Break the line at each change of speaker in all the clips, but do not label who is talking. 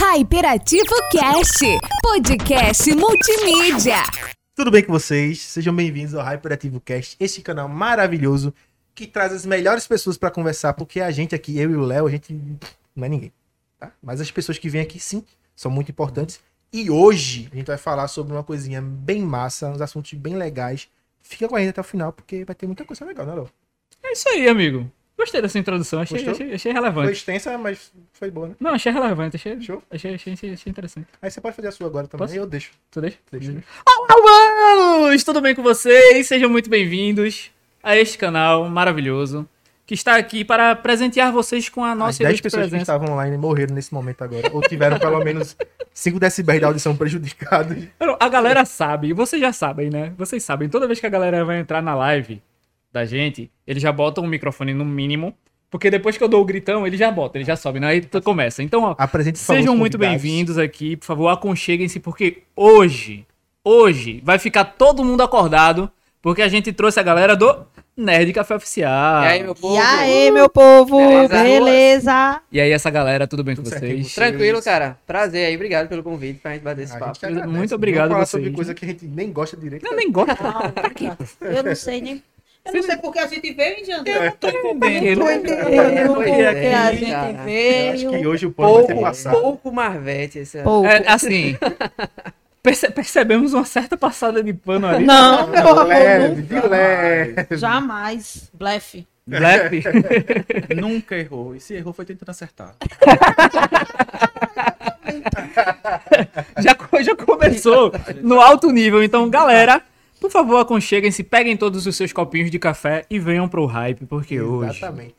Hyperativo Cast, podcast multimídia.
Tudo bem com vocês? Sejam bem-vindos ao Hyperativo Cast, esse canal maravilhoso que traz as melhores pessoas pra conversar, porque a gente aqui, eu e o Léo, a gente não é ninguém, tá? Mas as pessoas que vêm aqui sim, são muito importantes. E hoje a gente vai falar sobre uma coisinha bem massa, uns assuntos bem legais. Fica com a gente até o final, porque vai ter muita coisa legal, né, Léo?
É isso aí, amigo. Gostei dessa introdução, achei,
Gostou?
achei, achei
Foi
relevante.
extensa, mas foi boa, né?
Não, achei relevante, achei,
Show.
achei, achei, achei- achei interessante.
Aí você pode fazer a sua agora também,
Posso?
eu deixo.
Tu deixa?
Deixa.
Olá, manos! Tudo bem com vocês? Sejam muito bem-vindos a este canal maravilhoso que está aqui para presentear vocês com a
As
nossa
10
ilustre
pessoas que
presença.
estavam online morreram nesse momento agora, ou tiveram pelo menos 5 decibéis da audição prejudicados.
Não, A galera sabe, e vocês já sabem, né? Vocês sabem, toda vez que a galera vai entrar na live da gente, eles já botam o microfone no mínimo, porque depois que eu dou o gritão, ele já bota, ele já sobe, né? Aí tu começa. Então, ó,
Apresente por favor,
Sejam
os
muito
convidados.
bem-vindos aqui, por favor, aconcheguem-se, porque hoje, hoje, vai ficar todo mundo acordado, porque a gente trouxe a galera do Nerd Café Oficial.
E aí, meu povo?
E aí, meu povo,
Beleza?
beleza?
E aí, essa galera, tudo bem
Tudo
com
certinho.
vocês?
Tranquilo, cara. Prazer aí. Obrigado pelo convite pra gente bater esse
A
papo.
gente que agradece.
Muito obrigado
Vamos falar
vocês,
sobre
né?
coisa que a gente nem gosta direito.
Eu nem gosto.
Eu não sei nem. Eu não sei porque a gente veio, hein, Jandré?
Tô entendendo.
Tô entendendo
Pois
porque
é,
a
cara.
gente
Eu Acho que
veio.
hoje o pano vai ser
Pouco,
passado.
pouco Marvete essa.
Pouco.
É, assim, perce- percebemos uma certa passada de pano ali.
Não,
De
porra,
leve,
nunca.
de leve.
Jamais. Blefe.
Black.
Nunca errou. E se errou, foi tentando acertar.
já, co- já começou no alto nível. Então, galera, por favor, aconcheguem-se, peguem todos os seus copinhos de café e venham pro hype, porque hoje.
Exatamente.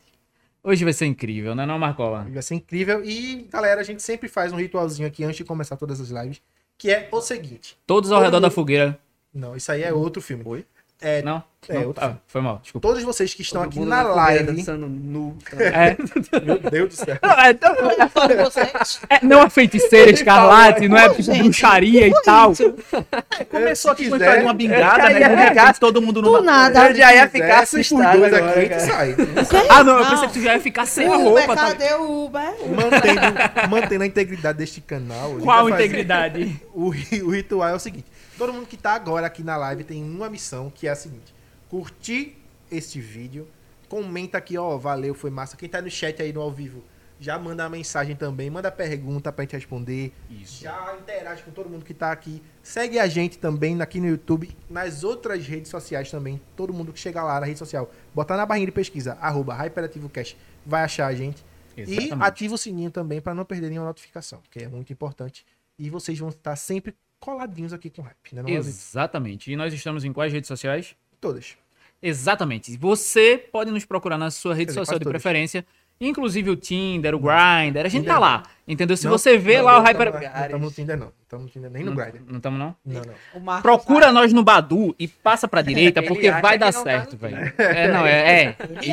Hoje vai ser incrível, né, não, Marcola?
Vai ser incrível. E, galera, a gente sempre faz um ritualzinho aqui antes de começar todas as lives, que é o seguinte.
Todos ao redor da fogueira.
Não, isso aí é outro filme.
Oi?
É,
Não?
É,
Não?
outro
Ah,
filme.
foi mal, desculpa.
todos vocês que estão
Todo
aqui
mundo
na
fogueira
live.
Dançando nu. tá?
É.
Meu Deus do céu.
Não, é, não,
Fora vocês.
é, não é feiticeira, escarlate, não é tipo
Gente,
bruxaria
é
e tal.
Começou aqui
Se
com
quiser,
uma bengada,
cara,
né?
ia
Com
arregar.
todo mundo
Do
numa...
nada.
Eu já ia
Se quiser,
ficar
se por
assustado né?
dois
agora,
aqui,
cara.
tu sai.
Ah, não, eu pensei que tu já ia ficar sem a
é
Uber,
roupa. Tá...
cadê o Uber?
Mantendo, mantendo a integridade deste canal. a gente
Qual
vai fazer-
integridade?
O, ri- o ritual é o seguinte: todo mundo que tá agora aqui na live tem uma missão que é a seguinte: curtir este vídeo, comenta aqui, ó, valeu, foi massa. Quem tá no chat aí no ao vivo, já manda a mensagem também, manda pergunta pra gente responder. Já interage com todo mundo que tá aqui. Segue a gente também aqui no YouTube, nas outras redes sociais também. Todo mundo que chegar lá na rede social, botar na barrinha de pesquisa, arroba HyperativoCast, vai achar a gente. E ativa o sininho também para não perder nenhuma notificação, que é muito importante. E vocês vão estar sempre coladinhos aqui com o hype, né? Não As-
Exatamente. E nós estamos em quais redes sociais?
Todas.
Exatamente. Você pode nos procurar na sua rede
Quer dizer,
social de
quase todas.
preferência, inclusive o Tinder, o Grindr, a gente tá lá, entendeu? Se
Não,
você vê
não,
lá o Hum.
não tamo
Hyper...
lá, Não estamos no Tinder, não. Não estamos no Tinder, nem no Grindr.
Não estamos não?
Não, não.
O Marcos
Procura nós no Badu e passa pra direita,
Ele
porque
acha
vai dar
que não tá
certo,
no
velho. É, não, é, é.
sabe, Ele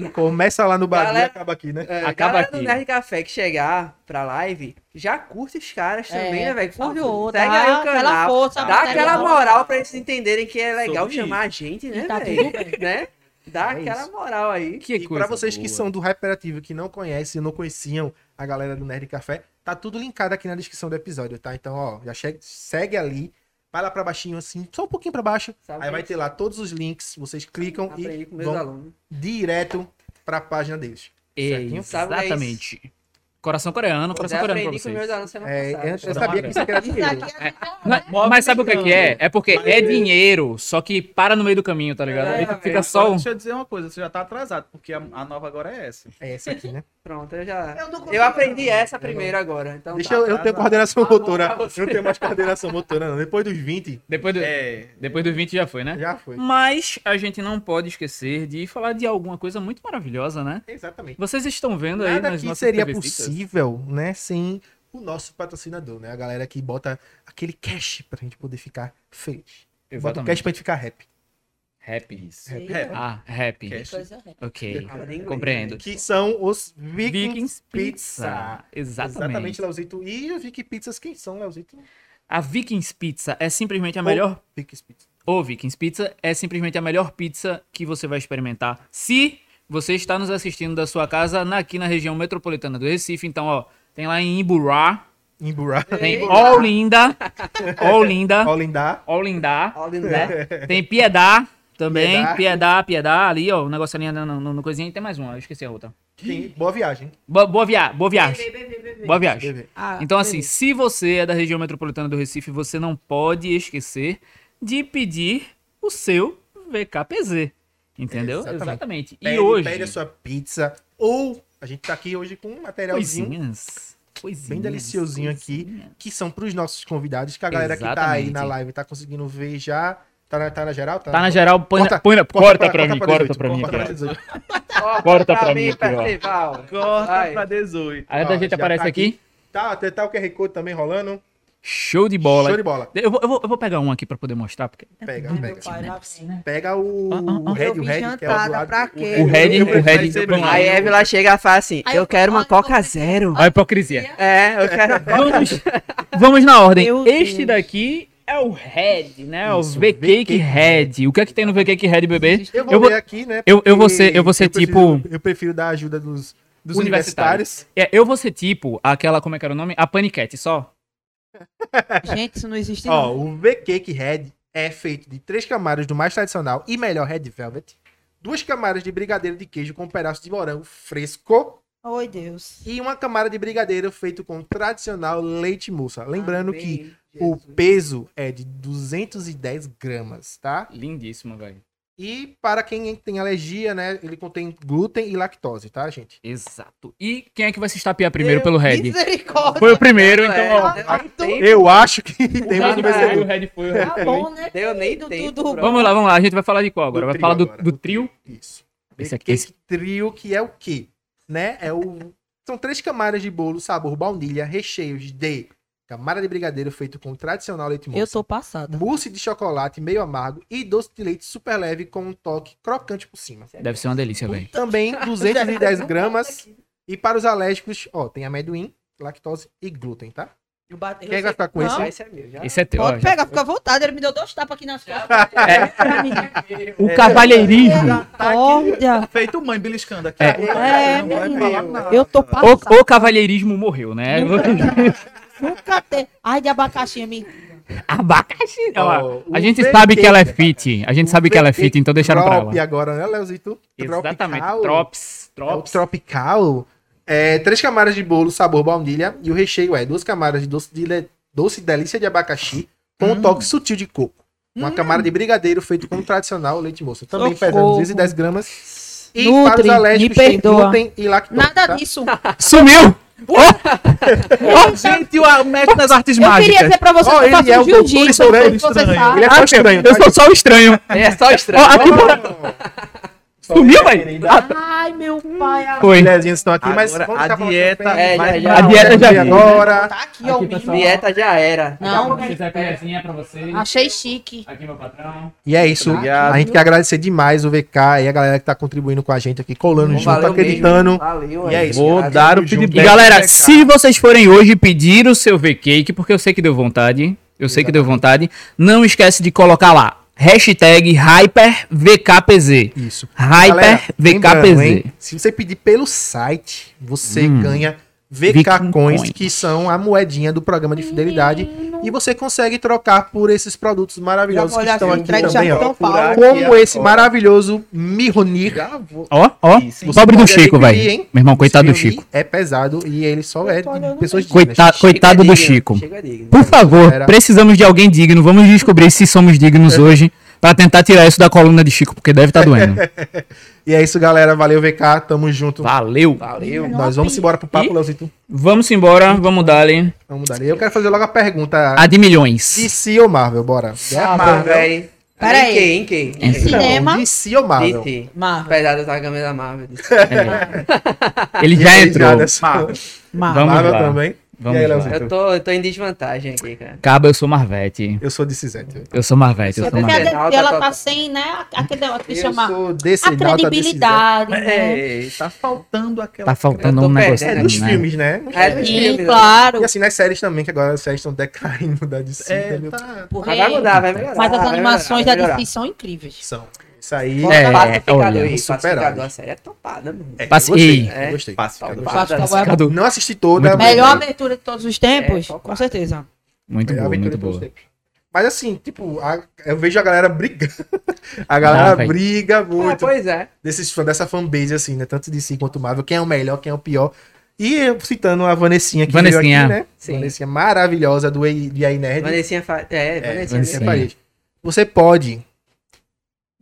acha.
Começa lá no barulho e
Galera-
acaba aqui, né?
É,
Acaba
galera do
aqui.
Nerd Café que chegar pra live, já curte os caras
É,
também, né, velho?
por
Curte,
favor,
segue
dá
aí o
aquela
canal.
força,
dá
dá
aquela
aquela
moral pra eles entenderem que é legal
Sobre
chamar a gente, né,
E tá
velho?
tudo bem.
Né? Dá
É
aquela
isso.
moral aí.
Que
e
coisa
para vocês que
boa.
são do Hyperativo, que não conhecem, não conheciam a galera do Nerd Café, tá tudo linkado aqui na descrição do episódio, tá? Então, ó, já che- segue ali, vai lá pra baixinho assim, só um pouquinho pra baixo.
Sabe
aí vai
isso?
ter lá todos os links, vocês clicam
Aprendi
e
com meus
vão
alunos.
direto pra página deles. Certinho?
Sabe, é isso.
Exatamente. Coração coreano,
Eu
coração coreano pra
aprendi com meus
vocês.
alunos semana
É, eu, eu
passada.
sabia que isso aqui era
Isso
dinheiro.
aqui é
Mas- Mas sabe o que que é? É porque é dinheiro, só que para no meio do caminho, tá ligado? Aí
É,
fica
velho.
só um...
Deixa eu dizer uma coisa, você já tá atrasado, porque a, a nova agora é essa.
É essa aqui, né?
Pronto, eu já.
Eu não
Eu,
consigo,
aprendi
não.
essa primeiro agora. Então
Deixa
tá.
eu, eu
tá,
ter
tá.
coordenação
Tá bom
motora.
pra você.
Eu não tenho mais coordenação motora, não. Depois dos 20,
Depois do...
É.
Depois dos 20 já foi, né?
já foi.
Mas a gente não pode esquecer de falar de alguma coisa muito maravilhosa, né?
Exatamente.
Vocês estão vendo aí
Nada
nas
que
nossas
seria
TVzitas.
possível, né, sem o nosso patrocinador, né? A galera que bota aquele cash pra gente poder ficar feliz. Bota o cash
Exatamente.
pra gente ficar happy.
Rap.
Eita,
Ah, rap.
Cash.
coisa reta.
Ok.
Aprendi inglês,
Compreendo.
Que são os Vikings,
Vikings Pizza.
Pizza.
Exatamente.
Exatamente, Leozito. E o Viking Pizzas, quem são, Leozito?
A Vikings Pizza é simplesmente a
Ou-
melhor.
Vikings Pizza.
Ou Vikings Pizza é simplesmente a melhor pizza que você vai experimentar. Se você está nos assistindo da sua casa na- aqui na região metropolitana do Recife, então, ó, Tem lá em Iburá.
Imburá.
Tem Olinda. Olinda.
Olindá.
Olinda.
Olha, né?
né? Tem Piedá também.
Piedá.
Piedá, Piedá, ali, ó. O negócio ali no, no, no coisinha. E tem mais uma, eu esqueci a outra.
Tem boa viagem.
Boa, boa, via, boa viagem. Boa viagem.
Bebê.
Ah,
Então, assim,
beleza.
se você é da região metropolitana do Recife, você não pode esquecer de pedir o seu VKPZ. Entendeu?
Exatamente.
Exatamente. E
Pede-
hoje.
Pede a sua pizza. Ou a gente tá aqui hoje com um materialzinho
Coisinhas. Coisinhas.
bem deliciosinho
coisinhas.
aqui, que são pros nossos convidados, que a galera que tá aí
Exatamente.
na live tá conseguindo ver já. Tá na, tá na geral?
Tá na geral, põe na-
Corta-
põe na- corta pra mim,
18,
corta pra mim.
corta
cara.
pra 18.
Ó,
Corta pra mim aqui, ó.
Percival.
Corta
Vai.
pra 18.
Aí
Ó,
da gente
já
aparece
tá
aqui.
Tá, até tá o QR Code também rolando.
Show de bola.
Show de bola.
Eu, vou, eu, vou, eu vou pegar um aqui pra poder mostrar, porque.
Pega,
Ai, meu
pega.
pai, lá vem.
Pega o,
Ah, ah,
o
ah.
Red,
Eu
o
vim
Red, que é o do
jantada,
lado.
pra quê?
O Red,
eu
o Red.
prefiro-
vamos lá.
Aí a Evila chega e fala assim:
Aí
Eu
eu
quero uma
falo, eu vou
Coca Zero.
Olha a hipocrisia.
É, eu quero.
Vamos, vamos na ordem.
Meu
este
Deus.
daqui é o Red, né? O
Isso,
V Cake
V-Cake
Red. O que é que tem no V Cake Red, bebê?
Eu vou,
Eu vou-
ler aqui, né?
eu- eu vou
porque
ser- eu vou ser
preciso-
tipo-
Eu prefiro dar a ajuda dos, dos universitários.
Universitários. É, eu vou ser tipo aquela, como é que era o nome? A Paniquete só.
Gente, isso não existe
É. Ó,
não.
o V-Cake Red é feito de três camadas do mais tradicional e melhor Red Velvet, duas camadas de brigadeiro de queijo com um pedaço de morango fresco
Oi, Deus.
e uma camada de brigadeiro feito com o tradicional leite moça. Lembrando que
Amém,
o
Jesus.
peso é de 210 gramas, tá?
Lindíssimo, velho.
E para quem tem alergia, né, ele contém glúten e lactose, tá, gente?
Exato. E quem é que vai se estapear primeiro pelo Red?
Misericórdia.
Foi o primeiro,
É,
então, ó.
deu nem-
Eu acho que tem
Dado
um
foi
vencedor.
o Red foi o Red.
Tá bom, né?
Deu nem
Tudo,
tempo.
tudo.
bro.
Vamos lá, vamos lá. A gente vai falar de qual agora?
Do
Vai falar do,
agora.
do trio?
Isso.
Esse
Esse
aqui,
aqui, esse trio que é o quê? Né? É o são três camadas de bolo sabor baunilha, recheios de camada de brigadeiro feito com o tradicional leite moça.
Eu tô passada.
Mousse de chocolate meio amargo e doce de leite super leve com um toque crocante por cima.
Deve ser uma delícia, velho.
Também 210 gramas. E para os alérgicos, ó, tem amendoim, lactose e glúten, tá?
Eu bate-
Quem é que vai ficar com
Não,
esse?
Esse é meu, já.
Esse é teu, ó.
Pode
já.
pegar, fica à vontade. Ele me deu dois tapas aqui nas costas.
É.
O cavalheirismo.
Tá
Olha.
tá Feito mãe beliscando aqui.
É.
É,
Não vai falar nada.
eu tô
O,
passada.
o cavalheirismo morreu, né?
Nunca tem. Ai, de abacaxi, amigo.
Abacaxi.
Ó,
Ó, a
o
gente
VT,
sabe que ela é
cara.
fit. A gente sabe que ela é fit, então deixaram pra
Trop
ela.
agora, né, Leozito?
Exatamente.
Tropical.
Trops.
É o
Trops.
tropical. É, três camadas de bolo sabor baunilha e o recheio é duas camadas de doce de le- doce delícia de abacaxi com
Hum.
um toque sutil de coco. Uma camada de brigadeiro feito com o tradicional leite moça. Também
Socorro.
pesando 210 gramas. E
Nutri,
para os alérgicos
me
tem
perdoa.
glúten e lactose.
Nada
tá?
disso.
Sumiu! Oh!
Ó, gente, o médico das artes
Eu queria
mágicas.
dizer pra você
Ó,
que eu
ele
faço
é
um
o doutor
jiu-jitsu,
estranho,
eu sei que você
estranho.
sabe.
Ele é só estranho.
Ah, Eu
tá,
sou só o estranho.
É só
Ó,
estranho.
a temporada
gente?
sumiu,
Só
velho.
querida.
Ah,
Ai, meu pai. a-
Foi.
Mulherzinhas estão aqui, mas
Agora,
vamos
a
ficar falando
dieta-
sobre
É,
Mas
já, já.
não,
A dieta
vamos
já
ver
vi.
agora.
Tá aqui, ó,
Aqui,
menino.
pessoal.
Dieta já era.
Não,
a colherzinha pra vocês.
achei chique.
Aqui, meu patrão.
E é isso.
Obrigado.
A gente quer agradecer demais o VK e a galera que tá contribuindo com a gente aqui, colando
Bom,
junto,
valeu
acreditando.
mesmo. Valeu,
E é
aí.
isso.
Vou
galera.
dar o
Tamo junto.
feedback.
E galera,
Beca.
se vocês forem hoje pedir o seu V-Cake, porque eu sei que deu vontade, eu sei que deu vontade, não esquece de colocar lá, hashtag HyperVKPZ.
Isso. Galera,
Hyper
lembrando, hein,
VKPZ.
Se você pedir pelo site, você
Hum.
ganha VK
Viking
Coins,
Coins.
que são a moedinha do programa de fidelidade. E você consegue trocar por esses produtos maravilhosos
Já vou
que
olhar
estão
aqui, então, tá
aqui
entrega
também,
já um
ó.
São Paulo.
Como esse maravilhoso Mironir.
Ó, ó,
Isso, hein?
o pobre do
Você pode
Chico,
adquirir,
velho.
hein?
Meu irmão, coitado do
Mironir
Chico.
É pesado e ele só é de pessoas
Coitado, coitado do Chico.
Chega digno.
Por favor,
Galera.
precisamos de alguém digno. Vamos descobrir se somos dignos hoje pra tentar tirar isso da coluna de Chico, porque deve estar doendo.
E é isso, galera. Valeu, VK. Tamo junto.
Valeu.
Valeu.
Nós vamos embora pro papo,
E-
Leozito.
Vamos embora, vamos dar ali.
Vamos dali. Eu quero fazer logo a pergunta.
A de milhões.
DC ou Marvel? Bora.
Ah, mano, velho.
Pera aí.
Em quem? Em quem? Em
Então, Cinema.
DC ou Marvel?
quem?
Marvel.
Apesar de eu usar a camisa da Marvel.
É. Ele
E
já
aí,
entrou.
nessa-
Marvel.
Marvel.
Vamos
Marvel
lá.
também.
Vamos
E aí,
lá.
Leozito?
Eu tô, eu tô em desvantagem aqui, cara.
Cabo, eu sou Marvete.
Eu sou DC Zete.
Eu sou Marvete, eu
É
sou
porque a
Marvete.
DC, ela tá
Total.
sem, né? Aquele negócio que
Eu
chama
sou DC
a
Nauta,
credibilidade. né?
É, tá faltando aquela.
Tá faltando
Eu tô
um negócio.
DC Zé. É
perdendo.
dos
né?
filmes, né?
É, dos
Sim,
filmes,
claro.
E assim, nas séries também, que agora as séries estão decaindo né? da DC.
É,
também.
tá.
Porra,
Mas vai mudar, vai melhorar.
Mas as
vai
animações
melhorar, vai
da
melhorar.
DC são incríveis.
São. Isso aí.
Bota
É,
pacificador
olha,
aí.
superado.
Pacificador, a série é topada, meu irmão.
É, eu
Passe-
gostei,
Ei.
eu gostei.
Pacificador.
Pacificador.
Pacificador.
Não assisti toda.
Muito
mas-
Melhor abertura de todos os tempos,
É,
com certeza.
Muito
Melhor
boa,
aventura
muito
de todos
boa.
os tempos. Mas assim, tipo, a- eu vejo a galera brigando. A
Ah,
galera
véi.
briga
Ah,
muito
pois é.
desses, fã- dessa fanbase, assim, né? Tanto de si quanto Marvel. Quem é o melhor, quem é o pior. E eu citando a Vanessinha que
Vanessinha.
veio aqui, né?
Sim.
Vanessinha maravilhosa do Ei- de AI Nerd.
Vanessinha fa... É,
É,
Vanessinha.
Vanessinha
Vanessinha.
Paredes. Você pode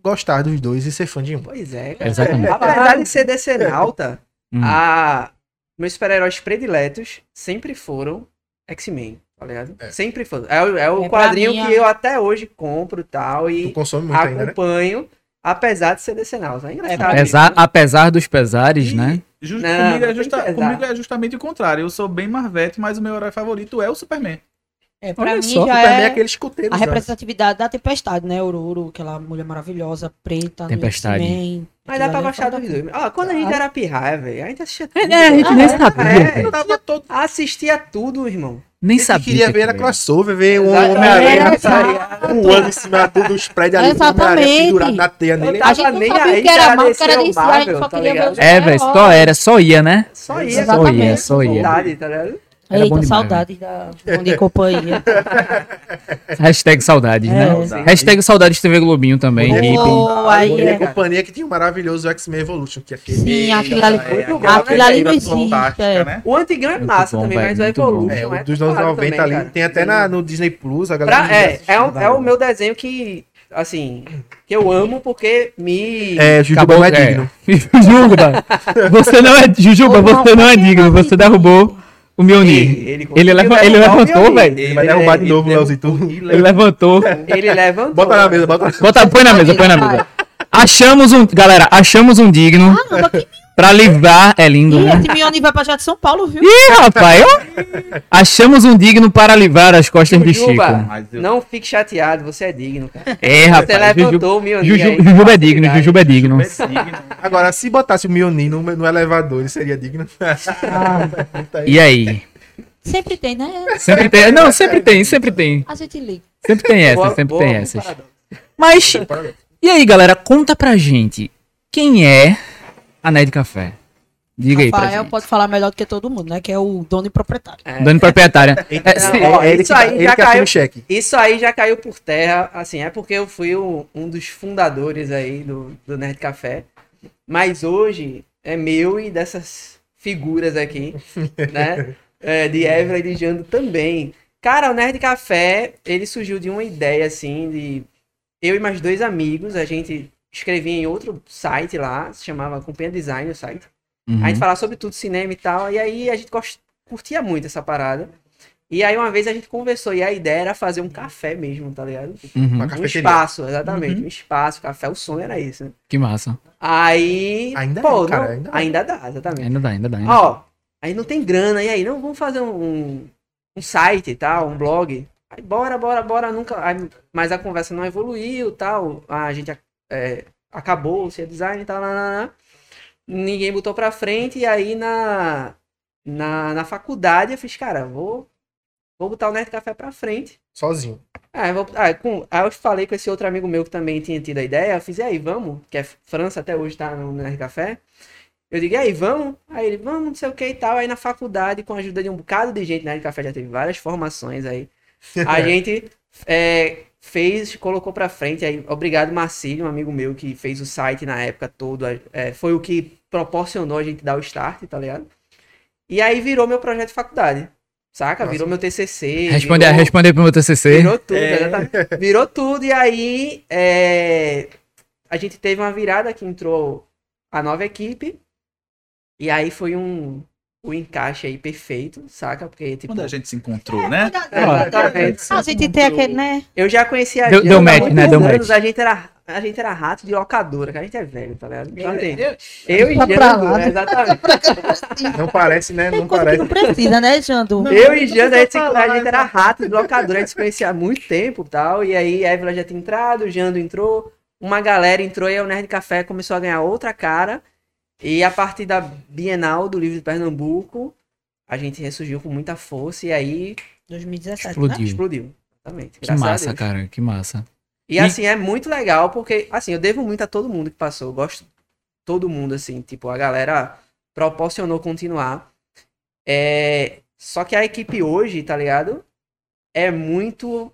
gostar dos dois e ser fã de um.
Pois é, cara.
Exatamente.
Apesar de ser decenalta,
Ah,
Hum.
a... meus super-heróis prediletos sempre foram X-Men, tá ligado?
É.
Sempre foram. É o, é o
É, pra
quadrinho
mim,
que
é.
eu até hoje compro e tal
Tu
e
consome muito ainda, né?
acompanho, apesar de ser decenalta. É engraçado.
Apesar,
isso, né?
apesar dos pesares,
E
né?
jus-
Não,
comigo, é
tem
justa-
que pesar.
comigo é justamente o contrário. Eu sou bem Marvete, mas o meu herói favorito é o Superman.
É, pra
Olha
mim
só,
já
Pra mim é
é
aquele escuteiro.
a
sabe?
representatividade da Tempestade, né? Ouro, aquela mulher maravilhosa, preta, no
Tempestade.
X-Men.
Mas dá pra
Aquilo ali
gostar
foi-
dos dois. Ó, quando a gente
Ah.
era pirraia, velho, a gente assistia tudo.
É, a gente nem
Ah,
sabia,
é,
velho.
eu tava-
todo...
Assistia tudo, irmão.
Nem
Ele
sabia.
queria
que
ver era
era.
crossover, ver o
Exatamente.
Homem-Aranha
É,
Era
voando em cima dos prédios ali, o Homem-Aranha
Exatamente.
pendurado na teia dele.
tava
A gente não
nem
sabia
aí
o que era
pra
mal, o que era
descer
DC,
o
a gente
Marvel,
só
tá
queria ver
ligado?
os
É, velho, só era, só ia, né?
Só ia,
Só ia,
Exatamente.
só ia.
Saudade, tá ligado?
Era bom
Eita,
demais,
saudade da Bonde Companhia.
É.
Hashtag saudades, né?
É.
Sim.
Hashtag saudades TV Globinho também.
Boa.
hippie.
Pô,
Tá
aí
E
né,
a
é.
companhia que tinha o maravilhoso X-Men Evolution, que é aquele.
Sim, aquilo ali
É,
foi
aquilo
bom. Aquilo ali não
Aventura
existe.
Fantástica,
é.
né?
O antigão é
Muito
massa
bom,
também,
velho,
mas o
muito bom.
Evolution
É,
é,
o dos anos
topado
90
também,
ali.
cara.
Tem até na, no Disney Plus, a galera.
Pra-
não
é,
assiste,
é, o,
vai.
é o meu desenho que, assim, que eu amo porque me...
É, Jujuba
Acabou,
não é
é.
digno.
Jujuba, você não é. Jujuba, você não é digno. Você derrubou o Mioni.
ele,
ele leva- ele
derrubou
levantou,
o violino.
velho.
Ele é um vai derrubar de novo, Leozinho. tu-
Ele levantou.
Ele levantou.
Bota na mesa, bota na
Bota, põe na mesa, põe na mesa. Achamos um. Galera, achamos um digno. Pra livrar. É lindo,
Ih,
né?
esse Mione vai pra já de São Paulo, viu?
Ih, rapaz, ó. Achamos um digno para livrar as costas de Chico.
Jujuba,
Mas eu-
não fique chateado, você é digno, cara.
É,
Você
rapaz. Juju-
levantou o meu
Juju- Jujuba é digno, Jujuba é digno.
Persigno.
Agora, se botasse o Mioni no, no elevador, ele seria digno.
é
E aí?
Sempre tem, né?
Sempre tem. Não, sempre tem, sempre tem.
A gente liga.
Sempre tem essas, sempre tem essas. Mas, e aí, galera, conta pra gente. Quem é a Nerd Café? Diga aí pra
Rafael
gente.
pode falar melhor do que todo mundo, né? Que é o dono e proprietário.
Dona proprietária.
Então,
É, se-
ó,
é ele
isso
que, tá-
aí
ele
já
que assina
caiu.
o cheque.
Isso aí já caiu por terra, assim, é porque eu fui o- um dos fundadores aí do, do Nerd Café. Mas hoje é meu e dessas figuras aqui, né? É, de Évora e de Jando também. Cara, o Nerd Café, ele surgiu de uma ideia, assim, de eu e mais dois amigos, a gente escrevia em outro site lá, se chamava Companhia Design o site.
Uhum.
A gente falava sobre tudo, cinema e tal. E aí a gente gost- curtia muito essa parada. E aí uma vez a gente conversou e a ideia era fazer um café mesmo, tá ligado?
Uhum.
Uma
Um
cafeteria. Uhum.
espaço, exatamente. Um espaço, café, o sonho era isso. né?
Que massa.
Aí.
Ainda
pô,
é, cara,
não-
ainda
ainda,
é.
dá, exatamente.
Ainda dá, ainda dá. ainda dá.
Ó, aí não tem grana, e aí? Não, vamos fazer um, um site e tal, um blog. Aí bora, bora, bora, nunca. aí- mas a conversa não evoluiu tal. A gente é, acabou o seu design e tal, lá, lá, lá. ninguém botou pra frente. E aí na, na, na faculdade eu fiz, cara, vou, vou botar o Nerd Café pra frente.
Sozinho.
Ah, eu vou- ah, com- aí eu falei com esse outro amigo meu que também tinha tido a ideia. Eu fiz, e aí, vamos? Que é França, até hoje tá no Nerd Café. Eu digo, e aí, vamos? Aí ele, vamos, não sei o que e tal. Aí na faculdade, com a ajuda de um bocado de gente, Nerd Café já teve várias formações aí. A gente é, fez, colocou pra frente. Aí, obrigado, Marcílio, um amigo meu que fez o site na época toda. é, foi o que proporcionou a gente dar o start, tá ligado? E aí virou meu projeto de faculdade. Saca?
Nossa.
Virou meu TCC.
Responde,
virou...
responde aí pro meu TCC.
Virou tudo,
É.
exatamente. Virou tudo. E aí, é, a gente teve uma virada que entrou a nova equipe. E aí foi um, um encaixe aí perfeito, saca? Porque, tipo,
Quando a gente se encontrou, né?
é, exatamente.
A gente tem aquele, né?
Eu já conhecia a
Deu-
Jana
deu
há
match,
muitos
né? Deu
anos,
match.
A gente, era, a gente era rato de locadora, que a gente é velho, tá ligado? Então, assim,
É,
eu, e
Tá pra
Jando,
lá,
né?
né?
exatamente.
Não parece, né? Não
Tem coisa que
parece.
não precisa, né, Jando?
Eu
não
e
precisa
Jana, a gente, se-
falar,
a gente era rato de locadora, a gente se conhecia há muito tempo e tal. E aí a Évila já tinha entrado, o Jando entrou, uma galera entrou e aí o Nerd Café começou a ganhar outra cara. E a partir da Bienal do Livro de Pernambuco, a gente ressurgiu com muita força e aí
2017, né?
Explodiu.
explodiu. Exatamente.
Que massa, cara, que massa.
E assim, é muito legal, porque assim, eu devo muito a todo mundo que passou. Eu gosto de todo mundo, assim, tipo, a galera proporcionou continuar. É... Só que a equipe hoje, tá ligado? É muito.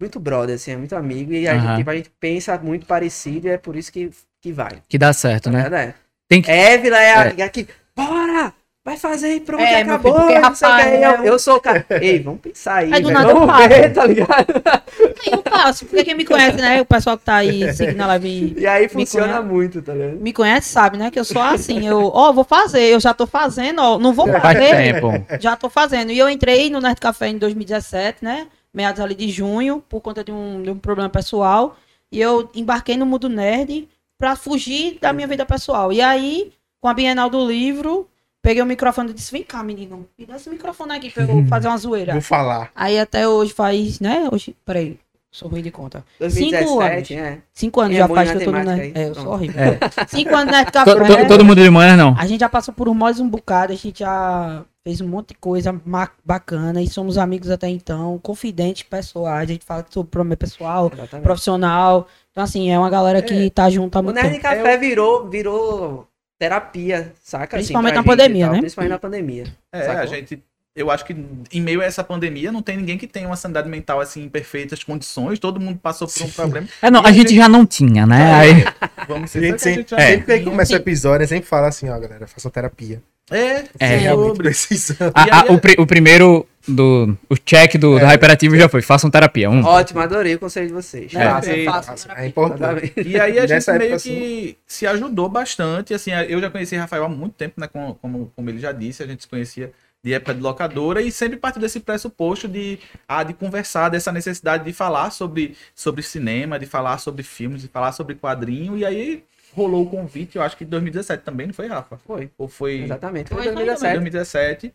Muito brother, assim, é muito amigo. E a,
Aham.
gente, tipo, a gente pensa muito parecido e é por isso que, que vai.
Que dá certo,
Tá
né?
ligado? É.
Tem que.
Évila é a amiga que. Bora! Vai fazer aí, pronto,
É, meu
acabou.
filho, porque,
não sei o que,
rapaz,
eu,
eu-
eu sou o cara. Ei, vamos pensar aí.
Aí do
velho.
nada eu
vamos
paro.
ver, tá ligado?
Aí eu passo. Porque quem me conhece, né? O pessoal que tá aí seguindo na live
E aí
Me
funciona
conhece.
muito, tá ligado?
me conhece, sabe, né? Que eu sou assim. Eu, ó, vou fazer. Eu já tô fazendo, ó. Não vou
É.
Faz
fazer.
tempo.
Já tô fazendo. E eu entrei no Nerd Café em 2017, né? Meados ali de junho, por conta de um, de um problema pessoal. E eu embarquei no mundo nerd pra fugir da minha vida pessoal. E aí, com a Bienal do Livro, peguei o microfone e disse: Vem cá, menino, me dá esse microfone aqui pra eu fazer uma zoeira.
Vou falar.
aí até hoje faz, né? Hoje, peraí, sou ruim de conta. Cinco anos.
né?
Cinco anos
É
já
bom
faz
em
que eu tô no
matemática
Nerd.
aí.
É, eu sou
Pronto.
horrível.
É.
Cinco anos Nerd
Tá
Café.
To- to- Todo mundo de manhã, não.
A gente já passou por mais um bocado, a gente já fez um monte de coisa ma- bacana e somos amigos até então, confidentes pessoais, a gente fala sobre problema pessoal,
Exatamente.
profissional. Então, assim, é uma galera que tá junto há
O
muito
Nerd
tempo. É
Café virou, virou terapia, saca? Assim,
Principalmente
pra
na
gente e
pandemia,
tal,
né?
Principalmente na pandemia.
É,
Sacou?
a gente. Eu acho que em meio a essa pandemia não tem ninguém que tenha uma sanidade mental assim em perfeitas condições. Todo mundo passou por um problema.
É, não, a gente já não tinha, né?
Tá.
Aí,
Vamos
A gente
sincero
sempre,
que já
sempre que
tinha.
começa o episódio, sempre fala assim, ó, galera, façam terapia.
É,
É,
sobre.
Realmente precisamos.
a- a-
aí-
o, pri- o primeiro do. O check do,
É.
do Hyperativo já foi. Façam terapia. Um.
Ótimo, adorei o conselho de vocês.
Né?
Faça,
Perfeito.
faça.
Nossa, É importante.
Exatamente.
E aí a gente
Nessa
meio
época,
que se ajudou bastante, assim, eu já conheci Rafael há muito tempo, né, como, como, como ele já disse, a gente se conhecia de época de locadora e sempre partiu desse pressuposto de, ah, de conversar, dessa necessidade de falar sobre, sobre cinema, de falar sobre filmes, de falar sobre quadrinho, e aí rolou o convite, eu acho que em 2017 também, não foi, Rafa?
Foi.
Ou foi...
Exatamente, foi
Foi,
em
foi,
2017.
2017.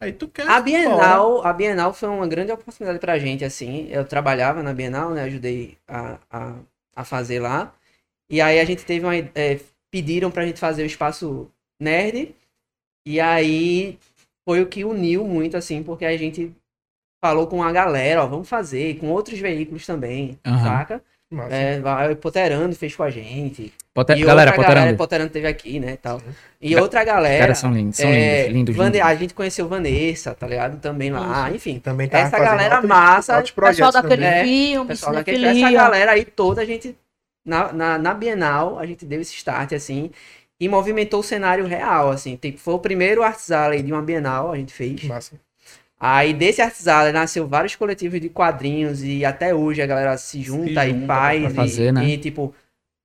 Aí tu quer...
A Bienal, a Bienal foi uma grande oportunidade pra gente, assim. Eu trabalhava na Bienal, né? Ajudei a, a, a fazer lá. E aí a gente teve uma. É, pediram pra gente fazer o espaço nerd. E aí foi o que uniu muito, assim, porque a gente falou com a galera, ó, vamos fazer, e com outros veículos também,
Aham.
saca?
Massa.
É, vai- o Poterando fez com a gente.
Pote-
E
galera,
outra galera,
Poterando.
Poterando teve aqui, né? e Tal. E
Ga-
outra
Os
galera.
caras são lindos, são
É,
lindos, lindos,
Vane-
lindos.
A gente conheceu Vanessa, tá ligado? Também lá, enfim.
Também tá
Essa
fazendo
galera
outros-
massa,
outros
O pessoal né?
projetos
daquele
também.
também.
filme,
pessoal daquele,
cinefilia.
é essa galera aí toda, a gente, na, na, na Bienal, a gente deu esse start, assim, e movimentou o cenário real, assim. Tipo, foi o primeiro Arts Alley de uma Bienal, a gente fez.
É. Massa.
Aí desse Arts Alley nasceu vários coletivos de quadrinhos e até hoje a galera se junta e
junta
faz.
pra
e-
fazer, né?
E, tipo,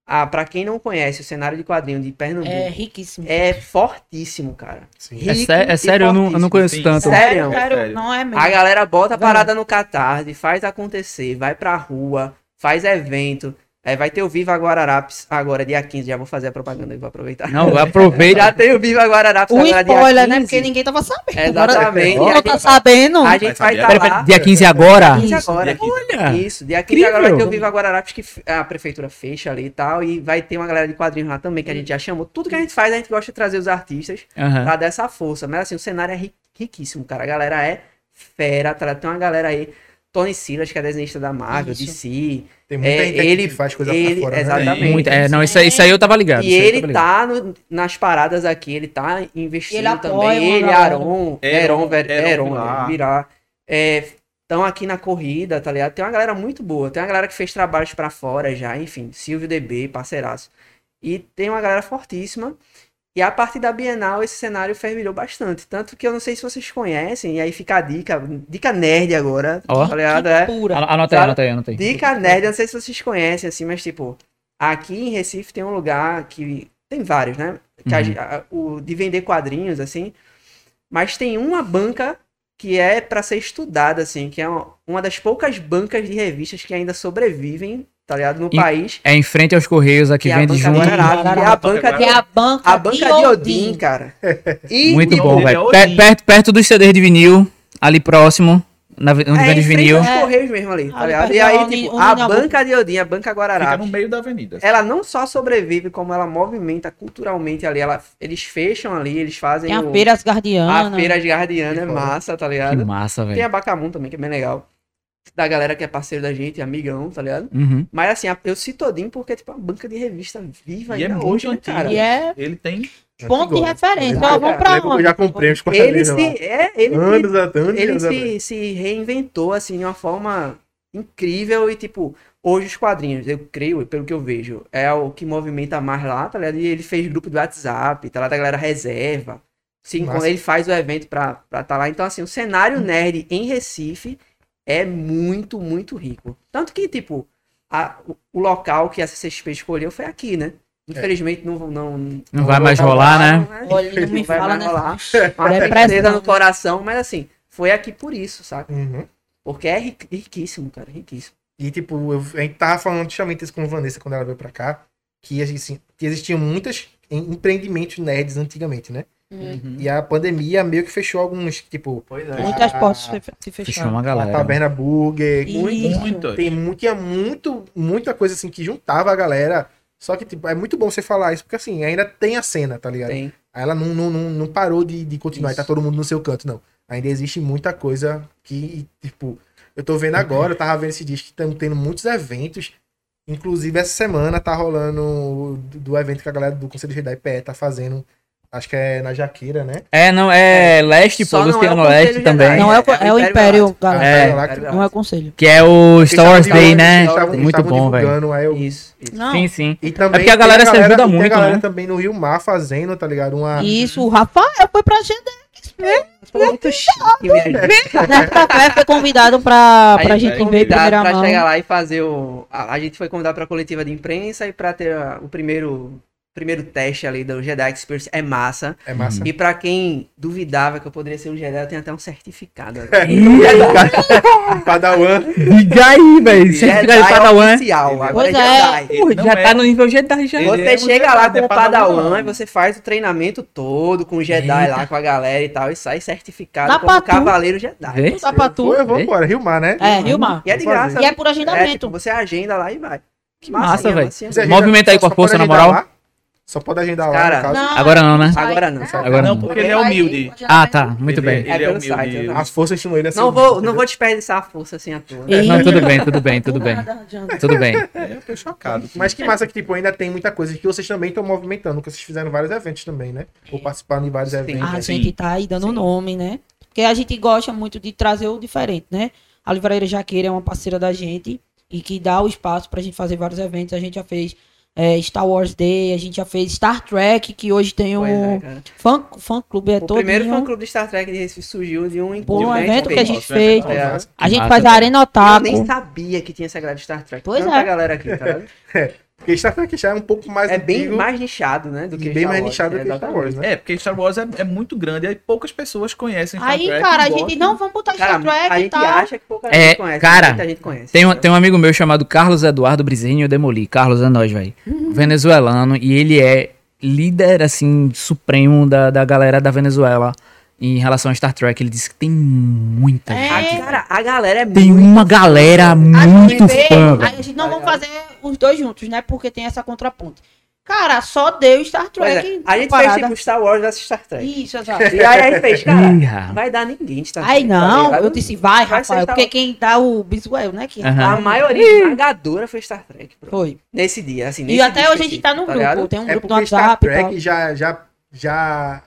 ah, pra quem não conhece, o cenário de quadrinho de
É
Pernambuco
riquíssimo.
é, fortíssimo, cara.
Sim.
É,
rico
sé- é
e
sério, eu não, eu não
fortíssimo,
conheço
sim.
tanto.
Sério?
sério,
Sério.
não é mesmo.
A galera bota a
Vai.
parada no Catarse, faz acontecer, vai pra rua, faz evento. É, vai ter o Viva Guararapes agora, dia 15. Já vou fazer a propaganda e vou aproveitar.
Não, aproveita.
Já tá tem o Viva Guararapes
O
agora, dia 15.
spoiler, né? Porque ninguém tava sabendo.
Exatamente.
Agora,
E a
não tá
gente,
sabendo.
a gente vai
Vai
estar
saber.
Pera,
lá.
pera, dia 15 agora?
15
Isso,
agora. é
dia 15.
Olha!
Isso, dia 15 agora vai ter
Incrível.
o Viva Guararapes que f- a prefeitura fecha ali e tal. E vai ter uma galera de quadrinhos lá também que a gente já chamou. Tudo que a gente faz, a gente gosta de trazer os artistas
Aham.
pra dar essa força. Mas assim, o cenário é ri- riquíssimo, cara. A galera é fera, tá? tem uma galera aí. Tony Silas, que é desenhista da Marvel,
Isso.
DC.
Tem muita
É,
gente aqui
ele-
que faz coisa
ele-
pra fora. né?
exatamente.
Muito, é, não, isso aí, isso aí eu tava ligado.
e
isso aí eu
ele
tava
tá no- nas paradas aqui, ele tá investindo
E ele apoia uma
também. Ele,
galera.
Aron,
Heron,
Heron, velho,
Heron
Heron,
Vilar.
Virar. Estão É, aqui na corrida, tá ligado? Tem uma galera muito boa. Tem uma galera que fez trabalhos pra fora já, enfim. Silvio DB, parceiraço. E tem uma galera fortíssima. E a partir da Bienal, esse cenário fervilhou bastante. Tanto que eu não sei se vocês conhecem, e aí fica a dica, dica nerd agora,
Ó.
tá ligado?
Que
É.
pura.
ligado. Anota aí, anota aí, anota aí.
Dica nerd, eu não sei se vocês conhecem, assim, mas tipo, aqui em Recife tem um lugar que. Tem vários, né? Que a
Uhum.
gen- a- o, de vender quadrinhos, assim. Mas tem uma banca que é pra ser estudada, assim, que é uma, uma das poucas bancas de revistas que ainda sobrevivem, tá ligado? No
E-
país.
É em frente aos Correios, aqui
Que é a
vende
banca
junto.
Guararapes, que é a banca
Que é
de,
a banca,
a banca de Odin, cara. E
Muito
o
bom,
dele é
velho.
o
Pe-
Odin.
perto, perto dos CDs de vinil, ali próximo, na, vi- onde
é,
vende
em frente
vinil.
aos
É.
correios mesmo ali, tá
Ali
ligado? E
perto da
aí,
Uni-
tipo, a
Uninabu.
banca de Odin, a banca
Fica
Guararapes.
no meio da avenida. assim.
ela não só sobrevive, como ela movimenta culturalmente ali. Ela, eles fecham ali, eles fazem
Tem a
o-
Feira né?
a
Asgardiana.
feira de Guardiana, é massa, tá
Que
ligado?
massa,
Tem
velho.
a Bacamum também, que é bem legal. da galera que é parceiro da gente, amigão, tá ligado?
Uhum.
Mas assim, a- eu cito Odin porque tipo, é uma banca de revista viva
E é
ainda
muito
hoje, né,
antiga.
cara.
E é
Ele tem.
ponto de referência.
Ah,
Ó, vamos pra
Lembro que Eu
onde?
já comprei uns
Ele
quadrinhos lá.
se, é, ele se
Anos atrás. anos
ele
atrás.
se, se reinventou assim de uma forma incrível e tipo hoje os quadrinhos eu creio pelo que eu vejo é o que movimenta mais lá tá ligado? e ele fez grupo do WhatsApp tá lá da galera reserva sim
Massa.
quando ele faz o evento pra pra tá lá então assim o
Hum.
cenário nerd em Recife é muito muito rico tanto que tipo a- o- o local que a CCXP escolheu foi aqui né infelizmente não não não,
É. vai mais rolar,
né?
Olha, ele não me
Não vai
fala,
mais
né?
rolar. Uma
Depressão,
tristeza no
né?
coração, mas assim, foi aqui por isso, saca?
Uhum.
Porque é ri- riquíssimo, cara, riquíssimo.
E, tipo, eu, a gente tava falando justamente isso com a Vanessa quando ela veio pra cá, que, assim, que existiam muitos empreendimentos nerds antigamente, né?
uhum,
E a pandemia meio que fechou alguns, tipo,
Pois
Muitas
Ah,
portas se- se
Fechou Tá
fecharam.
uma
a
galera.
Taverna Burger,
Isso.
Muito.
Tem mu- tinha muito, muita coisa assim que juntava a galera. Só que, tipo, é muito bom você falar isso, porque assim, ainda tem a cena, tá ligado?
Tem.
Ela não, não, não, não parou de, de continuar
Isso.
e tá todo mundo no seu canto, não. Ainda existe muita coisa que, tipo, eu tô vendo agora, eu tava vendo esse disco que estão tendo muitos eventos. Inclusive, essa semana tá rolando o- do, do evento que a galera do Conselho Jedi PE tá fazendo. Acho que é na Jaqueira, né?
É, não, é leste,
Só
pô,
não
você tem
é o
no
Conselho
leste
Jedi.
também.
Não é o, é o Império,
Ah,
galera.
tá
É.
lá que-
Não é o conselho.
Que é o
Eles
Star Wars
estavam
Day,
divulgando,
né?
eles estavam- eles
Muito
estavam
bom, velho.
divulgando, aí eu-
Isso, isso.
Não.
Sim, sim.
E também
É porque a
tem
galera se ajuda
e tem
muito,
a galera
né?
também no Rio Mar fazendo, tá ligado? Uma...
Isso, o Rafael foi pra gente. É.
Foi muito chique, minha gente.
Nerd Café né? foi convidado
Aí
pra, é pra
foi
gente ver em
convidado
primeira
pra
mão.
chegar lá e fazer o. A, a gente foi convidado pra coletiva de imprensa e pra ter a- o primeiro, primeiro teste ali do Jedi Experience. É massa.
É massa.
E pra quem duvidava que eu poderia ser um Jedi, eu tenho até um certificado. Uhum.
Padawan.
Liga aí, velho.
é
Certificado de Padawan.
oficial. Agora
Pois
é
é.
Jedi.
Porra,
Não
já
é.
tá no nível Jedi já.
Ele
Você
é um
chega
Jedi,
lá
é
com o
Padawan.
Padawan, e você faz o treinamento todo com o Jedi lá, com a galera e tal, e sai certificado
Dá
como
pra tu.
Cavaleiro Jedi.
Vê?
Tá pra tu.
Foi, eu vou embora. Rio Mar, né?
É, Rio Mar.
E é de
Vou fazer.
graça.
E é por
É,
agendamento.
tipo, você agenda lá e vai. Que assim, é
massa, velho.
Você agenda-
Movimenta aí
só
com a
pode
força, na
agendar
moral.
lá? Só pode agendar lá,
Cara,
no caso.
Não,
Agora não, né?
sai.
Agora não, sai.
Agora
Não,
não.
porque ele é humilde.
Ah, tá. Muito
Ele-
bem.
Ele é
É pelo site,
humilde.
né?
eu
As forças estimulam ele a ser
Não
humilde,
vou, não vou desperdiçar a força assim à toa.
E-
Não, tudo bem, tudo bem, tudo bem.
Nada, Jandro.
Tudo bem.
É, eu tô chocado.
Mas que massa que, tipo, ainda tem muita coisa que vocês também estão movimentando, que vocês fizeram vários eventos também, né? Ou participaram de vários
Sim. Ah,
eventos.
A
Sim.
gente tá aí dando o nome, né? Porque a gente gosta muito de trazer o diferente, né? A Livraria Jaqueira é uma parceira da gente e que dá o espaço pra gente fazer vários eventos. A gente já fez eh, Star Wars Day, a gente já fez Star Trek, que hoje tem
Pois é,
um
cara.
fã, fã clube é
O
todo.
primeiro fã-clube de Star Trek de Recife surgiu de um
Pô,
de
um
evento
evento que a
mesmo.
gente
Nossa, é
fez.
Então,
verdade.
É.
A
Massa, né?
gente faz a
velho.
Arena
Eu
Otaku.
nem sabia que tinha essa grade de Star Trek.
Pois
Tanta
é.
galera aqui, tá ligado?
Porque Star Trek já é um pouco mais
É bem
antigo
mais nichado, né? Do
e
que
bem
Star
mais
Wars,
nichado
né?
do que Star Wars,
Exatamente.
né?
É, porque Star Wars é, é muito grande, aí poucas pessoas conhecem Star
Aí,
Trek,
cara, a
gostam.
gente não vamos botar
Cara,
Star Trek
a
e
gente
tal.
acha que pouca
É,
gente conhece.
cara,
muita gente conhece.
Tem um, tem um amigo meu chamado Carlos Eduardo Brizinho, eu demoli. Carlos é nós, velho. Venezuelano, e ele é líder, assim, supremo da, da galera da Venezuela em relação a Star Trek. Ele disse que tem muita
É,
gente.
Ah, Cara, a galera é
Tem
um
muito
uma galera
A gente
muito
vê-
fã,
aí
velho.
a gente não vamos fazer os dois juntos, né? Porque tem essa contraponto. Cara, só deu Star
Pois é,
Trek.
A gente fez
parada.
tipo Star Wars versus Star Trek.
Isso, exato.
E aí a gente fez, cara,
Ih, rapaz.
não vai dar ninguém de Star Trek.
Aí não,
tá ligado?
eu disse,
Vai
vai,
ser
Rafael,
Star-
porque quem dá o bisu é eu, né? Que
Aham.
A maioria esmagadora foi Star Trek, bro.
Foi.
Nesse dia, assim.
E
nesse
até
dia
hoje a gente tá num
específico,
grupo.
ligado?
tem um
É
grupo no
porque Star
WhatsApp e tal.
Trek já, já, já...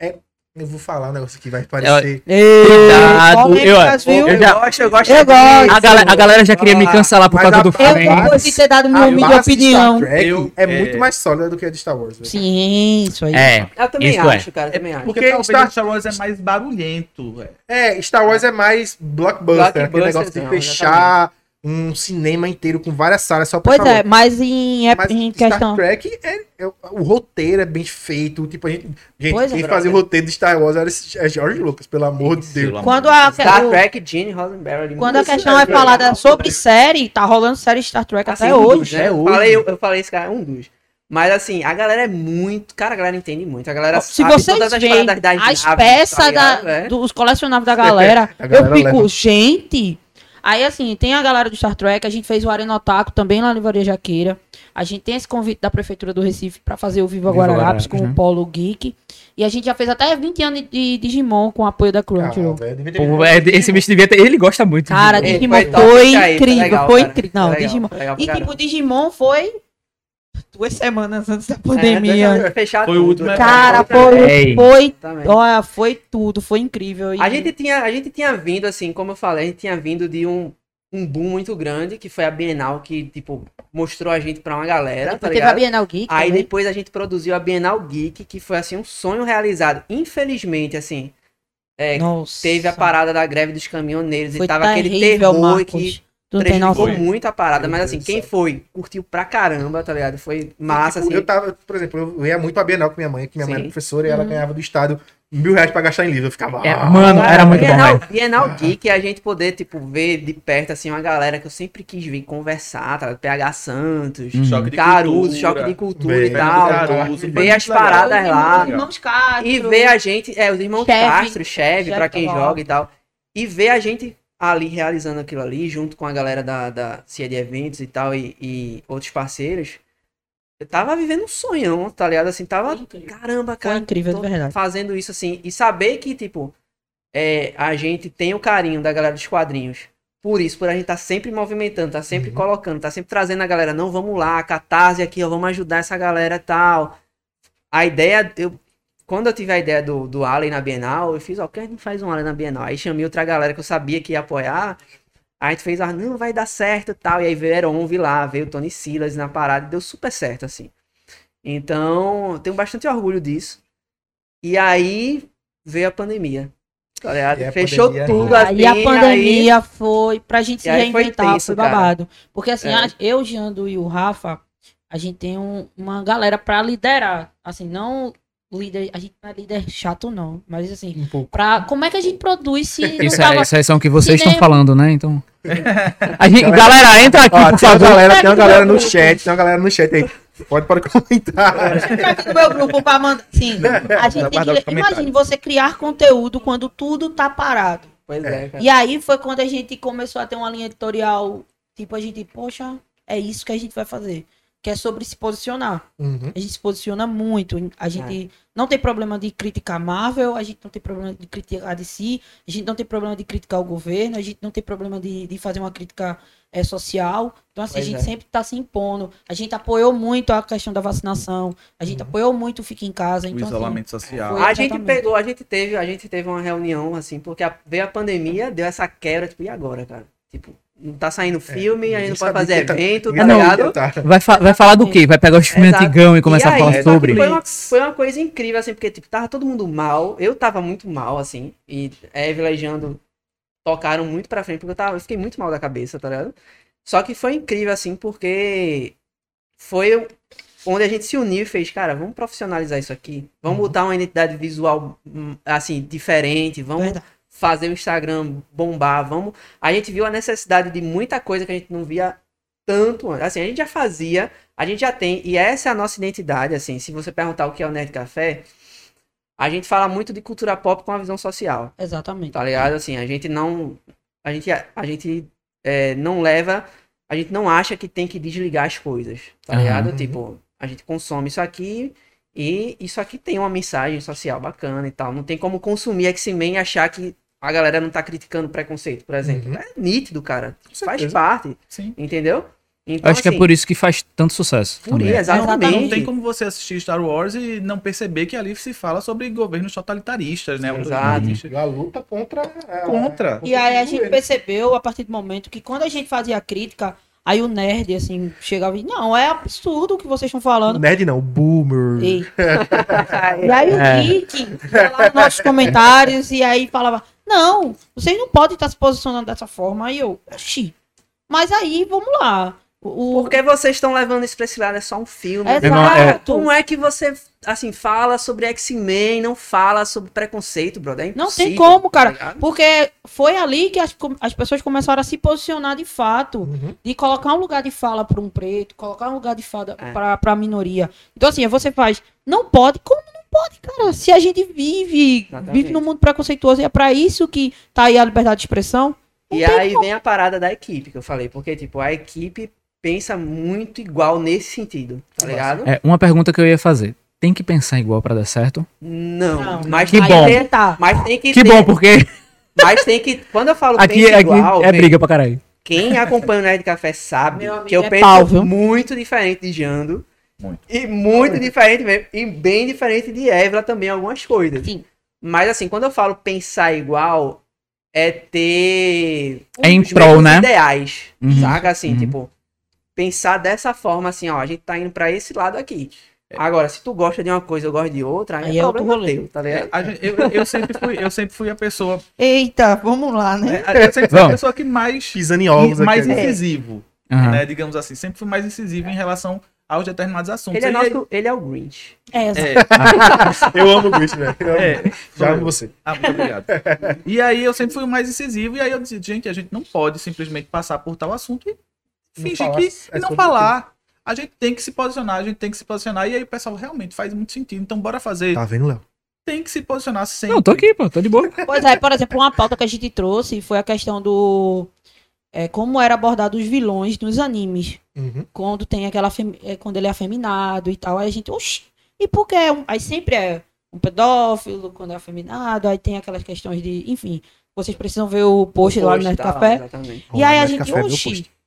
É... Eu vou falar um negócio que vai parecer...
Cuidado.
Comenta,
Eu,
viu?
eu já,
gosto, eu gosto.
Eu
disso.
gosto.
a, galera, a galera já queria me
Vamos lá.
cancelar por
Mas
causa
a-
do
a
Eu,
Friends.
depois de ter dado minha
a
humilde
base de Star
opinião.
Trek
Eu-
é,
é-
muito mais sólida do que a de Star Wars. velho.
Sim, isso aí.
É,
Eu também
Isso é.
acho, cara, eu também acho.
Porque,
Porque
talvez
Star-
Star Wars é mais barulhento, velho.
É, Star Wars é mais blockbuster, aquele
Blockbuster,
negócio de
não,
fechar um cinema inteiro com várias salas só pra
Pois
Star
é,
Wars.
mas em, é-
Mas
em
Star
questão.
Trek, é, é- o roteiro é bem feito. Tipo, a gente, gente
Pois é,
quem
brother.
fazia o roteiro de Star Wars era esse- é George Lucas, pelo amor de Deus.
Pelo amor
Quando
de
a,
Deus.
Star
o-
Trek, Gene Roddenberry.
é
um
quando a
muito
questão é
legal.
falada sobre série, tá rolando série Star Trek
Assim,
até
um
hoje.
dos, né?
até
Eu
hoje.
falei, eu, eu falei esse cara, é um dos. Mas assim, a galera é muito. Cara, a galera entende muito. A galera
Se
sabe
vocês
todas as
veem
paradas
as,
das naves, tá
peças
ligado,
da-
velho?
dos colecionáveis da galera,
A galera
eu fico,
leva.
gente, Aí, assim, tem a galera do Star Trek, a gente fez o Arena Otaku também lá na Livraria Jaqueira. A gente tem esse convite da Prefeitura do Recife para fazer o
Viva
Viva, Guararapes
Guararapes,
com
uhum.
né?
o Polo Geek. E a gente já fez até 20 anos de Digimon com o apoio da Crunchyroll.
velho, devia ter
Pô,
vindo.
é, esse bicho devia ter. Ele gosta muito. de
Cara,
jogo.
Ei,
Digimon
É, foi top,
foi
tá aí, tá
incrível,
legal,
foi
cara.
incrível. Não,
Tá legal,
Digimon.
tá legal pra
E tipo,
caramba.
Digimon foi duas semanas antes da
É,
pandemia.
deixa eu fechar
Foi
tudo.
o último
Cara,
Ei.
É, um
foi, foi,
Exatamente.
olha, foi tudo, foi incrível. E-
A gente, tinha, a gente tinha vindo, assim, como eu falei, a gente tinha vindo de um, um boom muito grande, que foi a Bienal, que, tipo, mostrou a gente pra uma galera, tá
teve a
ligado?
Bienal Geek. né?
Aí
também.
depois a gente produziu a Bienal Geek, que foi, assim, um sonho realizado. Infelizmente, assim, é,
Nossa.
teve a parada da greve dos caminhoneiros
Foi
e tava aquele
terrível,
terror que
Marcos. Tu não tem
prejudicou
noção.
Foi.
muito a parada,
Meu
mas
Deus
assim,
do
quem
céu.
foi, curtiu pra caramba, tá ligado? Foi massa,
Tipo,
assim.
Eu tava, por exemplo, eu ia muito pra Bienal com minha mãe, que minha mãe era
Sim.
professora e ela
Uhum.
ganhava do Estado mil reais pra gastar em livro. Eu ficava.
É,
"Ah,
mano, era muito bom,
Bienal,
velho.
Bienal Geek, é a gente poder, tipo, ver de perto, assim, uma galera que eu sempre quis vir conversar, tá ligado? PH Santos,
Hum.
Choque de
Caruso,
cultura.
choque de cultura
Bem,
e tal.
Caruso,
Ver
foi
as
muito legal.
paradas lá.
assim,
Os irmãos Castro.
E ver a gente, é, os irmãos
Cheve.
Castro, chefe,
Cheve
pra quem
tava lá.
joga e tal. E ver a gente ali realizando aquilo ali, junto com a galera da, da CIA de Eventos e tal, e, e outros parceiros. Eu tava vivendo um sonhão, tá ligado? Assim, tava.
Foi incrível.
Caramba,
Foi
cara.
incrível, de
tô
verdade.
Fazendo isso assim. E saber que, tipo, é, a gente tem o carinho da galera dos quadrinhos. Por isso, por a gente tá sempre movimentando, tá sempre colocando, tá sempre trazendo a galera. Não, vamos lá, catarse aqui, ó, vamos ajudar essa galera e tal. A ideia, eu. Quando eu tive a ideia do, do Alien na Bienal, eu fiz, ó, por que a gente não faz um Alien na Bienal? Aí chamei outra galera que eu sabia que ia apoiar. A gente fez, ah, não, vai dar certo e tal. E aí veio Heron, vi lá, veio Tony Silas na parada, e deu super certo, assim. Então, eu tenho bastante orgulho disso. E aí veio a pandemia. tá ligado?
E a
Fechou
pandemia,
tudo
né?
assim.
Aí a pandemia foi pra gente se
E aí foi
reinventar, foi,
tenso, cara.
babado. Porque assim,
É.
a- eu, Giando e o Rafa, a gente tem um- uma galera pra liderar. Assim, não líder, a gente não é líder chato não, mas assim,
Um pouco.
pra, como é que a gente produz se não
Isso
tava
é, isso aí são o que vocês estão
Cinema.
falando, né? Então. A gente, galera, entra aqui,
Ó,
por
tem, uma
favor.
galera, tem uma galera no chat, tem uma galera no chat aí. Pode, pode comentar.
Entra aqui no meu grupo pra mandar. Sim. A gente tem
guardar os
que...
comentários.
Imagine você criar conteúdo quando tudo tá parado.
Pois é, cara.
E aí foi quando a gente começou a ter uma linha editorial. Tipo, a gente, poxa, é isso que a gente vai fazer. Que é sobre se posicionar.
Uhum.
A gente se posiciona muito. A
É.
gente não tem problema de criticar Marvel, a gente não tem problema de criticar a DC, a gente não tem problema de criticar o governo, a gente não tem problema de, de fazer uma crítica eh, social. Então, assim,
Pois
a gente
é.
sempre está se impondo. A gente apoiou muito a questão da vacinação, a gente
Uhum.
apoiou muito o Fica em Casa.
O
Então, assim,
isolamento social.
foi-
A gente
exatamente.
pegou, a gente teve, a gente teve uma reunião, assim, porque a- veio a pandemia, deu essa quebra, tipo, e agora, cara? Tipo, não tá saindo filme, a
É, ninguém
gente não pode
sabia
fazer
que tá-
evento, tá
não,
ligado?
Tá.
Vai, fa- vai falar do quê? Vai pegar os filmes
Exato.
antigão e começar
E
a
aí,
falar
só que
sobre?
Foi uma, foi uma coisa incrível, assim, porque, tipo, tava todo mundo mal. Eu tava muito mal, assim. E Evelyn e Jando tocaram muito pra frente, porque eu, tava, eu fiquei muito mal da cabeça, tá ligado? Só que foi incrível, assim, porque foi onde a gente se uniu e fez, cara, vamos profissionalizar isso aqui.
Uhum.
Vamos botar uma identidade visual, hum, assim, diferente. Vamos
Verdade.
fazer o Instagram bombar. Vamos. A gente viu a necessidade de muita coisa que a gente não via tanto antes. Assim, a gente já fazia, a gente já tem, e essa é a nossa identidade, assim, se você perguntar o que é o Nerd Café, a gente fala muito de cultura pop com a visão social,
Exatamente.
tá ligado? Assim, a gente não, a gente, a gente é, não leva, a gente não acha que tem que desligar as coisas, tá
Aham.
ligado? Tipo, a gente consome isso aqui e isso aqui tem uma mensagem social bacana e tal, não tem como consumir X-Men e achar que a galera não tá criticando preconceito, por exemplo.
Uhum.
É nítido, cara. Faz
certeza.
parte,
Sim.
entendeu? Então,
Eu acho que é
assim,
por isso que faz tanto sucesso.
por
também.
aí, exatamente.
Então, Não tem como você assistir Star Wars e não perceber que ali se fala sobre governos totalitaristas, né?
Exato.
Totalitaristas.
A luta contra. a-
Contra.
E aí a gente
governo.
percebeu a partir do momento que quando a gente fazia a crítica, aí o nerd assim chegava e não, é absurdo o que vocês estão falando.
Nerd não, boomer.
Ei. E aí o
É.
geek ia lá nos nossos comentários e aí falava: Não, vocês não podem estar se posicionando dessa forma. Aí eu, oxi. Mas aí, vamos lá. O, o-
Porque vocês estão levando isso pra esse lado, é só um filme.
Exato.
Eu não- é.
Como é que você, assim, fala sobre X-Men, não fala sobre preconceito, brother? É
Não tem
impossível, tá
como, cara.
ligado?
Porque foi ali que as, com- as pessoas começaram a se posicionar de fato.
Uhum.
de colocar um lugar de fala para um preto, colocar um lugar de fala
É.
para para minoria. Então assim, você faz, não pode, como não pode, cara? Se a gente vive,
Exatamente.
vive num mundo preconceituoso e é para isso que tá aí a liberdade de expressão,
E aí vem a parada da equipe que eu falei, porque, tipo, a equipe pensa muito igual nesse sentido, tá ligado?
É, uma pergunta que eu ia fazer. Tem que pensar igual pra dar certo?
Não,
Não.
mas
Que
tem
bom.
que ter,
Tá.
mas tem que
Que
ter,
bom, porque
mas tem que, quando eu falo
aqui,
pensa
aqui
igual,
é
velho,
briga pra caralho.
Quem acompanha o Nerd Café sabe
Meu amigo,
que eu
é
penso
pau, viu?
muito diferente de Jando.
Muito.
E muito diferente mesmo. E bem diferente de Évila também, algumas coisas.
Sim.
Mas assim, quando eu falo pensar igual, é ter
É em
os
prol,
mesmos
né?
ideais.
Uhum.
Saca? Assim,
Uhum.
tipo, pensar dessa forma assim, ó, a gente tá indo pra esse lado aqui. Agora, se tu gosta de uma coisa, eu gosto de outra, aí,
Aí
é
é outro
problema
rolê.
teu, tá
É.
ligado?
A gente- eu, eu sempre fui, eu sempre fui a pessoa.
Eita, vamos lá, né?
né, Eu sempre fui a
Vamos. É.
pessoa que mais,
Pisando em ovos
mais
aqui. né? agora.
incisivo,
Aham.
né? Digamos assim. Sempre fui mais incisivo em relação aos determinanos assuntos.
Ele
Então,
é,
E
nosso, ele é o Grinch.
É,
aí-
Eu amo o Grinch, velho. Eu amo.
é, é,
Já amo você.
Ah, muito obrigado. e aí eu sempre fui mais incisivo, e aí eu disse, gente, a gente não pode simplesmente passar por tal assunto e
Não
fingir
falar
que
é
e não
sobre
falar. A gente tem que se posicionar, a gente tem que se posicionar, e aí o pessoal realmente faz muito sentido. Então bora fazer.
Tá vendo, Léo?
Tem que se posicionar sempre.
Não, tô aqui, pô, tô de boa.
Pois é, por exemplo, uma pauta que a gente trouxe foi a questão do. é, como era abordado os vilões nos animes.
Uhum.
Quando tem aquela. femi- é, quando ele é afeminado e tal. Aí a gente. Oxi! E por que? é um- Aí sempre é um pedófilo quando é afeminado. Aí tem aquelas questões de. Enfim. Vocês precisam ver o post lá no
Poxa,
Nerd
tá lá,
Café.
Exatamente.
E aí a
Mas
gente,
café, viu,
oxi.
posto?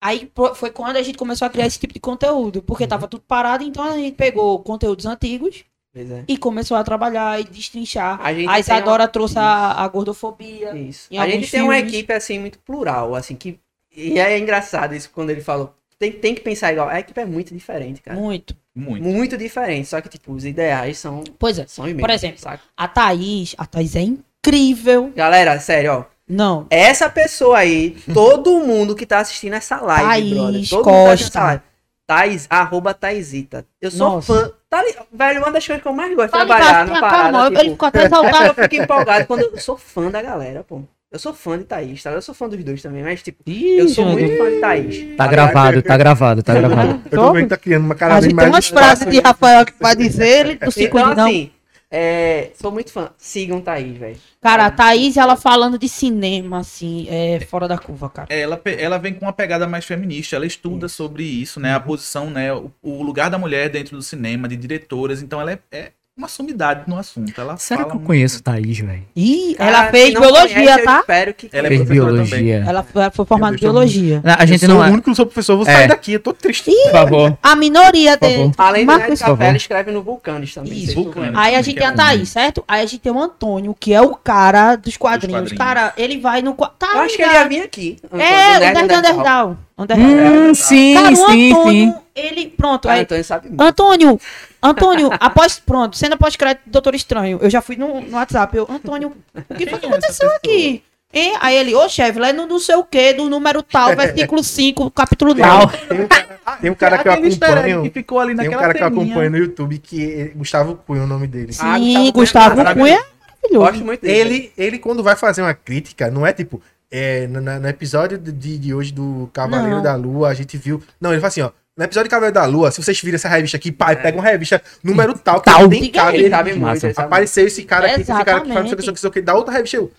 Aí pô, foi quando a gente começou a criar esse tipo de conteúdo,
Uhum.
porque tava tudo parado, então a gente pegou conteúdos antigos
Pois é.
e começou a trabalhar e destrinchar.
A gente
A
tem uma-
Isadora trouxe a, a gordofobia.
Isso.
Em
A gente
alguns
tem uma
filmes.
equipe assim muito plural, assim que e é engraçado isso quando ele falou tem, tem que pensar igual. A equipe é muito diferente, cara.
Muito.
Muito.
Muito diferente, só que tipo os ideais são
Pois é.
são imensos.
Por exemplo.
saca?
A Thaís, a Thaís é incrível.
Galera, sério, ó.
Não,
Essa pessoa aí, todo mundo que tá assistindo essa live,
Thaís
brother, todo mundo que tá assistindo
Costa.
essa live. Thaís, arroba Thaisita. Eu sou
Nossa.
fã. Tá li- Velho, uma das coisas que eu mais gosto de
Fala
trabalhar
embaixo,
na
tenha calma,
parada.
assim, ele
tipo,
ficou até
É
exaltado.
porque eu fico empolgado quando eu sou fã da galera, pô. Eu sou fã de Thaís, tá? Eu sou fã dos dois também, mas, tipo, eu sou muito fã de Thaís. Então,
Tá
ligado?
gravado, tá gravado, tá gravado.
Eu tô vendo que tá criando uma cara
a
bem
gente tem
mais.
umas frases de Rafael que vai dizer, ele não se
Então,
cuida, não.
assim, é, sou muito fã. Sigam Thaís, velho.
Cara, a Thaís, ela falando de cinema, assim, é fora da curva, cara.
Ela, pe- ela vem com uma pegada mais feminista, ela estuda sobre isso, né? A
Uhum.
posição, né? O, o lugar da mulher dentro do cinema, de diretoras. Então ela é, é uma sumidade no assunto. Ela
Será
fala um
que eu
muito.
conheço Thaís, velho?
Ih,
Cara,
ela fez
se assim não
biologia,
conhece, eu
tá?
espero que...
Ela é
Fez
professora também.
biologia.
Ela foi, ela foi formada em
Deus, eu não-
biologia.
Não, a gente
eu sou
não
o
é.
único que sou professor, eu vou
É.
sair daqui, eu tô triste.
Por favor.
A minoria
Por
dele.
favor.
Além do Nerd
Marcos-
Café, ela
favor.
escreve no Vulcanes também.
Isso.
vocês não
Vulcanes.
lembram.
Aí a gente tem a
Quer um.
Thaís, certo? Aí a gente tem o Antônio, que é o cara dos quadrinhos.
quadrinhos.
Cara, ele vai no. qua- Tá,
Eu acho que ele ia vir aqui. Antônio,
É, o
Nerd
Nerd
Underground.
Underdown. Underground.
Hum, sim,
Cara, o
sim,
Antônio,
sim.
ele. Pronto,
Cara,
aí.
Ah, Antônio sabe muito.
Antônio, Antônio, após. Pronto, cena pós-crédito do Doutor Estranho. Eu já fui no, no WhatsApp. Eu, Antônio, o que foi que
Quem é essa
aconteceu
pessoa?
aqui? Hein? Aí ele, ô chefe, lá no não sei o quê, do número tal, versículo 5, capítulo tal.
Tem um cara, tem um cara que eu
Aquele easter egg
acompanho.
que né? ficou ali
Tem um
naquela
cara que eu
telinha.
acompanho no YouTube, que é Gustavo Cunha, é o nome dele.
Ah,
Sim,
Gustavo
Gustavo
Cunha é
Cunha é maravilhoso.
Gosto muito dele.
Ele, ele, quando vai fazer uma crítica, não é tipo. é, na- na- no episódio de, de hoje do Cavaleiro
Não.
da Lua, a gente viu. Não, ele fala assim, ó. No episódio do Cavaleiro da Lua, se vocês viram essa revista aqui, pai, pega uma revista número tal, que
Tal.
tem cara.
Ele sabe
Massa.
muito. ele sabe
Apareceu esse cara aqui, esse cara que fala, não sei o que, não
Exatamente.
sei o que, não sei o que, da outra revista. eu,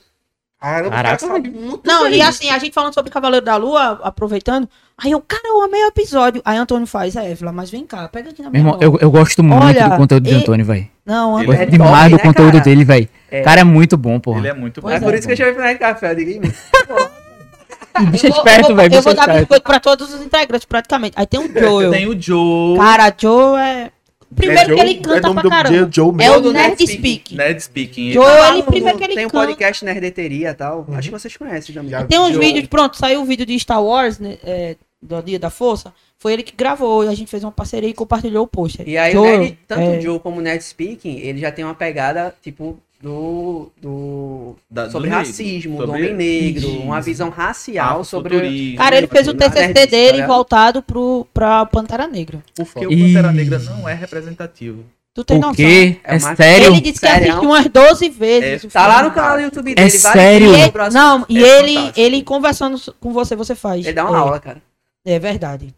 Caramba, o cara
Caraca,
sabe muito
Não,
bem.
e assim, a gente falando sobre Cavaleiro da Lua, aproveitando. Aí eu, cara, eu amei o episódio. Aí Antônio faz, é, Évila, mas vem cá, pega aqui na
Meu
minha
irmão, eu,
mão.
eu gosto muito
Olha,
do conteúdo de
e-
Antônio, velho.
Não,
Ele
Antônio.
Gosto
é
demais
top,
do
né,
conteúdo
cara?
dele, velho.
É.
Cara, é muito bom, porra.
Ele é muito bom.
Pois
É por isso que eu chamei pro Nerd Café. Eu digo, "Ih, mas
Bicho
Eu vou-
esperto,
eu vou-
velho.
Eu
bicho
vou dar
esperto.
biscoito pra todos os integrantes, praticamente. Aí tem o Joel.
Tem o Joe,
Cara, Joe é. Primeiro
É
que ele
Joe-
canta
é nome
pra
do-
caramba.
de Joe
É
mesmo.
o
do
Nerd
Nerd
Speak.
Nerd Speaking.
Joe,
tá
ele
maluco,
primeiro que ele
Tem um
canta.
podcast Nerdeteria e tal.
Uhum.
Acho que vocês conhecem também.
Já-
Tem uns
Joe.
vídeos, pronto, saiu o vídeo de Star Wars, né, é, do Dia da Força. Foi ele que gravou e a gente fez uma parceria e compartilhou o pôster.
E aí, o
Joel,
Nerd, tanto
é,
o Joe como o Nerd Speaking, ele já tem uma pegada, tipo, do. do
Da- do
sobre
negro,
racismo, do
sobre
homem negro,
isso.
uma visão racial sobre.
Afrofuturismo,
Cara, ele fez o
Nerd
TCC dele
Speak,
voltado pro, pra Pantera Negra.
Porque o
Ih.
Pantera Negra não é representativo.
Tu tem
O
noção?
quê?
É
É
uma-
sério?
Ele disse que
Sério?
assistiu umas 12 vezes. o
Tá lá
filme.
no canal do YouTube
É
dele. vários
sério?
vídeos
E ele-
sobre o assunto.
não, e
É
ele,
fantástico.
ele conversando so- com você, você faz.
Ele dá Tá
É,
uma aula, cara.
É verdade.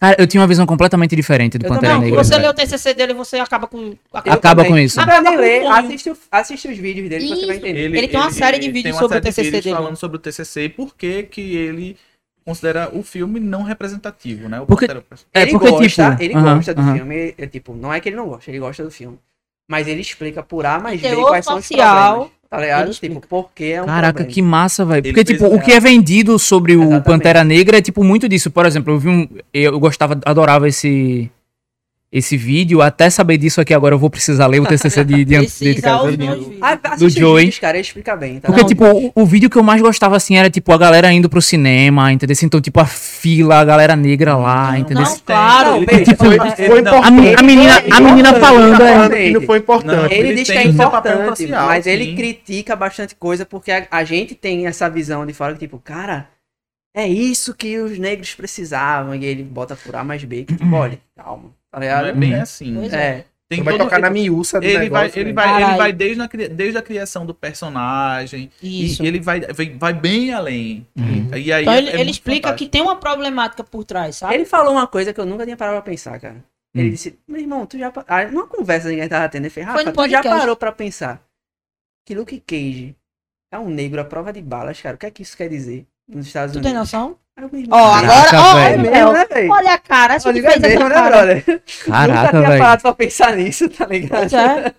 Cara, eu tinha uma visão completamente diferente do
Eu
Pantera
também.
Negra. né?
você
velho.
lê o TCC dele, você acaba com...
Acaba com isso.
Pra nem ler,
Acabou.
assiste, o- assiste os vídeos dele que você vai
Isso.
entender.
Ele tem uma série de
tem
vídeos
uma
sobre o
série de
TCC
vídeos
dele.
falando sobre o TCC e por que que ele considera o filme não representativo, né? O
Porque-
Pantera-
É
ele
porque,
gosta,
tipo,
tá? ele
aham,
gosta do
aham.
filme. É, tipo, não é que ele não gosta, ele gosta do filme. Mas ele explica por A mais B
Teor
quais são os
social,
problemas. Tá ligado?
ele
Tipo,
explica.
porque é um
Caraca,
problema.
que massa, velho.
Ele
Porque,
fez
tipo, o
essa-
que é vendido sobre o
Exatamente.
Pantera Negra é, tipo, muito disso. Por exemplo, eu vi um. Eu gostava, adorava esse. Esse vídeo. Até saber disso aqui agora, eu vou precisar ler o TCC de, de, de, de
Precisa
cada
os
um vídeo.
dois vídeos.
Ah, assiste os
Joey.
vídeos, cara, ele explica bem, tá?
Porque,
ligado?
tipo, o- o vídeo que eu mais gostava, assim, era, tipo, a galera indo pro cinema, entendeu? Então, tipo, a fila, a galera negra lá, entendeu?
não, claro.
Não,
Ele-
veja,
Tipo,
foi-
ele-
Ah, foi
não,
A, me- a menina, a
tá
menina falando, é.
Falando que não foi importante.
Ele,
Então, Ele
diz que
tem
é
que ser papel
importante,
social,
mas ele
sim.
critica bastante coisa porque a, a gente tem essa visão de fora que, tipo, cara, é isso que os negros precisavam. E ele bota por A mais B, que, tipo, olha, calma, tá
Uhum. Não é
ligado?
bem assim.
Pois
É,
Tem
vai
todo-
tocar na miúça do
ele vai,
negócio.
ele
né?
vai, ele
Caralho.
vai desde, na cria- desde a criação do personagem. e-
Isso.
E ele vai, vai, vai bem além.
Uhum.
E aí
Então
é-
ele,
é
ele
muito
explica
fantástico.
que tem uma problemática por trás, sabe?
ele falou uma coisa que eu nunca tinha parado pra pensar, cara. Ele
Hum.
disse, meu irmão, tu já. pa- Ah, numa conversa que a gente tava tendo, ele fez,
Foi no
Rafa, tu já
podcast.
parou pra pensar que Luke Cage é um negro à prova de balas, cara. O que é que isso quer dizer nos Estados
Tu tem
Unidos?
noção?
Aí eu, meu irmão,
Ó, agora,
Caraca,
ó,
É
velho.
mesmo,
Léo,
né, velho?
Olha a cara, essa
Eu
que
digo, é
fez essa
mesmo, né,
cara.
brother? Nunca
Caraca,
tinha
velho.
parado pra pensar nisso, tá ligado?
Pois é,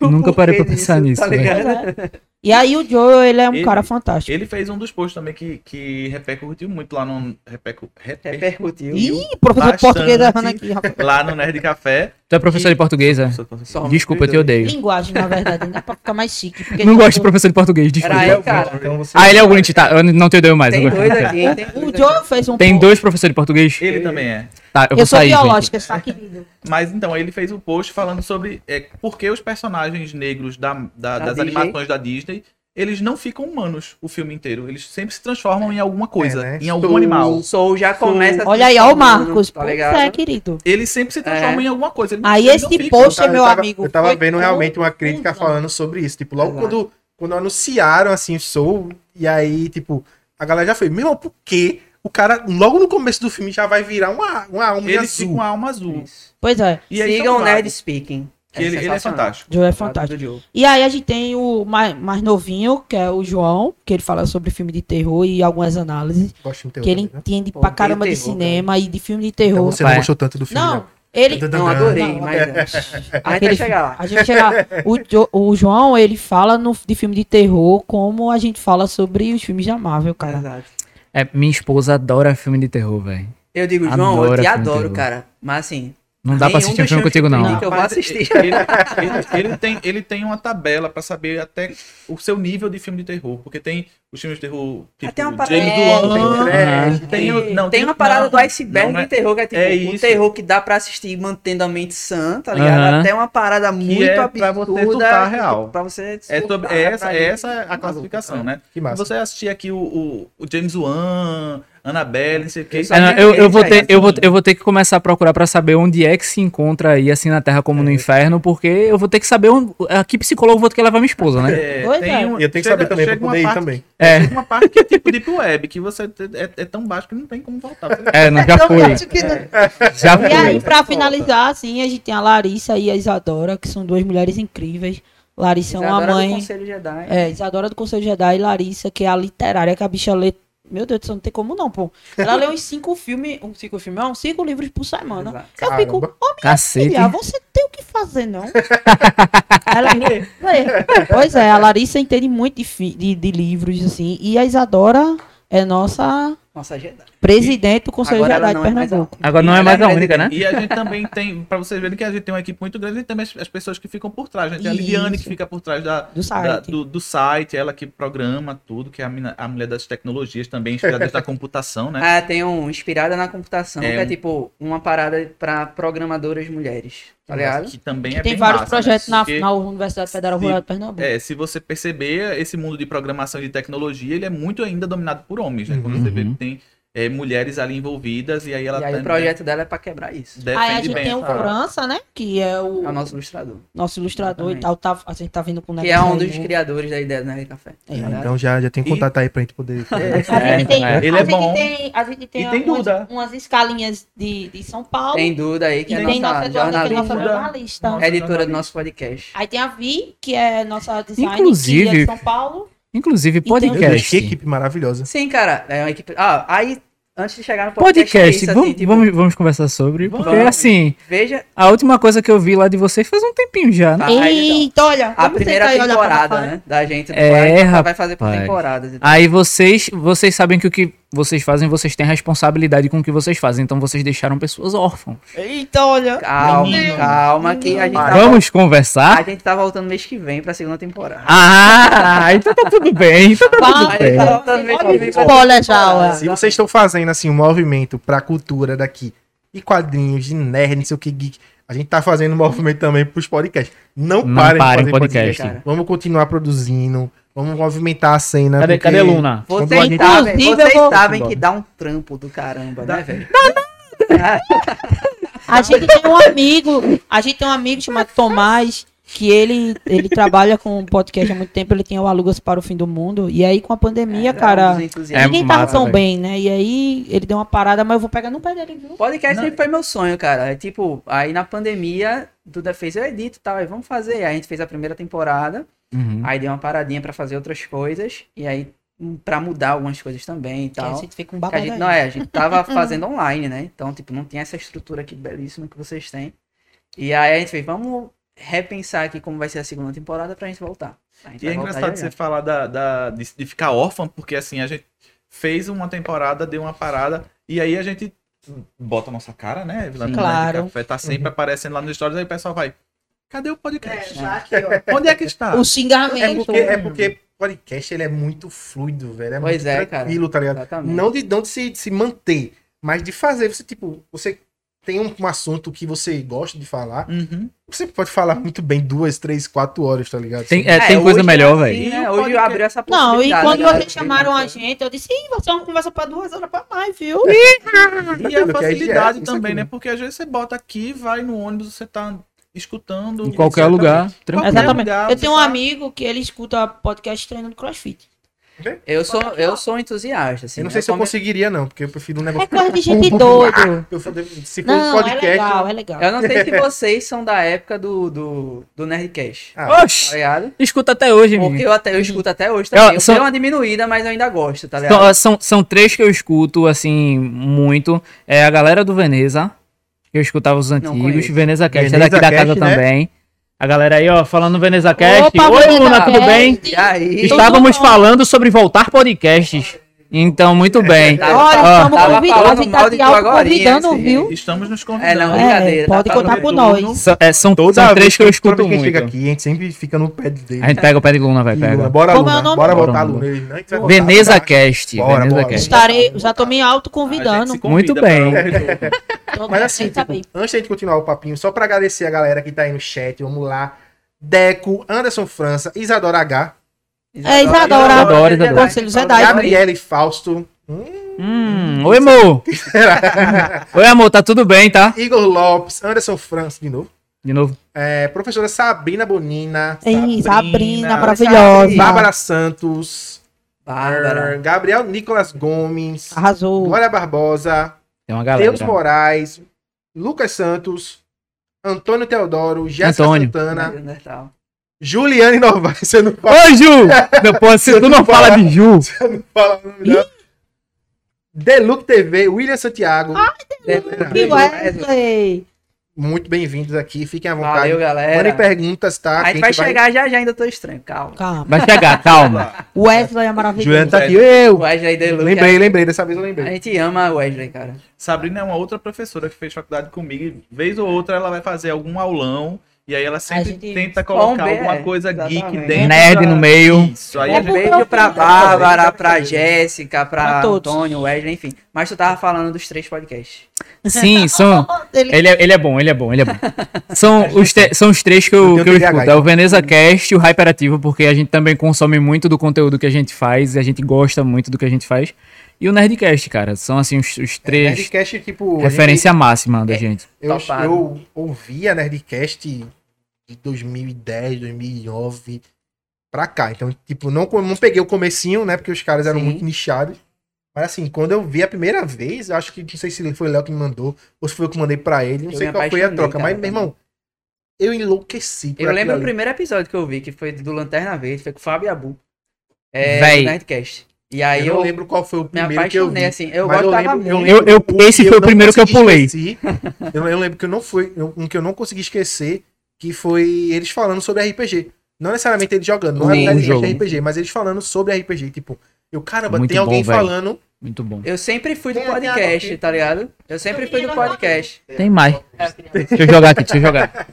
O
Nunca parei pra
porquê
pensar nisso,
Tá
velho.
ligado?
pois é. E aí o Joe, ele é um
Ele-
cara fantástico.
Ele fez um dos posts também que, que repercutiu muito lá no. Repercu, reper,
Repercutiu.
Ih, professor de
Bastante.
português errando aqui, rapaz.
lá no Nerd Café.
Tu é professor de português, é?
Só-
Desculpa, eu te odeio.
Linguagem, na verdade, dá pra ficar mais chique. porque
Não
ele
gosto de
falou-
professor de português, desculpa.
Era eu, cara.
Então você-
Ah, ele é o Grinch, tá? Eu não te odeio mais.
Tem
agora.
dois né? aqui, hein? Tem
O
dois aqui.
Joe fez um...
Tem
post.
dois professores de português?
Ele também é.
Tá, eu
Eu,
vou
sou
sair, gente.
biológica, tá querido.
Mas então, ele fez um post falando sobre é, por que os personagens negros da,
Da
da- das
Disney.
animações da Disney eles não ficam humanos o filme inteiro. Eles sempre se transformam em alguma coisa,
É, né?
em algum
Sou-
animal.
Sou já começa. se
Olha aí, ó o
formando,
Marcos.
Tá
Pois
ligado?
é, querido.
Eles sempre se transformam
É.
em alguma coisa. Eles não-
Aí
eles não
esse
ficam.
post,
Eu
meu
tava-
amigo.
Eu tava
foi
vendo realmente uma crítica
confusão.
falando sobre isso. Tipo, logo
Exato.
quando, quando anunciaram, assim, Soul, e aí, tipo, a galera já foi, meu irmão, por quê? O cara, logo no começo do filme, já vai virar uma, uma alma
Eles
azul.
ficam a alma azul.
Isso.
Pois é,
E aí
Sigam
são
o Nerd
vários,
Speaking.
que ele, ele é
sensacional.
fantástico.
Joe é
Fala
fantástico.
do Joe.
E aí a gente tem o mais, mais novinho, que é o João, que ele fala sobre filme de terror e algumas análises,
Gosto de
que ele
terror, né?
entende
Pô,
pra
de
caramba de
terror,
cinema e de filme de
Então
terror.
você não
Vai.
gostou tanto do filme,
Não, é.
né?
ele... é
Não, adorei,
Não,
mas. A gente
Aquele
vai
filme-
chegar lá.
A gente chega, o, Jo- o João, ele fala no, de filme de terror como a gente fala sobre os filmes da Marvel, cara.
Exato.
É, minha esposa adora filme de terror, velho.
Eu digo, João, eu
Adora
te
filme
adoro,
terror.
cara. Mas assim,
Não dá pra
Nenhum
assistir um filme
dos filmes
contigo,
que
não.
tem que eu vou
Mas
assistir.
Ele, ele- ele tem, ele tem uma tabela pra saber até o seu nível de filme de terror. Porque tem os filmes de terror tipo
Até Ah, uma parada-
James
É,
Wan, né?
Aham.
Tem, o- não,
tem uma parada
não,
do iceberg
não é-
de terror que é tipo
é
um
isso.
terror que dá pra assistir mantendo a mente sã, tá ligado?
Aham.
Até uma parada muito
é pra
absurda. tipo,
você surtar real.
Pra você
É,
surtar,
sobre- é essa,
pra
é
gente.
essa a classificação, né?
Que massa.
Você assistir aqui o, o, o James Wan, Annabelle, não sei o que.
Isso
É, não,
Sabe
eu,
aquele
eu vou
que é
ter, eu, vou,
assim?
eu vou ter que começar a procurar pra saber onde é que se encontra aí, assim, na Terra como no inferno, porque eu vou ter que saber onde, a que psicólogo eu vou ter que levar minha esposa, né?
É,
Pois
tem
é.
um-
E eu tenho que
chega-
saber também, pra
chega uma
poder ir
parte-
também.
É.
Chega uma parte que é tipo Deep Web, que você é, é tão baixo que não tem como voltar. Você-
É, não, já
Então,
foi.
acho que não-
Já
E
foi.
aí, pra finalizar, assim, a gente tem a Larissa e a Isadora, que são duas mulheres incríveis. Larissa é uma
Isadora do
mãe.
um Conselho Jedi.
É, Isadora do Conselho Jedi e Larissa, que é a literária que a bicha lê. Meu Deus do céu, não tem como não, pô. Ela lê uns cinco filmes, uns cinco filmes, não, uns cinco livros por semana.
Exato.
Eu fico,
Caramba.
ô
Cacete.
filha, você tem o que fazer, não? Ela lê. lê. Pois é, a Larissa entende muito de, fi- de- de livros, assim. E a Isadora é nossa
Nossa, é Jedi.
Né?
presidente do Conselho
Agora ela
Jedi de
não é mais
Pernambuco.
Agora não é mais a única, né?
E a gente também tem, pra vocês verem que a gente tem uma equipe muito grande, e também as, as pessoas que ficam por trás. né? Tem a Lidiane que
Isso.
fica por trás da,
Do site.
da- do, do site, ela que programa tudo, que é a, mina- a mulher das tecnologias também, inspirada da computação, né?
Ah, tem um Inspirada na Computação,
É
que é
um-
tipo uma parada pra programadoras mulheres, tá
Que
ligado?
Que também é
Tem
bem
vários
massa, né?
projetos na,
Porque-
na Universidade Federal
se-
Rural de Pernambuco.
É, se você perceber, esse mundo de programação e de tecnologia, ele é muito ainda dominado por homens, né? Quando você vê
Uhum.
que tem é, mulheres ali envolvidas, e aí ela
e
tá
aí o
também
projeto dela é pra quebrar isso.
defende
Aí Ah, a gente
bem É.
tem
essa
o
parada.
França, né? Que é o
É o nosso ilustrador.
nosso ilustrador e
Exatamente.
tal. Tá, a gente tá vindo com o
Que é um dos
aí, né?
criadores da ideia do Nerd Café.
É,
Tá ligado?
Então já, já tem
E-
contato aí pra gente poder.
A gente
É,
tem,
é.
Ele
a
é
gente
bom.
tem- a gente tem,
E tem
algumas-
Duda.
umas escalinhas de, de São Paulo.
Tem Duda aí, que
e
é
tem nossa
nossa
Eduarda, que é nossa
jornalista,
jornalista.
Nossa.
editora do nosso podcast.
Aí tem a Vi, que é nossa designer
Inclusive-
que é de São Paulo.
Inclusive,
Então-
Meu Deus, que
podcast.
equipe maravilhosa.
Sim, cara, é uma equipe. Ah, aí, antes de chegar no podcast, é
podcast,
isso, assim,
vamos,
tipo,
vamos, vamos conversar sobre.
Vamos.
Porque assim,
veja
a última coisa que eu vi lá de vocês faz um tempinho já, né?
Ah, aí, então.
Eita, olha.
a
vamos
primeira
sentar e olhar pra
temporada,
fora.
né? Da gente do
É,
Quark, só vai
rapaz.
fazer por temporadas. e tal.
Aí vocês, vocês sabem que o que vocês fazem, vocês têm responsabilidade com o que vocês fazem, então vocês deixaram pessoas órfãos.
Eita, olha.
Calma,
Menino.
calma, que a gente, tá,
Vamos
a
conversar?
gente tá voltando mês que vem pra segunda temporada.
Ah, então tá tudo bem, então tá tudo
Vai,
bem.
tá voltando mês que vem pra
Olha já, olha.
Se vocês estão fazendo assim um movimento pra cultura daqui e quadrinhos de nerd, não sei o que, geek, a gente tá fazendo um movimento também pros podcasts. Não,
Não
parem,
parem
de fazer
podcast.
podcast. Vamos continuar produzindo, vamos movimentar a cena.
Cadê,
porque-
cadê Luna?
Vocês
Inclusive,
sabem,
eu
vocês
vou-
sabem que dá um trampo do caramba, né, velho?
A gente tem um amigo, a gente tem um amigo chamado Tomás, que ele, ele trabalha com podcast há muito tempo, ele tinha o Alugas para o Fim do Mundo, e aí com a
É,
pandemia, cara,
É
ninguém tava
massa,
tão
velho.
bem, né? E aí ele deu uma parada, mas eu vou pegar no pé dele, viu?
Podcast
Não.
sempre foi meu sonho, cara. É tipo, aí na pandemia, Duda fez, eu edito e tal, aí vamos fazer. Aí a gente fez a primeira temporada,
Uhum.
aí deu uma paradinha pra fazer outras coisas, e aí hum, pra mudar algumas coisas também e
Que a
tal.
gente fica um
Então, Que a
babado
gente,
aí.
não é, a gente tava fazendo online, né? Então, tipo, não tinha essa estrutura aqui belíssima que vocês têm. E aí a gente fez, vamos repensar aqui como vai ser a segunda temporada pra gente voltar. A gente
E é
vai voltar
engraçado
já, já.
você falar da, da- de, de ficar órfã, porque assim, a gente fez uma temporada, deu uma parada, e aí a gente bota a nossa cara, né? Vilã
Sim. Uhum.
Vilã de
Claro.
Café, tá sempre aparecendo lá nos stories, aí o pessoal vai, cadê o podcast?
tá
É.
Onde é que está?
O
É
xingamento.
porque, é porque podcast ele é muito fluido, velho. É
Pois
muito
é, cara.
tranquilo, tá ligado?
Exatamente.
Não de, não de se, de se manter, mas de fazer. Você, tipo, você tem um, um assunto que você gosta de falar.
Uhum.
Você pode falar muito bem duas, três, quatro horas, tá ligado?
Tem, é, tem coisa
hoje
melhor,
é
velho.
assim, né?
E o
Hoje eu
podcast-
abri essa
Não, e
possibilidade,
quando
né?
vocês chamaram a gente, eu disse, ih, vai ser uma conversa pra duas horas pra mais, viu?
E é, a
Porque aí
facilidade
é isso
também,
aqui,
né?
né?
Porque às vezes você bota aqui, vai no ônibus, você tá escutando.
Em qualquer lugar, tranquilo.
Exatamente.
lugar,
Eu
você
tenho um
tá-
amigo que ele escuta podcast treinando crossfit.
Eu sou, eu sou entusiasta, assim.
eu não sei se eu
come-
conseguiria, não, porque eu prefiro um
É
negócio.
coisa de gente doido.
Eu falei, se for um
Não, é
podcast.
né?
legal, é legal.
Eu não sei se vocês são da época do, do, do Nerdcast.
Ah,
Tá
Oxi!
ligado?
Escuta até hoje,
Porque
menino.
eu, até, eu escuto até hoje também. Eu,
Eu- são-
dei uma diminuída, mas eu ainda gosto, tá ligado?
São, são, são três que eu escuto, assim, muito. É a galera do Veneza. que Eu escutava os antigos.
conheço.
Veneza Cast, é
Veneza
daqui da
Cast,
casa
né?
também. A galera aí, ó, falando Veneza Cast. Oi,
Veneza
Luna, tudo
Cast.
bem?
E aí?
Tudo
Estávamos
bom.
falando sobre voltar podcasts. Então, muito bem.
Tá.
Olha,
Ó,
estamos
tava
convidando, a
falando
gente
mal
tá
de
te
tu agora,
autoconvidando,
assim.
viu?
Estamos nos convidando.
É, não,
É,
brincadeira,
pode
tá
contar
falando
com
de
nós.
tudo.
São, é, são,
Toda
são
vez
três que eu escuto
toda vez
um muito.
que chega aqui, a gente sempre fica no pé dele.
A gente pega o pé de Luna, vai,
Luna,
pega.
Bora,
Como é o
Luna,
nome?
bora
Bora,
voltar,
Luna.
Luna. Ele, não, a gente vai voltar,
Veneza
tá?
Cast.
Bora,
Veneza
bora.
Cast.
Estarei, já tô me
A gente
Ah,
autoconvidando.
se convida
Muito bem.
pra- um
Todo
Mas
mundo
assim,
tem que
tipo,
saber.
antes da gente continuar o papinho, só pra agradecer a galera que tá aí no chat, vamos lá. Deco, Anderson França, Isadora H,
É, Isadora.
Isadora, Isadora.
Conselho Jedi.
Gabriele Fausto,
Hum, oi, amor. oi, amor, tá tudo bem, tá?
Igor Lopes, Anderson França, de novo.
De novo.
É, professora Sabrina Bonina,
Ei, Sabrina,
Sabrina,
maravilhosa.
Bárbara Santos,
Bárbara.
eh, Gabriel Nicolas Gomes,
Ah,
Tipo,
Arrasou.
Glória Barbosa,
Tem uma galera.
Deus Moraes, Lucas Santos, Antônio Teodoro, Jéssica
Antônio.
Santana,
Neandertal.
Juliane Novaes, se eu não falo,
Oi, Ju! Não, pô, se tu não fala de Ju,
se eu não falo o nome dela. Deluxe TV, William Santiago,
Que
Beijo.
Wesley.
muito bem-vindos aqui, fiquem à vontade.
Valeu, galera.
Mandem perguntas, tá?
A
Que
gente vai chegar já já, ainda tô estranho, calma.
Calma.
vai chegar, calma.
Wesley é
Juliane
maravilhoso.
tá aqui, eu!
Wesley Deluca.
Lembrei, lembrei, dessa vez eu
A
lembrei.
gente ama Wesley, cara.
Sabrina é uma outra professora que fez faculdade comigo. E vez ou outra ela vai fazer algum aulão. E aí ela sempre
gente-
tenta colocar
Bombeia,
alguma coisa
exatamente.
geek dentro.
Nerd
da-
no meio.
Isso, aí
Um
É
a gente...
porque
beijo
eu
pra
fiz.
Bárbara, pra Jéssica, pra
Pra todos.
Antônio, Wesley, enfim. Mas tu tava falando dos três podcasts.
Sim, são.
tá-
Ele-
Ele é, ele é bom, ele é bom, ele é bom. São os, te- são os três que eu,
Eu tenho
que eu
TDAH,
escuto. É o Veneza Cast e o Hyperativo, porque a gente também consome muito do conteúdo que a gente faz e a gente gosta muito do que a gente faz. E o Nerdcast, cara. São assim os, os três
É, Nerdcast, tipo. a é,
referência máxima da gente.
gente- eu,
Topado.
eu ouvia Nerdcast de 2010, 2009 pra cá. Então, tipo, não, co- não peguei o comecinho, né? Porque os caras eram
Sim.
muito nichados. Mas assim, quando eu vi a primeira vez, eu acho que não sei se foi o Léo que me mandou, ou se foi eu que mandei pra ele, não
Eu
sei
me
qual foi a
apaixonei,
troca.
cara,
mas, meu irmão, eu enlouqueci. por
Eu lembro o
aquilo ali.
primeiro episódio que eu vi, que foi do Lanterna Verde, foi com o Fábio e Abu. É,
Véi.
do Nerdcast. E aí
Eu
eu,
não lembro qual foi o
me
primeiro que eu vi.
apaixonei, assim. Eu
Mas eu
gostava
lembro- eu
muito.
Eu, eu- esse
que
foi o
não
primeiro que eu
consegui
pulei.
esquecer, eu, eu lembro que eu não fui, eu- um que eu não consegui esquecer, que foi eles falando sobre RPG. Não necessariamente eles jogando, não
Sim,
era
o jogo.
RPG, mas eles falando sobre RPG. Tipo, eu, caramba,
Muito
tem alguém
bom, velho.
falando.
Muito bom.
Eu sempre fui do
Tem até
podcast,
aqui.
tá ligado? Eu sempre fui do podcast.
É.
Tem mais. Deixa eu jogar aqui, deixa eu jogar.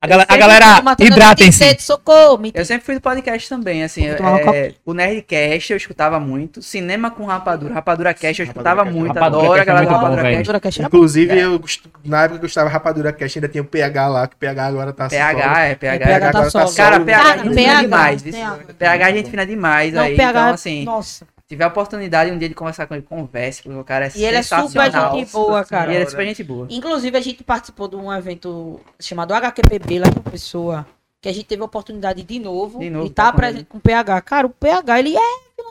A, gala- a galera,
Matando
hidratem-se.
sede, Socorro, me
Eu sempre fui do podcast também, assim.
Vou tomar um
é,
copo.
o Nerdcast eu escutava muito. Cinema com Rapadura. Rapadura Cast eu escutava
Rapadura Cast.
muito.
Rapadura
Adoro a
Cast é
galera do
muito bom,
Rapadura
velho.
Cast.
Dura que é cheira-
Inclusive, eu, gost- na época que eu gostava Rapadura Cast, ainda tem o PH lá, que o PH agora tá solo.
PH, é, PH.
PH
é-
tá
agora
solo.
Cara, PH,
Cara,
gente
PH,
fina demais.
tem
isso.
água.
PH a gente fina demais
Não,
aí.
PH,
Então, assim,
nossa.
tiver a oportunidade um dia de conversar com ele, converse, porque o cara é
E ele é super
sensacional.
gente boa, cara.
E ele é super gente boa.
Inclusive, a gente participou de um evento chamado HQPB lá em Pessoa, que a gente teve a oportunidade de novo
De novo,
e tá
tá com
presente com o PH. Cara, o PH, ele é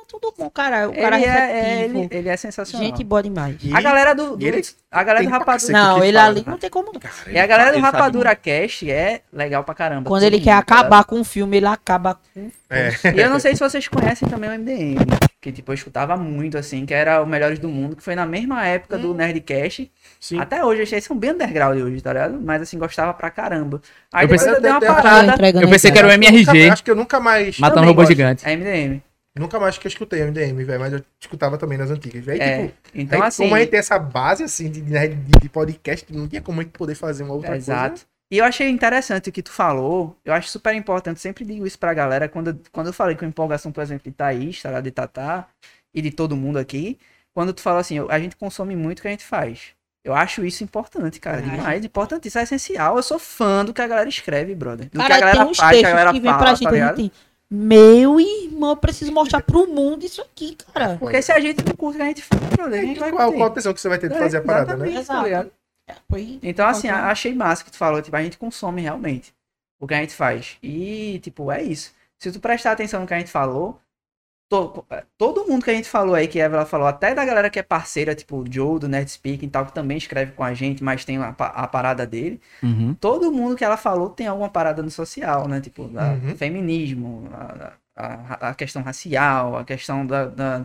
tudo bom, cara. O cara
ele, é, é,
receptivo.
ele, ele é sensacional.
Gente boa demais.
E
é a galera do, do-
e ele
a galera
tem
do
pra
Rapadura.
cacete
Não,
que tá
ele
fala,
ali
né?
não tem como não.
Cara,
E a galera do
ele sabe
Rapadura Cast é legal pra caramba.
Quando
Todo
ele quer
mundo, cara.
acabar com o filme, ele acaba com.
É.
E eu não sei se vocês conhecem também o MDM, que tipo, eu escutava muito, assim, que era o Melhores do Mundo, que foi na mesma época do Nerdcast.
Sim.
Até hoje, eles são um bem underground hoje, tá ligado? Mas assim, gostava pra caramba. Aí
Eu
depois
pensei-
eu dei uma
eu- eu-
parada.
Eu
né?
pensei que era o
Nunca-
MRG,
acho que eu nunca mais.
matando
Também
robô
gosto.
gigante.
É MDM.
Nunca mais que eu escutei MDM, velho. Mas eu escutava também nas antigas. Véio,
É.
tipo,
Então,
aí,
assim.
como a gente tem essa base assim de, de, de podcast, não tinha como a gente poder fazer uma outra coisa.
Exato. E eu achei interessante o que tu falou. Eu acho super importante. Sempre digo isso pra galera. Quando, quando eu falei com empolgação, por exemplo, de Thaís, tá, ligado? de Tatá e de todo mundo aqui. Quando tu falou assim, eu- a gente consome muito o que a gente faz. Eu acho isso importante, cara.
Verdade.
Demais, importante. Isso é essencial. Eu sou fã do que a galera escreve, brother. Do que a
Cara,
galera
tem
faz,
uns
que a
textos
galera
que vem
fala,
pra
tá
gente, a gente
ligado?
tem. Meu irmão, eu preciso mostrar pro mundo isso aqui, cara.
Porque se a gente não curte o que a gente faz, brother, a gente vai
É, Qual,
curtir.
qual a atenção que você vai ter de fazer a parada, né?
Exatamente, tá
Exato.
ligado?
Foi-
Então, assim,
Qualquer-
a- achei massa que tu falou. Tipo, a gente consome realmente o que a gente faz. E, tipo, é isso. Se tu prestar atenção no que a gente falou, to- eh, todo mundo que a gente falou aí, que a Evelyn falou, até da galera que é parceira, tipo o Joe do Nerd Speaking e tal, que também escreve com a gente, mas tem a, pa- a parada dele.
é.
Uhum.
Todo mundo que ela falou tem alguma parada no social, né? Tipo, da-
Uhum.
feminismo, a, a- a questão racial, a questão da. da-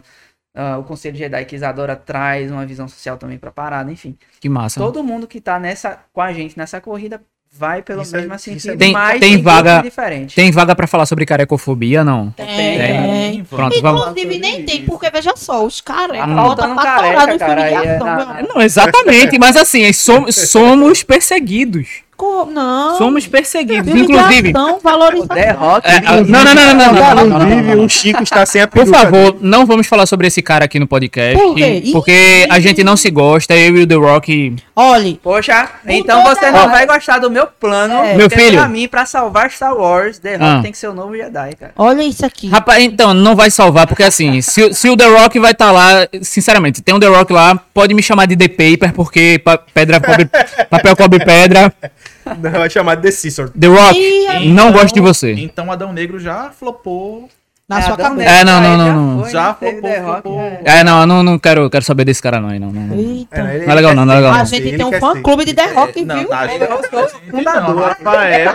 ah, o Conselho Jedi que Isadora traz uma visão social também pra parada, enfim.
Que massa.
Todo mundo que tá nessa, com a gente nessa corrida vai pelo
Isso é-
mesmo
isso é
sentido,
bom.
mas
Tem- tem
grupos
vaga-
diferentes.
Tem vaga pra falar sobre carecofobia, não?
Tem,
Tem.
Sim,
Pronto, vamos.
Inclusive, nem
Isso.
tem, porque veja só, os caras
Tá
botam
faltando
pra
careca,
caralho
cara, aí é
filiação,
na-
meu
é
amor.
Não, exatamente, mas assim, som- somos perseguidos.
Co- Não.
Somos perseguidos.
Filiação,
Inclusive.
valorização.
The Rock,
é, ah, não, não, não, não, não, não, um não, não, não, não, não.
o Chico está sem a
Por favor, não vamos falar sobre esse cara aqui no podcast.
Por quê?
Porque a gente não se gosta, eu e o The Rock.
Olhe,
Poxa,
Mudou
então você
da
não
hora.
vai gostar do meu plano.
É.
Meu
porque
filho.
Pra mim, pra salvar Star Wars, The Rock
Ah.
tem que ser o novo Jedi, cara.
olha isso aqui.
Rapaz, então, não vai salvar, porque assim, se, se o The Rock vai estar lá, sinceramente, tem um The Rock lá, pode me chamar de The Paper, porque pa- pedra cobre, papel cobre pedra.
Não, vai chamar The Scissor.
The Rock,
Ih,
não
Então-
gosto de você.
Então Adão Negro já flopou.
Na
É,
sua
Adão
cabeça.
Negro,
É, não,
aí
não,
já
não, não.
foi, né,
Já
teve
flopou,
The Rock,
flopou.
é.
É, não, eu não, não quero, quero saber desse cara, não, aí, não, não, não.
Eita.
né?
Não é legal, não, não é legal,
A
não.
gente tem um fã-clube de The Rock,
não,
viu?
tá,
The Rock foi o
não,
fundador.
Rafael,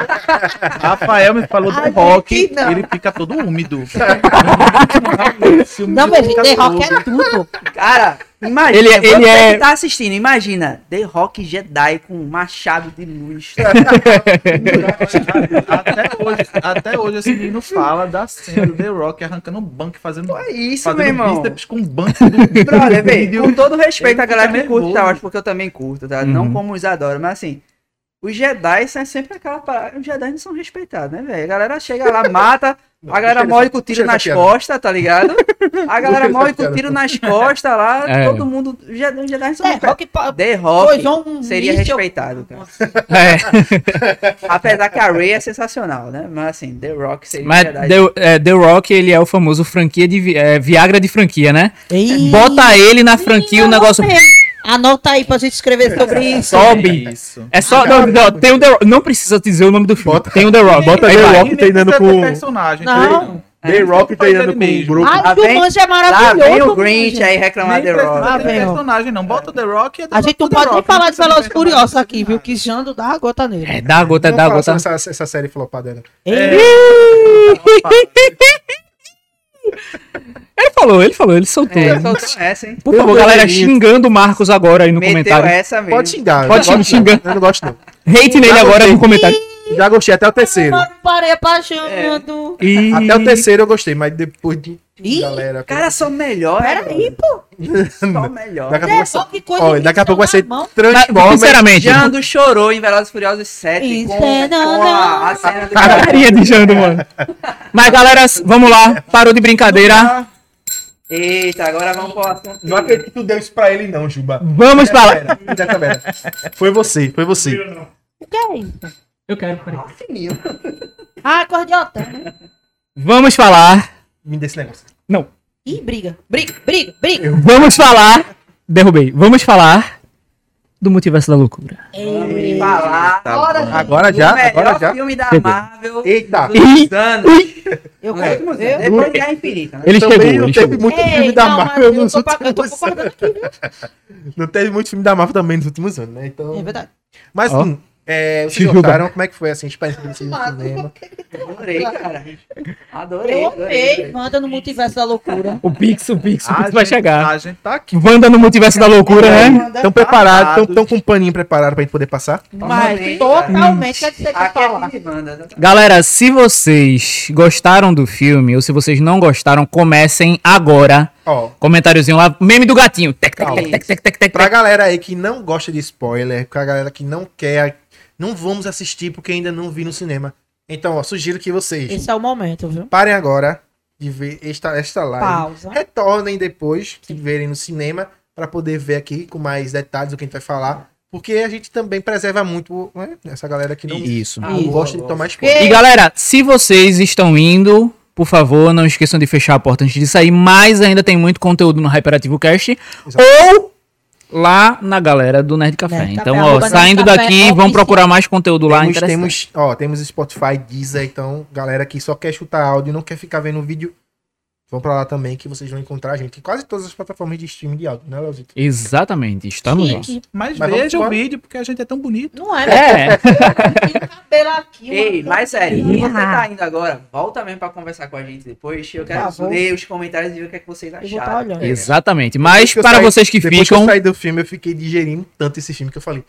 Rafael me falou do
Ai,
rock,
que não.
ele fica todo úmido.
Não, meu gente, The Rock é tudo.
Cara, imagina.
Ele é- ele
você
é-
que tá assistindo, imagina. The Rock Jedi com um machado de luz.
até, hoje, até hoje esse menino fala da cena do The Rock arrancando um banco e fazendo,
É isso, meu
fazendo
irmão.
bíceps com um banco do
Brother, vê, com todo respeito
Ele
a galera
fica
que curte
nervoso.
Star Wars, porque eu também curto, tá? Não
Uhum.
como os adoram, mas assim, o Os Jedi são sempre aquela parada. Os Jedi não são respeitados, né, velho? A galera chega lá, mata. A galera
Chega-
morre com tiro
chega
nas
essa piada.
costas, tá ligado? A galera
Chega
morre
essa
com
piada.
tiro nas costas lá.
É.
Todo mundo. Os Jedi os Jedi não são
The
respeitados.
Rock pa-
The Rock
poisou um
seria
míssil.
respeitado, cara.
É,
Apesar que a Rey é sensacional, né? Mas assim, The Rock seria
mas
um Jedi.
The, é, The Rock, ele é o famoso franquia de vi- é, Viagra de franquia, né?
Ih,
Bota ele na franquia, o negócio
Anota aí pra gente escrever sobre isso.
sobe.
Isso.
É só. Não, não, tem o The Rock. Não precisa dizer o nome do filme.
Bota-
Tem o The Rock.
Bota
É
Aí
The
vai.
Rock treinando
precisa ter
com-
personagem.
Não.
entendeu?
The
tá
Rock
Faz ele
treinando com um
mesmo.
grupo.
Ah,
Ai,
Lá vem-
Jumanji é
Lá
maravilhoso.
vem o
Jumanji.
Grinch aí reclamar
Nem
The
precisa
Rock.
Lá
ter
vem, ó.
personagem, não. Bota o The Rock e é
A gente não
The
pode nem
Rock,
né?
falar de
precisa ter
Velozes
personagem.
Furiosos aqui, viu? Que Jando dá a gota nele.
É, dá a gota,
Vamos
dá a
falar
gota.
sobre Essa, essa série flopada, né?
É,
É. Ele falou, ele falou, ele soltou.
É, soltou essa, hein?
Por favor, galera, xingando o Marcos agora aí no
Meteu é.
comentário.
essa mesmo.
Pode xingar.
Pode
eu não gosto
xingar.
não, Eu não gosto, não.
Hate nele agora no comentário.
Já gostei até o terceiro.
Mano, parei apaixonado.
E...
Até o terceiro eu gostei, mas depois de.
Ih,
É. galera.
Cara, só melhor. é,
Peraí, pô.
Só melhor.
Daqui a pouco vai
Devolve
ser.
que coisa
Olha, daqui a pouco vai ser
na mão.
Mas,
Transformers.
tá, Sinceramente,
Jando chorou em Velozes e Furiosos 7 com, né,
Isso é
com a, a
não.
cena do
a carinha de Jando, mano. Mas, galera, s- vamos lá. Parou de brincadeira.
Eita, agora vamos pro assunto.
Não acredito que tu deu isso pra ele, não, Juba.
Vamos pra lá.
Zeca Bela. Foi você, foi você.
O que é isso?
Eu quero, peraí.
Ah, cordiota.
Vamos falar.
Me dê esse negócio.
Não.
Ih, briga. Briga, briga, briga.
Vamos falar. Derrubei. Vamos falar do multiverso da loucura.
Vamos falar
tá
Tá.
Bora, gente.
Agora
do
já,
melhor
agora já.
filme da
Entendeu?
Marvel
Eita.
dos anos.
Eu
Nos últimos anos.
eu-
Depois da Infinita, né?
Ele
Também
chegou,
não
ele
teve
chegou.
é, muito
Ei,
filme da
não, mas
Marvel nos
eu tô, pa- eu tô
últimos anos.
concordando aqui, viu?
Não teve muito filme da Marvel também nos últimos anos, né?
É
Então.
verdade.
Mas
Ó.
assim, é, vocês
Juba.
gostaram? Como é que foi assim, a experiência de vocês no
Mato.
cinema? é
Adorei, cara. Adorei. adorei,
Eu amei.
adorei.
Manda no multiverso da loucura.
O Pix, o Pix, o
A
Pix vai
Ah, gente-
chegar.
A gente tá aqui.
Wanda no multiverso da loucura, né?
Estão preparados? Estão com um paninho preparado pra gente poder passar?
Mas
bem,
totalmente. Quer dizer que eu
Aqui é
falar.
que manda.
Galera, se vocês gostaram do filme ou se vocês não gostaram, comecem agora.
Ó,
Comentáriozinho lá, meme do gatinho. Tec, tec,
Calma.
tec, tec, tec, tec, tec,
pra
tec.
galera aí que não gosta de spoiler, pra galera que não quer, não vamos assistir porque ainda não vi no cinema. Então, ó, sugiro que vocês
Esse é o momento, viu?
parem agora de ver esta, esta live.
Pausa.
Retornem depois, que verem no cinema, pra poder ver aqui com mais detalhes o que a gente vai falar. Porque a gente também preserva muito né, essa galera que não
Isso.
não
Isso.
gosta de tomar spoiler.
E galera, se vocês estão indo, por favor, não esqueçam de fechar a porta antes de sair, mas ainda tem muito conteúdo no Hyperativo Cast
Exato.
ou lá na galera do Nerd Café.
Nerd
então,
Café,
ó,
arroba
saindo
Nerd Café
daqui, vão
oficial.
procurar mais conteúdo lá,
temos,
interessante.
temos, ó, temos Spotify, Deezer, então, galera que só quer escutar áudio e não quer ficar vendo um vídeo, vão pra lá também que vocês vão encontrar a gente em quase todas as plataformas de streaming de áudio, né, Leozito?
Exatamente, estamos lá.
Chique.
Mas,
Mas
veja
vamos-
o vídeo, porque a gente é tão bonito.
Não é,
É,
Tem o cabelo aqui.
Ei,
mano.
mas sério, se você
Ah,
tá indo agora, volta mesmo pra conversar com a gente depois. Eu quero
Tá bom.
ler os comentários e ver o que, é que vocês
Eu vou tá
acharam.
olhando.
exatamente. Mas
Depois que eu
para
saí-
vocês que
Depois
ficam,
que eu saí do filme, eu fiquei digerindo tanto esse filme que eu falei,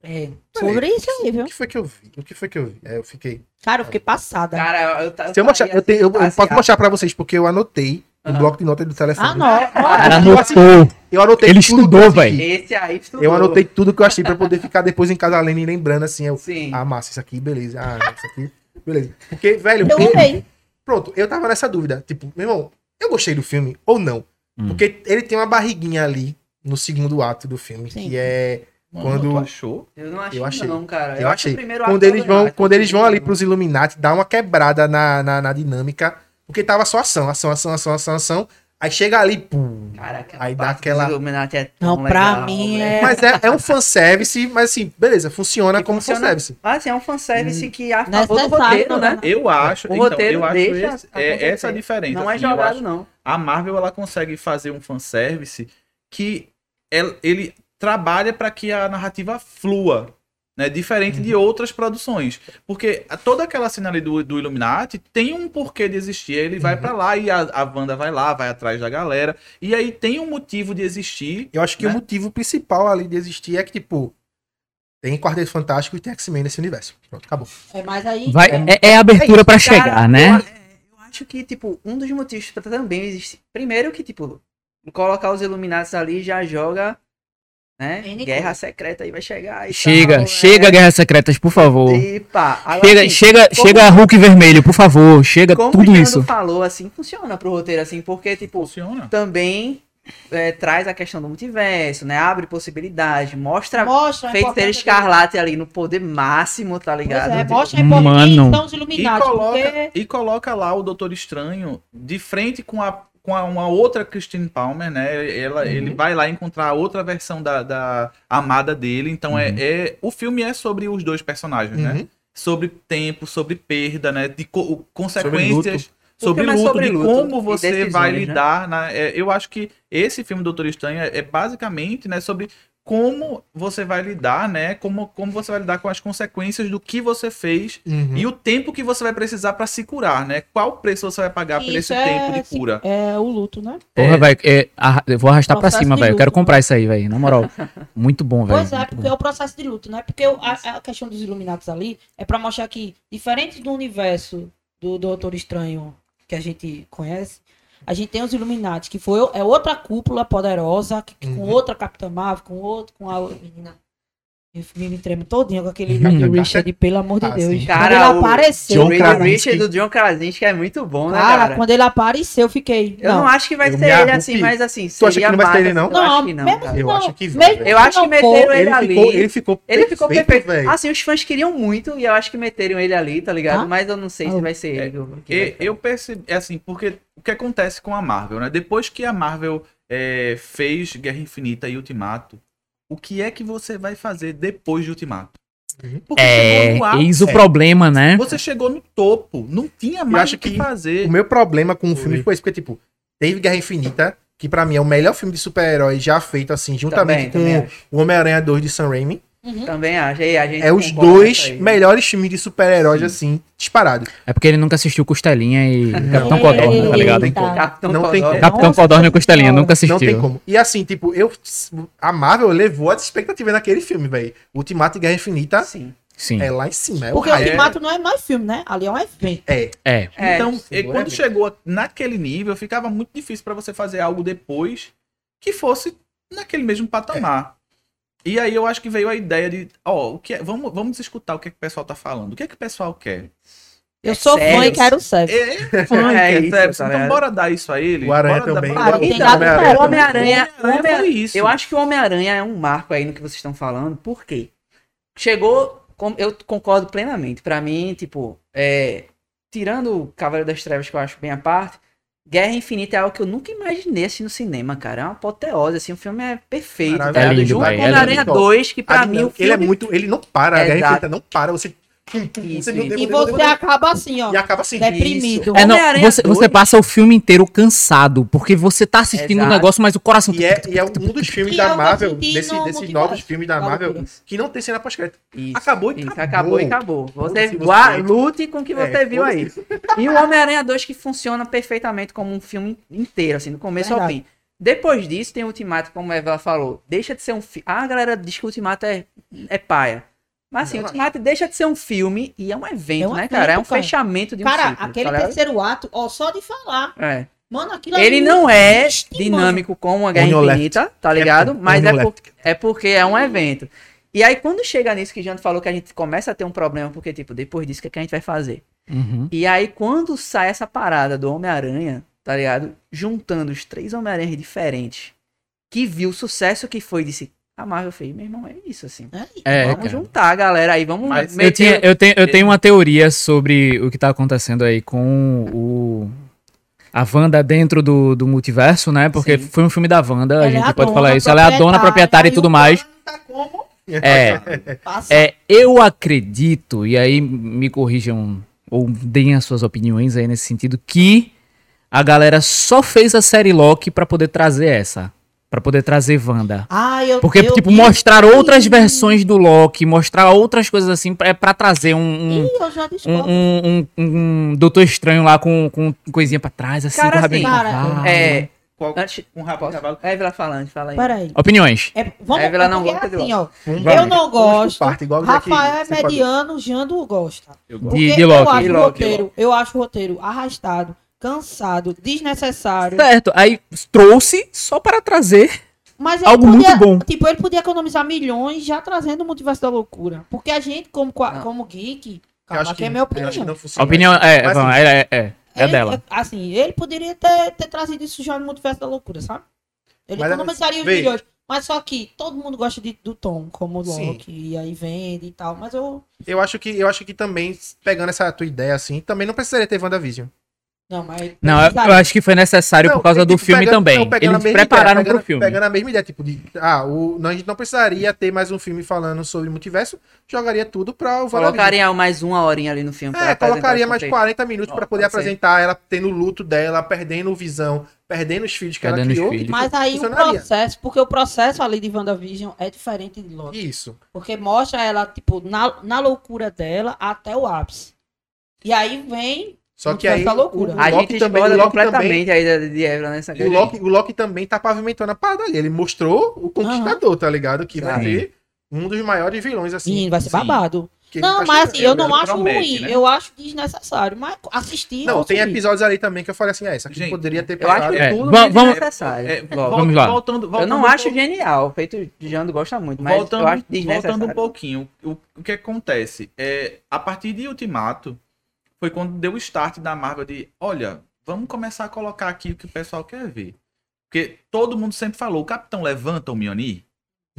É, sobre isso aí,
o
viu?
que foi que eu vi? O que foi que eu vi? Aí eu fiquei...
Cara, eu fiquei passada.
Cara, eu, tá-
Se eu mostrar,
faria
eu, tenho, eu, eu
assim,
posso
tá?
mostrar pra vocês, porque eu anotei o
Aham.
bloco de nota do telefone.
Ah, não.
cara,
eu,
anotou.
eu anotei
Ele
tudo que
estudou,
eu assisti.
véi.
Esse é aí estudou.
Eu anotei tudo que eu achei pra poder ficar depois em casa lendo e lembrando, assim, eu...
Sim.
Ah, massa, isso aqui, beleza. Ah, isso aqui, beleza. Porque, velho...
Eu
eu-
amei.
Pronto, eu tava nessa dúvida. Tipo, meu irmão, eu gostei do filme ou não?
Hum.
Porque ele tem uma barriguinha ali no segundo ato do filme,
Sim.
que é Quando-
tu achou?
Eu não achei,
Eu achei.
não, cara.
Eu
acho o
achei.
primeiro
quando
ato
eles vão,
problemático.
quando eles vão ali pros Illuminati, dá uma quebrada na, na, na dinâmica, porque tava só ação, ação, ação, ação, ação, ação. Aí chega ali, pum.
Cara, aquela
Aí dá
parte
aquela-
dos Illuminati é tão
Não, pra
legal,
mim
velho.
é.
Mas é, é um fanservice, mas assim, beleza, funciona
E
como
funciona.
fanservice.
Mas assim, é um fanservice
Hum.
que a favor do
Necessário,
roteiro,
não, é
né?
Eu acho,
O
então,
roteiro
eu acho
deixa
esse- é,
acontecer.
essa a
Então,
diferença.
Não é
assim, eu
jogado,
acho.
não.
A Marvel ela consegue fazer um fanservice que el- ele trabalha para que a narrativa flua, né? Diferente de outras produções, porque a- toda aquela cena ali do, do Illuminati tem um porquê de existir. Ele vai pra lá e a, a Wanda vai lá, vai atrás da galera e aí tem um motivo de existir.
Eu acho que
Né?
o motivo principal ali de existir é que, tipo, tem Quarteto Fantástico e tem X-Men nesse universo. Pronto, acabou.
É, mas aí.
vai, é, é a abertura pra chegar, né?
Eu, eu acho que, tipo, um dos motivos pra também existir. Primeiro que, tipo, colocar os iluminados ali já joga né?
N
Guerra secreta aí vai chegar. e
Chega,
tal,
chega, Guerras Secretas, por favor.
É. E pá, agora,
Chega,
assim,
chega,
como-
chega Hulk vermelho, por favor. Chega
como
tudo
o Fernando
isso.
falou, assim, funciona pro roteiro, assim, porque, tipo,
Funciona.
também é, traz a questão do multiverso, né? Abre possibilidade, mostra
Mostra a
Feiticeiro
importância deles.
Escarlate ali no poder máximo, tá
Pois
ligado?
é,
Tipo,
mostra a importância
Mano.
que são os
E
iluminados.
coloca,
porque
e coloca lá o Doutor Estranho de frente com, a, com a- uma outra Christine Palmer, né?
Uhum.
Ela, Ele vai lá encontrar a outra versão da, da amada dele. Então
Uhum.
é, é- o filme é sobre os dois personagens, né?
Uhum.
Sobre tempo, sobre perda, né? De co- o-
Sobre
consequências. Sobre
filme é
luto,
sobre
de
luto
como
e
você
decisões,
vai
né?
lidar. na- é, eu acho que esse filme Doutor Estranho é, é basicamente né, sobre como você vai lidar, né? Como, como você vai lidar com as consequências do que você fez
Uhum.
e o tempo que você vai precisar pra se curar, né? Qual preço você vai pagar por
Isso
esse
é
tempo de
esse-
cura?
É o luto, né?
Porra,
É.
velho. é, arra- eu vou arrastar pra
Processo
cima,
de
velho. Eu quero
luto.
comprar isso aí, velho. Na moral. Muito bom, velho.
Pois é,
muito
porque é o processo de luto, né? Porque o- a, a questão dos iluminados ali é pra mostrar que, diferente do universo do Doutor Estranho que a gente conhece, a gente tem os Illuminati, que foi, o- é outra cúpula poderosa, que- que com
Uhum.
outra Capitã Marvel, com outro, com a outra menina. Eu me tremo todinho com aquele
Uhum.
Reed Richard, pelo amor de
Ah,
Deus.
sim.
Cara,
quando
o
ele apareceu,
John
Ray
Krasinski.
Richard do John Krasinski é muito bom, né,
cara,
cara?
quando ele apareceu, eu fiquei.
Eu não,
não,
acho que vai
Eu
ser
me
ele
arrupi.
assim, mas assim,
Tu acha que não vai ser ele, não?
Eu acho que não,
mesmo
cara.
se
Eu
não-
acho que vai,
mesmo
velho.
se
Eu acho
não
que meteram
for-
ele,
Ele
ali.
ficou, ele ficou
Ele ficou perfeito.
velho.
Assim, os fãs queriam muito e eu acho que meteram ele ali, tá ligado?
Ah?
Mas eu não sei se
Ah.
vai ser ele. que- que vai
E-
ser.
eu percebi, é assim, porque o que acontece com a Marvel, né? Depois que a Marvel é, fez Guerra Infinita e Ultimato, o que é que você vai fazer depois de Ultimato?
Uhum.
Porque
É,
chegou no ápice.
eis o problema, né?
Você chegou no topo, não tinha mais
acho
o que,
que
fazer.
O meu problema com o filme foi esse, porque, tipo, teve Guerra Infinita, que pra mim é o melhor filme de super-herói já feito, assim, juntamente
Também, também
com
acho.
o Homem-Aranha 2 de Sam Raimi.
Uhum.
Também acho. E a gente
É os
concorda
dois
com isso aí.
melhores filmes de super-heróis, assim, disparados.
É porque ele nunca assistiu Costelinha e
é
Capitão Codorna, tá ligado?
Eita.
Capitão
Não tem
Codorna.
como.
Capitão
Nossa
Codorna e Costelinha,
Senhora.
nunca assistiu.
Não tem como. E assim, tipo, eu. A Marvel levou as expectativas naquele filme, velho. Ultimato e Guerra Infinita
Sim.
Sim.
é lá em cima. É o
Porque o
hype.
Ultimato não é mais filme, né? Ali é um evento.
É.
É.
É,
então,
sim,
e
boa
quando
vida.
chegou naquele nível, ficava muito difícil pra você fazer algo depois que fosse naquele mesmo patamar.
É.
E aí eu acho que veio a ideia de, ó, o que é- vamos, vamos escutar o que, é que o pessoal tá falando. O que é que o pessoal quer?
Eu sou fã e
é sério?
quero ser.
É, é fã,
É
quer,
isso,
sabe?
tá
Então
ligado?
bora dar isso a ele.
É, O Aranha
bora dar-
também.
bora-
Ah, tem
O
dado
Homem-Aranha
O
pra
também.
Homem-Aranha.
O Homem-Aranha
Homem-
foi isso.
Eu acho que o Homem-Aranha é um marco aí no que vocês estão falando. Por quê? Chegou. com- Eu concordo plenamente. Pra mim, tipo, é, tirando o Cavaleiro das Trevas, que eu acho bem à parte, Guerra Infinita é algo que eu nunca imaginei assim no cinema, cara. É uma apoteose, assim, o filme é perfeito.
Maravilhoso.
tá ligado?
É lindo,
Junto
véi,
com
é lindo.
Homem-Aranha 2, que pra
A
mim o
dinâmica-
filme...
Ele é muito. Ele não para, a Guerra
Exato.
Infinita não para. Você.
Isso,
você não
isso.
deu-
E
deu- deu-
você
deu-
acaba assim, ó.
E acaba assim.
deprimido.
É, não,
Homem-Aranha
você, você
dois.
passa o filme inteiro cansado, porque você tá assistindo o
Exato.
negócio, mas o coração. tá
E é, e é um dos filmes
E
da
eu vou
Marvel,
sentir
desse-
no
desses
multiverso.
novos filmes da Marvel,
Loucura.
que Ah, não tem cena pós-crédito.
Isso,
Acabou e
isso,
acabou.
acabou. e acabou. Você,
Foda-se você.
gua- lute com o que você
É,
viu aí. E o Homem-Aranha 2 que funciona perfeitamente como um filme inteiro, assim, do começo ao
Verdade.
fim. Depois disso, tem o Ultimato, como a Eva falou, deixa de ser um filme. Ah, a galera diz que o Ultimato é, é paia. Mas assim,
Não,
o Ultimato deixa de ser um filme e é um evento,
É um
né, cara? É um
evento, cara.
fechamento de um
Cara,
ciclo,
aquele
tá ligado?
terceiro ato, ó, só de falar.
É.
Mano, aquilo
Ele
ali-
não é
Ixi, mano.
dinâmico como a Guerra
On your left.
Infinita, tá ligado?
Captain,
Mas
on
é,
your
por- é porque é um evento. E aí, quando chega nisso que Jando falou que a gente começa a ter um problema, porque, tipo, depois disso, o que, é que a gente vai fazer?
Uhum.
E aí, quando sai essa parada do Homem-Aranha, tá ligado? Juntando os três Homem-Aranhas diferentes, que viu o sucesso que foi, disse, a Marvel fez, meu irmão, é isso, assim.
né?
É,
vamos
cara.
juntar a galera aí, vamos
Mas
Eu, tinha,
meter...
eu, tenho, eu tenho uma teoria sobre o que tá acontecendo aí com o. A Wanda dentro do, do multiverso, né? Porque
Sim.
foi um filme da Wanda,
Ela
a
é
gente
a
pode
dona,
falar isso. Ela é a dona proprietária e tudo
o
mais.
plano Tá como
É,
passa.
é, eu acredito, e aí me corrijam ou deem as suas opiniões aí nesse sentido, que a galera só fez a série Loki pra poder trazer essa. Pra poder trazer Wanda.
Ah, eu,
Porque,
eu
tipo,
vi-
mostrar outras
Ih,
versões do Loki, mostrar outras coisas assim, é pra trazer um. um-
Ih, eu já
um,
discordo.
um, um- um doutor estranho lá com, com coisinha pra trás, assim,
Cara,
com o rabinho
assim,
pra
cara,
baixo.
É,
Qual-
antes...
com o Rafa
Posso? É,
Cavalo.
Évila falando, fala aí.
Peraí.
Opiniões.
É, vamos
Ela não
porque é
gosta de
assim, ó.
Vamos,
Eu
vamos
não
por
gosto.
parte, igual daqui,
Rafael é
você pode-
mediano, Jando gosta.
Eu
De-
gosto.
Porque
de
eu
Loki.
acho
De
o
Loki,
roteiro, eu acho o roteiro
Tá,
arrastado, cansado, desnecessário.
Certo, aí trouxe só para trazer
Mas
Algo muito
podia-
bom.
Tipo, ele podia economizar milhões já trazendo o multiverso da loucura. Porque a gente, como, qua- como geek, calma, que, é minha
eu
opinião.
acho que não
A
funciona.
opinião é,
Mas,
vamos,
assim,
é, é, é, é
Ele-
dela.
Assim, ele poderia ter, ter trazido isso já no multiverso da loucura, sabe?
Mas,
Ele
é assim,
economizaria os
vê.
milhões. Mas só que todo mundo gosta de- do Tom, como o
Sim.
Loki, e aí vende e tal. Mas eu.
Eu acho que eu acho que também pegando essa tua ideia assim, também não precisaria ter WandaVision.
Não, mas.
Não, eu, eu acho que foi necessário
Não,
por causa
e,
do
tipo,
filme
pegando-
também.
não, pegando a
Eles
mesma
prepararam
ideia, pegando,
pro filme.
Pegando a mesma ideia, tipo, de, ah, o, não, a gente não precisaria ter mais um filme falando sobre multiverso, jogaria tudo pra o WandaVision.
Colocaria mais uma horinha ali no filme. pra
É,
apresentar
colocaria
o
mais
contexto.
40 minutos
Ó,
pra poder
pode ser.
apresentar ela tendo o luto dela, perdendo o visão, perdendo os filhos que
Perdendo
ela
os
criou.
filhos.
Mas aí o
funcionaria.
processo, porque o processo ali de WandaVision é diferente de Loki.
Isso.
Porque mostra ela, tipo, na, na loucura dela até o ápice. E aí vem.
Só
Não
que aí
essa loucura.
o,
A
A
o Loki
gente
também,
spoiler
o Loki também,
completamente aí da- de né, Evelyn nessa
o Loki, o Loki também tá pavimentando a parada ali. Ele mostrou o conquistador, tá ligado? Que vai
Sim.
ter um dos maiores vilões assim.
Sim, vai ser
sim.
babado.
que ele
Não,
tá chegando,
mas assim, eu
né?
não acho
Promete,
ruim.
né?
Eu acho desnecessário. Mas assistir. eu
Não, tem
assisti.
episódios ali também que eu falei assim, é, isso aqui
Gente,
poderia ter
Eu acho
passado.
É,
tudo
va-
meio
vamos-
desnecessário.
É,
Logo.
vamos lá.
Voltando,
eu
voltando
não
um
acho
pouco-
genial. Feito Jando gosta muito, mas
voltando,
eu acho
voltando um
desnecessário.
pouquinho, o, o que acontece? É, a partir de Ultimato, foi quando deu o start da Marvel de, olha, vamos começar a colocar aqui o que o pessoal quer ver. Porque todo mundo sempre falou, o Capitão levanta o Mjolnir,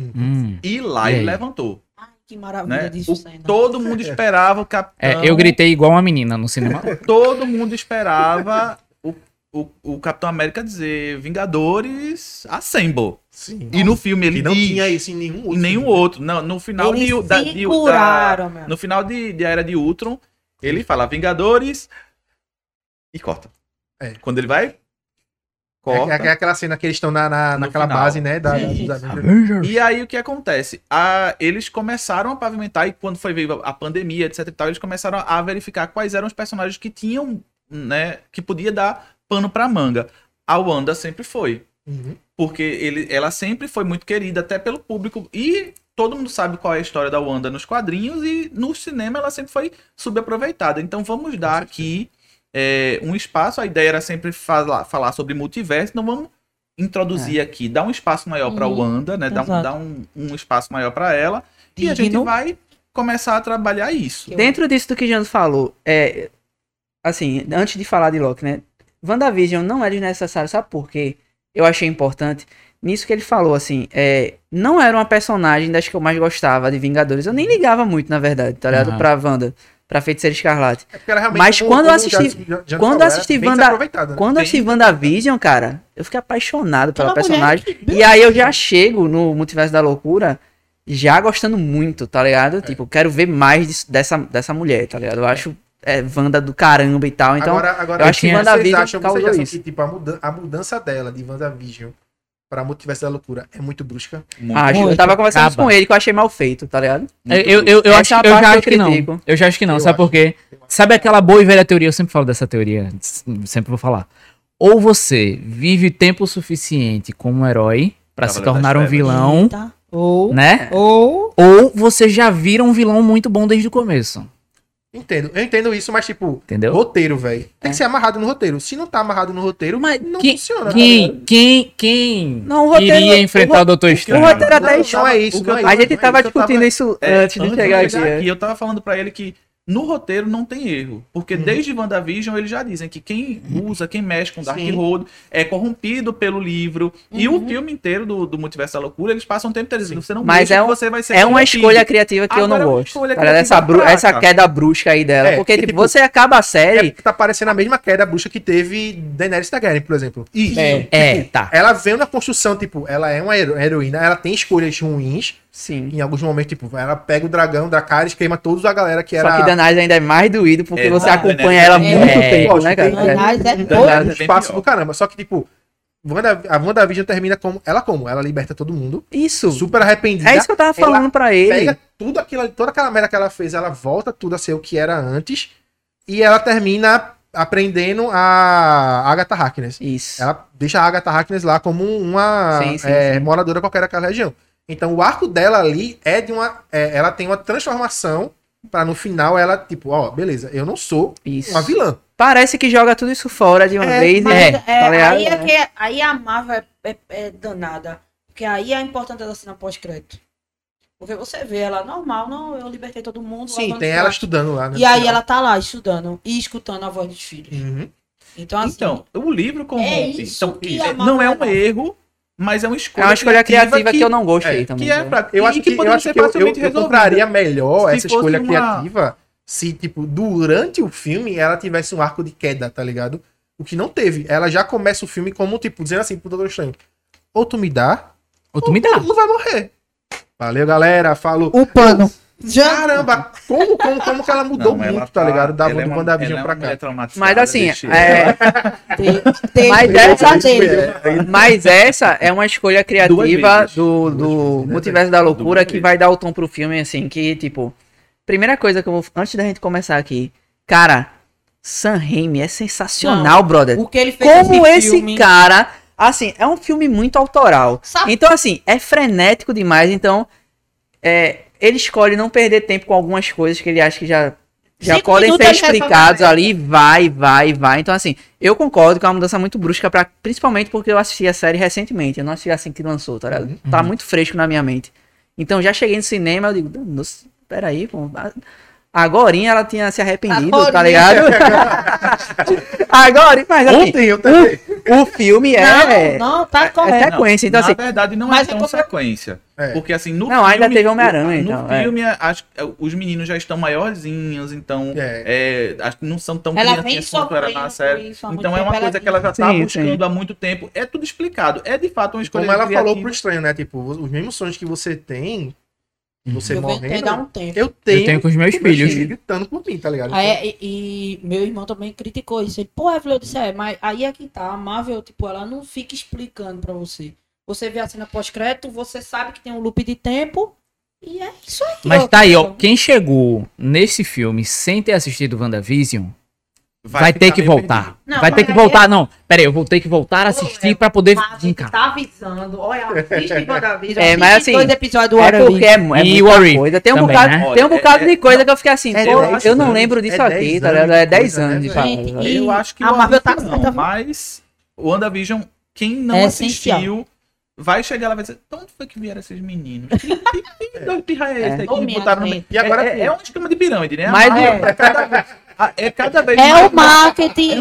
Hum.
e lá
E
ele
aí?
levantou,
Ai, que maravilha
né?
disso,
O-
cena.
todo mundo esperava o Capitão...
É, eu gritei igual uma menina no cinema.
Todo mundo esperava o, o, o Capitão América dizer Vingadores Assemble.
Sim.
E no filme ele
Que não
diz,
tinha isso em nenhum
e
outro.
nenhum outro. Não, no final
Eles
de, da, de, da,
seguraram, meu.
No final de, de Era de Ultron, ele fala Vingadores e corta.
É.
Quando ele vai,
É,
corta.
é aquela cena que eles estão na, na,
No
naquela
final.
base, né? Da, da-
Sim.
dos Avengers.
Avengers.
E aí o que acontece? A, eles começaram a pavimentar e quando foi veio a pandemia, etc e tal, eles começaram a verificar quais eram os personagens que tinham, né, que podia dar pano pra manga. A Wanda sempre foi,
Uhum.
porque ele, ela sempre foi muito querida até pelo público e todo mundo sabe qual é a história da Wanda nos quadrinhos e no cinema ela sempre foi subaproveitada. Então vamos dar aqui é, um espaço. A ideia era sempre falar, falar sobre multiverso, então vamos introduzir aqui, dar um espaço maior para
Uhum.
Wanda, né? Dar, um,
Exato.
dar um, um espaço maior para ela e a gente
Digno.
vai começar a trabalhar isso.
Dentro disso do que Jando falou, é. Assim, antes de falar de Loki, né? WandaVision não é desnecessário, sabe por quê? Eu achei importante. Nisso que ele falou, assim, é, não era uma personagem das que eu mais gostava de Vingadores. Eu nem ligava muito, na verdade, tá ligado?
Aham.
Pra Wanda, pra Feiticeira Escarlate.
É porque ela realmente,
Mas quando eu
já-
assisti-
já- já
quando
falou,
eu assisti
era bem
Wanda-
desaproveitada, né?
Quando eu
Bem-
assisti WandaVision, cara, eu fiquei apaixonado pela
Aquela
personagem.
mulher que-
E aí eu já chego no Multiverso da Loucura já gostando muito, tá ligado? Tipo, quero ver mais disso- dessa, dessa mulher, tá ligado? Eu acho é, Wanda do caramba e tal. Então,
agora, agora,
eu acho que
vocês
WandaVision
acham, vocês
causou
acham
isso.
que tipo, a, mudan- a mudança dela de WandaVision pra Multiverso da Loucura é muito brusca?
Muito,
acho. ah, Eu
muito.
tava conversando isso
Acaba.
com ele que eu achei mal feito, tá ligado?
muito
Eu, eu, eu,
Essa
acho,
é a
eu já
parte que eu
acho que não.
critico.
Eu já acho que não,
Eu
sabe por
acho.
quê? Sabe aquela boa e velha teoria? Eu sempre falo dessa teoria, s- sempre vou falar. Ou você vive tempo suficiente como um herói pra se
Cavaleiro das
tornar um
Trevas.
vilão,
Eita. tá? Ou.
né?
Ou.
Ou você já vira um vilão muito bom desde o começo,
Entendo, eu entendo isso, mas tipo,
entendeu?
roteiro, velho. Tem
É.
que ser amarrado no roteiro. Se não tá amarrado no roteiro,
Mas
não
que-
funciona. tá ligado?
Quem, quem, quem
Não, o roteiro-
iria
o
enfrentar o Doutor Estranho?
O roteiro
Não,
até
não
enxerga.
é isso,
o que eu
não é
A
isso,
gente
não é
tava
isso, eu
discutindo isso
É,
antes de chegar aqui. é.
Eu tava falando pra ele que no roteiro não tem erro. Porque
Uhum.
desde WandaVision eles já dizem que quem usa, quem mexe com Dark
Sim.
Road é corrompido pelo livro. E o
Uhum.
filme inteiro do, do Multiverso da Loucura, eles passam o tempo inteiro dizendo: você não
Mas
mexa
é
que
um-
você vai ser.
É uma
corrompido."
escolha criativa que eu
Agora é
não
uma
gosto.
escolha
tá ligado? essa,
criativa
bru- essa
fraca.
queda brusca aí dela.
É,
porque,
que,
tipo,
tipo,
você acaba a
É,
série.
tá parecendo a mesma queda bruxa que teve Daenerys Targaryen, por exemplo. Isso.
É, tá.
Ela veio na construção, tipo, ela é uma hero- heroína, ela tem escolhas ruins.
Sim.
Em alguns momentos, tipo, ela pega o dragão da cara e queima todos a galera que era.
Só que Danais ainda é mais doído porque
É,
você
não,
acompanha
né?
ela há
É.
muito
É.
tempo, né,
Lógico,
cara?
tem-
Mas é
Dá
doido.
um
Bem
espaço
pior.
do caramba. Só que, tipo, Wanda, a WandaVision termina como. Ela como? Ela liberta todo mundo.
Isso.
Super arrependida.
É isso que eu tava
Ela
falando pra ele.
Pega tudo aquilo, ali, toda aquela merda que ela fez, ela volta tudo a ser o que era antes. E ela termina aprendendo a Agatha Harkness.
Isso.
Ela deixa a Agatha Harkness lá como um, uma
Sim, sim,
é, moradora qualquer daquela região. Então o arco dela ali é de uma. é, ela tem uma transformação pra no final ela, tipo, ó, beleza, eu não sou
Isso.
uma vilã.
Parece que joga tudo isso fora de uma
É,
vez.
Mas,
né?
é,
tá ligado?
aí, é que, aí a Marvel é, é- é danada. Porque Porque aí é importante ela assinar pós-crédito. Porque você vê ela normal, não, eu libertei todo mundo.
Sim,
agora
tem
não sei
ela
lá.
estudando lá, né?
E aí ela tá lá estudando e escutando a voz dos filhos.
Uhum.
Então, assim,
Então, o livro corrompe.
É isso
então,
que
é-
a
não é um
Marvel-
erro, mas é uma escolha.
É uma escolha criativa que, eu não gostei
é,
também.
que é
né?
pra-
Eu
e
acho que, eu
poderia
acho
ser
que eu, eu,
facilmente
eu
resolvida.
compraria melhor
Se
essa
fosse
escolha
uma-
criativa se, tipo, durante o filme ela tivesse um arco de queda, tá ligado? O que não teve. Ela já começa o filme como, tipo, dizendo assim pro Doutor Estranho: ou tu me dá,
Ou tu me
ou
dá.
tu não vai morrer. Valeu, galera. Falo.
o pano. Já
Caramba, como, como, como que ela mudou
Não, ela
muito, tá ligado? Da
ela é
do
uma-
WandaVision
ela é
pra
uma
cá.
mulher traumatizada,
Mas assim,
deixa eu-
é,
tem, tem
Mas
tem
essa-
pesadelo.
mas essa é uma escolha criativa
vezes.
do,
Duas
do
vezes, né,
Multiverso da Loucura
Duas
que
vezes.
vai dar o tom pro filme, assim, que, tipo, primeira coisa que eu vou. Antes da gente começar aqui, cara, Sam Raimi é sensacional, brother.
O que ele fez
Como
nesse
esse
filme,
cara. Assim, é um filme muito autoral.
Sabe?
Então, assim, é frenético demais. Então, é, ele escolhe não perder tempo com algumas coisas que ele acha que já, já
Cinco
podem
minutos
ser
ele quer
explicados
falar.
ali. Vai, vai, vai. Então, assim, eu concordo que é uma mudança muito brusca, pra, principalmente porque eu assisti a série recentemente. Eu não assisti assim que lançou, tá ligado? Tá muito fresco na minha mente. Então, já cheguei no cinema, eu digo, nossa, peraí, pô. Agorinha ela tinha se arrependido, tá
Agorinha.
ligado? Agora, mas assim,
Ontem eu também.
o filme é, é,
Não, não, tá
é
correto.
sequência. Então,
na
assim,
verdade, não é
Mas eu
tão
tô-
sequência.
É.
Porque assim, no
Não, ainda teve Homem-Aranha,
No
então, é.
filme, acho que os meninos já estão maiorzinhos, então.
É.
é, acho que não são tão
Ela vem
criancinhas assim quanto era tá na
sofrendo
série.
com isso há muito
então é
tempo,
uma
ela
coisa que ela já
vem-
tá
Sim,
buscando
sim.
há muito tempo. É tudo explicado. É de fato uma escolha
Como ela
criativa.
falou pro Estranho, né? Tipo, os mesmos sonhos que você tem,
Uhum.
você
Eu venho
morrendo,
tentar um tempo.
eu tenho.
Eu tenho com os meus
com meus filhos
filhos.
gritando por mim, tá ligado?
Ah, é, e, e meu irmão também criticou isso. Ele, pô, Evelyn, eu disse, é, mas aí é que tá. A Marvel, tipo, ela não fica explicando pra você. Você vê a cena pós-crédito, você sabe que tem um loop de tempo. E é isso aí.
Mas tá aí, ó. Quem chegou nesse filme sem ter assistido WandaVision, vai, ter
ficar
que
meio
voltar.
perdido.
Não,
vai ter
mas
que
aí- é
voltar, não. é Pera aí, eu vou ter que voltar a
Ô,
assistir
Léo,
pra poder vir
Marvel
cá.
tá avisando. Olha, assiste WandaVision.
É, mas
assiste
assim,
Dois episódios do
é
What
porque
If.
é, mu- é
E
muita
Warrior
coisa. Tem um
também,
bocado,
né?
tem um
Olha,
bocado
é-
de coisa que eu fiquei assim,
é
pô,
dez
eu não
anos,
lembro disso
é
aqui,
dez
tá ligado?
anos de
É 10
coisa,
anos
né,
de fato.
velho? Gente,
Eu acho que
a
o
Marvel tá
WandaVision
certa.
não, mas o WandaVision, quem não
É
assistiu,
essencial.
vai chegar lá e vai dizer, de onde foi que vieram esses meninos? Que, que, que doido de raia é esse
É.
aqui
Ô,
que
minha
botaram no
gente.
meio?
E agora
é, é, é um esquema de pirâmide, né? A
Mas-
Marvel é cada vez- a- é cada vez
É
mais-
o marketing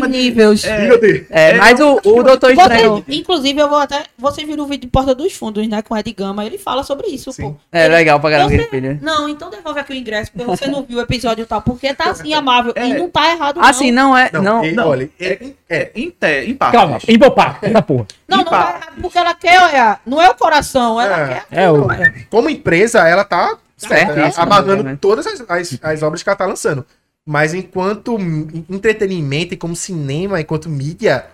multiníveis.
É,
Meu Deus.
É,
É,
mas o, o Doutor Estranho.
Vocês, inclusive, eu vou até. Vocês viram o vídeo de Porta dos Fundos, né? Com o Ed Gama. Ele fala sobre isso,
Sim.
pô.
É legal pra galera
Você-
ver filho.
Não, então devolve aqui o ingresso, porque você não viu o episódio e tal. Porque tá assim, amável. E
É.
não tá errado, não.
Assim, não é.
Não,
Não,
e-
não.
olha, é- é,
É, em, te, em partes.
Calma, em popar, da porra.
não, não tá errado, porque ela quer olhar. Não é o coração, ela
É.
quer.
É o.
como empresa, ela tá certa, né?
isso,
abanando
né?
todas as, as, as obras que ela tá lançando. Mas enquanto m- entretenimento e como cinema, enquanto mídia,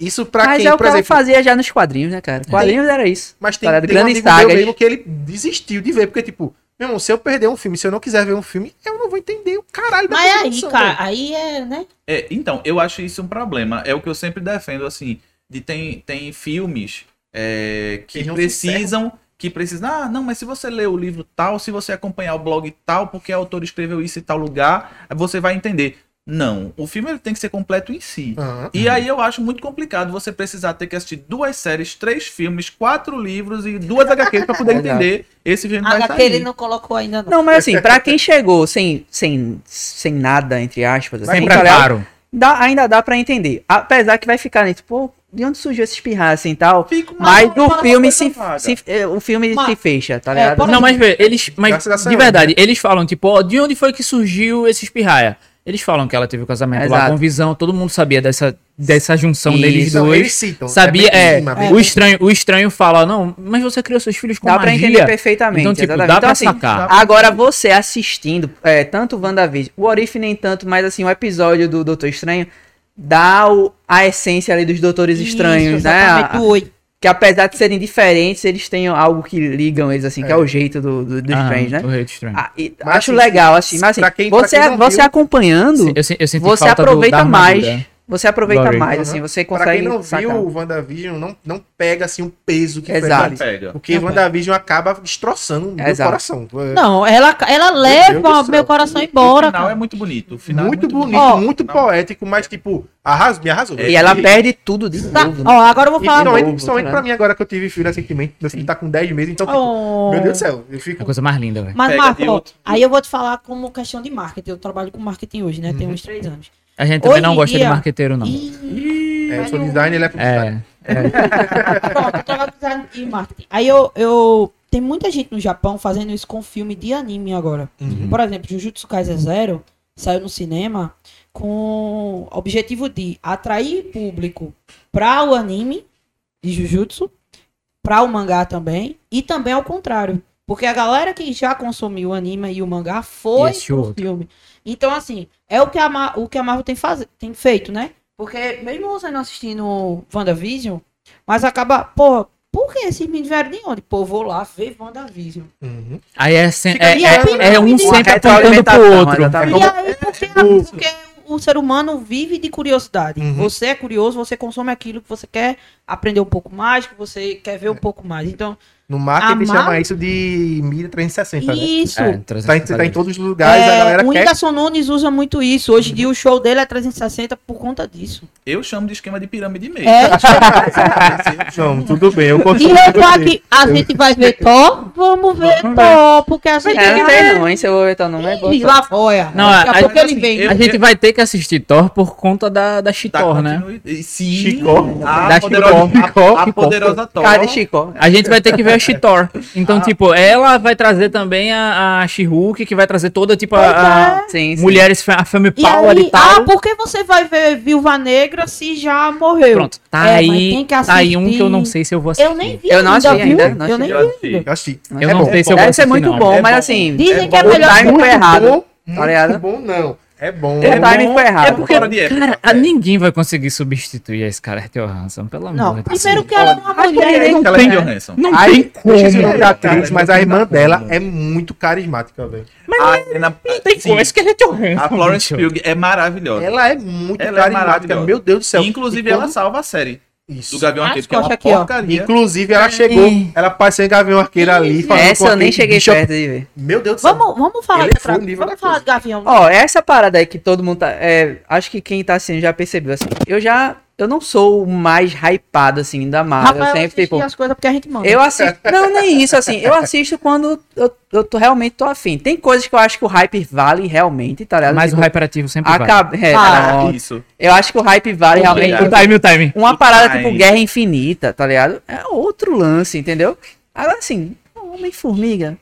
isso pra
mas
quem,
é o
por
que ela
exemplo.
fazia já nos quadrinhos, né, cara? Quadrinhos era isso.
Mas tem,
Tá,
tem um
grandes
amigo meu
sagas.
mesmo que ele desistiu de ver, porque, tipo, meu irmão, se eu perder um filme, se eu não quiser ver um filme, eu não vou entender o caralho
Mas é aí,
produção,
cara,
velho.
aí é, né?
É, então, eu acho isso um problema. É o que eu sempre defendo, assim, de tem, tem filmes é, que
um
Eles não se
precisam. Que precisam. Ah, não, mas se você ler o livro tal, se você acompanhar o blog tal, porque o autor escreveu isso em tal lugar, você vai entender. Não, o filme ele tem que ser completo em si.
Aham.
E aí eu acho muito complicado você precisar ter que assistir duas séries, três filmes, quatro livros e duas HQs pra poder
Verdade.
entender esse filme que vai
HQ ele
sair.
não colocou ainda, não.
Não, mas assim, pra quem chegou sem, sem, sem nada, entre aspas, assim,
Sem
tá ligado?
preparo.
Dá- ainda dá pra entender. Apesar que vai ficar, né? Tipo, pô, de onde surgiu esse pirraça e tal?
Fica uma-
Mas
uma
o filme
coisa
se,
vaga.
se- é, o filme
Mas-
se fecha, tá
É,
ligado?
pode-
Não,
Não, mas vê, eles. Mas,
Graças a
de
Senhor,
verdade, eles falam, tipo, ó, de onde foi que surgiu esses pirraia? Eles falam que ela teve o casamento lá
Exato.
com visão, todo mundo sabia dessa, dessa junção
Isso.
deles
Então,
dois.
eles citam.
Sabia,
bem
é,
por cima, bem
o, estranho, o estranho fala, não, mas você criou seus filhos com
dá pra
magia.
entender perfeitamente.
então, tipo,
exatamente.
dá
Então,
pra
assim,
sacar.
Agora, você assistindo é, tanto WandaVision, o Orif nem tanto, mas assim, o episódio do Doutor Estranho dá o- a essência ali dos Doutores Estranhos,
Isso,
né?
exatamente,
A-
do oi.
que apesar de serem diferentes, eles têm algo que ligam eles, assim, que é o jeito do, do, dos
Ah,
Strange, né?
O rei do estranho.
Ah, e
Mas,
acho
assim,
legal, assim, mas assim,
pra quem- pra
você,
quem não
você
viu-
acompanhando,
Sim, eu, se- eu senti
você
falta do- da
aproveita mais
armadura. É
Você aproveita
Adorei.
mais,
Uhum.
assim, você
Pra quem
consegue
não
sacar.
viu o WandaVision, não, não pega assim o peso que
Exato.
foi ali.
Pega.
Porque o WandaVision acaba destroçando o meu
Exato.
coração. É
Não, ela, ela leva
Deus do
meu
céu.
coração
O
embora,
final é
cara.
muito bonito. O final é
muito, bonito,
Ó.
muito poético, mas tipo, arrasou, me arrasou.
E ela perde tudo de
Tá,
novo. né?
ó, agora eu vou
E é
falar. um
principalmente,
novo,
principalmente
né?
pra mim agora que eu tive filho recentemente, meu filho tá com 10 meses, então tipo,
Oh.
meu Deus do céu, eu
É a
fico...
coisa mais linda, velho.
Mas,
Pega de
Marco,
outro.
aí eu vou te falar como questão de marketing. Eu trabalho com marketing hoje, né? Tem uns três anos.
A gente também
Hoje
não
em
gosta de
dia-
marqueteiro, Uhum. não.
E
É, eu sou designer, ele é publicitário.
É.
pronto, eu trabalho com design e marketing. Aí eu, eu. Tem muita gente no Japão fazendo isso com filme de anime agora.
Uhum.
Por exemplo, Jujutsu Kaisen Zero saiu no cinema com o objetivo de atrair público para o anime de Jujutsu, para o mangá também, e também ao contrário. Porque a galera que já consumiu o anime e o mangá foi
E esse outro.
filme. Então, assim, é o que a, Ma- o que a Marvel tem, faz- tem feito, né? Porque mesmo você não assistindo WandaVision, mas acaba, pô, por que esses meninos vieram de onde? Pô, vou lá ver WandaVision.
Uhum.
Aí é, sem-
Fica
é,
ligado,
é,
né?
é um
Uma
sempre apontando
retroalimentação,
pro outro. Tá
exatamente.
Então,
E aí,
é,
porque, porque o ser humano vive de curiosidade.
Uhum.
Você é curioso, você consome aquilo que você quer aprender um pouco mais, que você quer
É.
ver um pouco mais. Então,
No marketing
Amar-
chama isso de mídia 360, né?
isso.
Tá em,
É,
tá em
360.
todos os lugares, a
É,
galera
o
quer...
Whindersson Nunes usa muito isso. Hoje em dia o show dele é 360 por conta disso.
Eu chamo de esquema de pirâmide
Então,
mesmo. Tá
É,
Não, tudo bem, eu
E
consigo.
eu tô aqui, a gente vai ver Thor? Vamos ver Thor, porque a gente
É, não sei não, hein? Se eu vou ver teu nome, é
Ih,
boa.
lá fora.
Não,
Daqui
a-
a pouco
a-
ele vem.
eu-
A gente vai ter que assistir Thor por conta da, da
Dá
Chitor, né?
continuidade. Tá Sim.
Chicó.
A,
Da
poderosa,
Chicó.
a, a
Chicó.
poderosa Thor.
Cara de Chico.
A gente vai ter que ver a Chitor. Então, tipo, ela vai trazer também a, a She-Hulk, que vai trazer toda, tipo, a, a
Sim, sim.
mulheres, fa- a Femme
E
Power
aí,
e tal.
ah, por que você vai ver Viúva Negra se já morreu?
Pronto, tá
É, mas
aí.
tem que
Tá aí um que eu não
assistir.
sei se eu vou assistir.
Eu nem vi
Eu não achei
viu?
ainda, não
eu
achei.
nem
Eu
vi.
assisti.
Eu É achei.
Eu não sei se eu vou
Deve ser
assistir,
muito
não.
bom,
É
mas
bom.
assim.
Dizem que é
o
melhor.
timing foi errado.
Muito
Tá ligado?
bom, não. É bom.
O timing
bom,
foi
É
errado.
porque, fora de época.
Cara, a- ninguém vai conseguir substituir a Scarlett Johansson, pelo amor
Não,
de Deus.
primeiro que ela é uma mulher. né?
Ela é Johansson.
Não
Ai,
tem
Eu esqueci o nome
como.
da
Cara,
atriz,
não
mas
tem
a irmã
como,
dela
velho.
é muito carismática, velho.
A Helena- sim.
a Scarlett Johansson.
A Florence
bicho.
Pugh é maravilhosa.
Ela é muito
Ela é
carismática,
maravilhosa.
meu Deus do céu.
Inclusive,
E quando-
ela salva a série
Isso.
do Gavião
Ah,
Arqueiro, que é uma
escocha aqui, ó.
porcaria.
Inclusive, ela chegou, ela passou em Gavião Arqueiro ali. falando
Essa
com
eu nem
aquele
cheguei
bicho-
perto de ver.
Meu Deus do céu.
Vamos, vamos falar
Ele
de
foi o
Fra-
nível da
Vamos falar
coisa.
de Gavião.
Ó, essa parada aí que todo mundo tá. é, acho que quem tá assistindo já percebeu, assim. Eu já. Eu não sou o mais hypado, assim, da Marvel.
Rafael
eu sempre,
assiste
tipo.
as coisas porque a gente manda.
Eu assisto. Não, nem isso, assim. Eu assisto quando eu, eu tô, realmente tô afim. Tem coisas que eu acho que o hype vale realmente, tá ligado?
Mas o
Tipo,
hyperativo sempre vai.
acaba- é,
Ah,
não.
Isso.
Eu acho que o hype vale realmente.
Obrigado.
É O time, o time.
Uma parada tipo
Ai.
Guerra Infinita, tá ligado? É outro lance, entendeu? Agora assim, Homem-Formiga.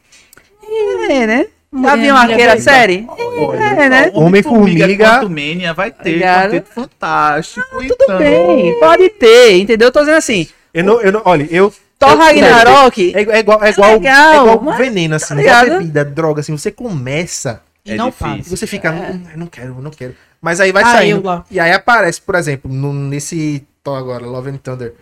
É, né? Gavião Arqueiro, a série? É, né?
Homem-Formiga,
Mania vai ter,
Ligado?
Quarteto Fantástico. então.
Tudo bem, pode ter, entendeu? Tô dizendo assim,
Eu não, eu não, olha, eu.
Thor
eu-
Ragnarok,
É, é igual, é igual,
legal,
é igual
mas-
veneno, assim,
tá
igual
ligado?
bebida, droga, assim, você começa
e
é
não
difícil.
faz.
e você fica,
é.
"Hum, eu não quero, eu não quero. Mas aí vai
Ah,
saindo.
eu lá.
E aí aparece, por exemplo, no- nesse Thor agora, Love and Thunder,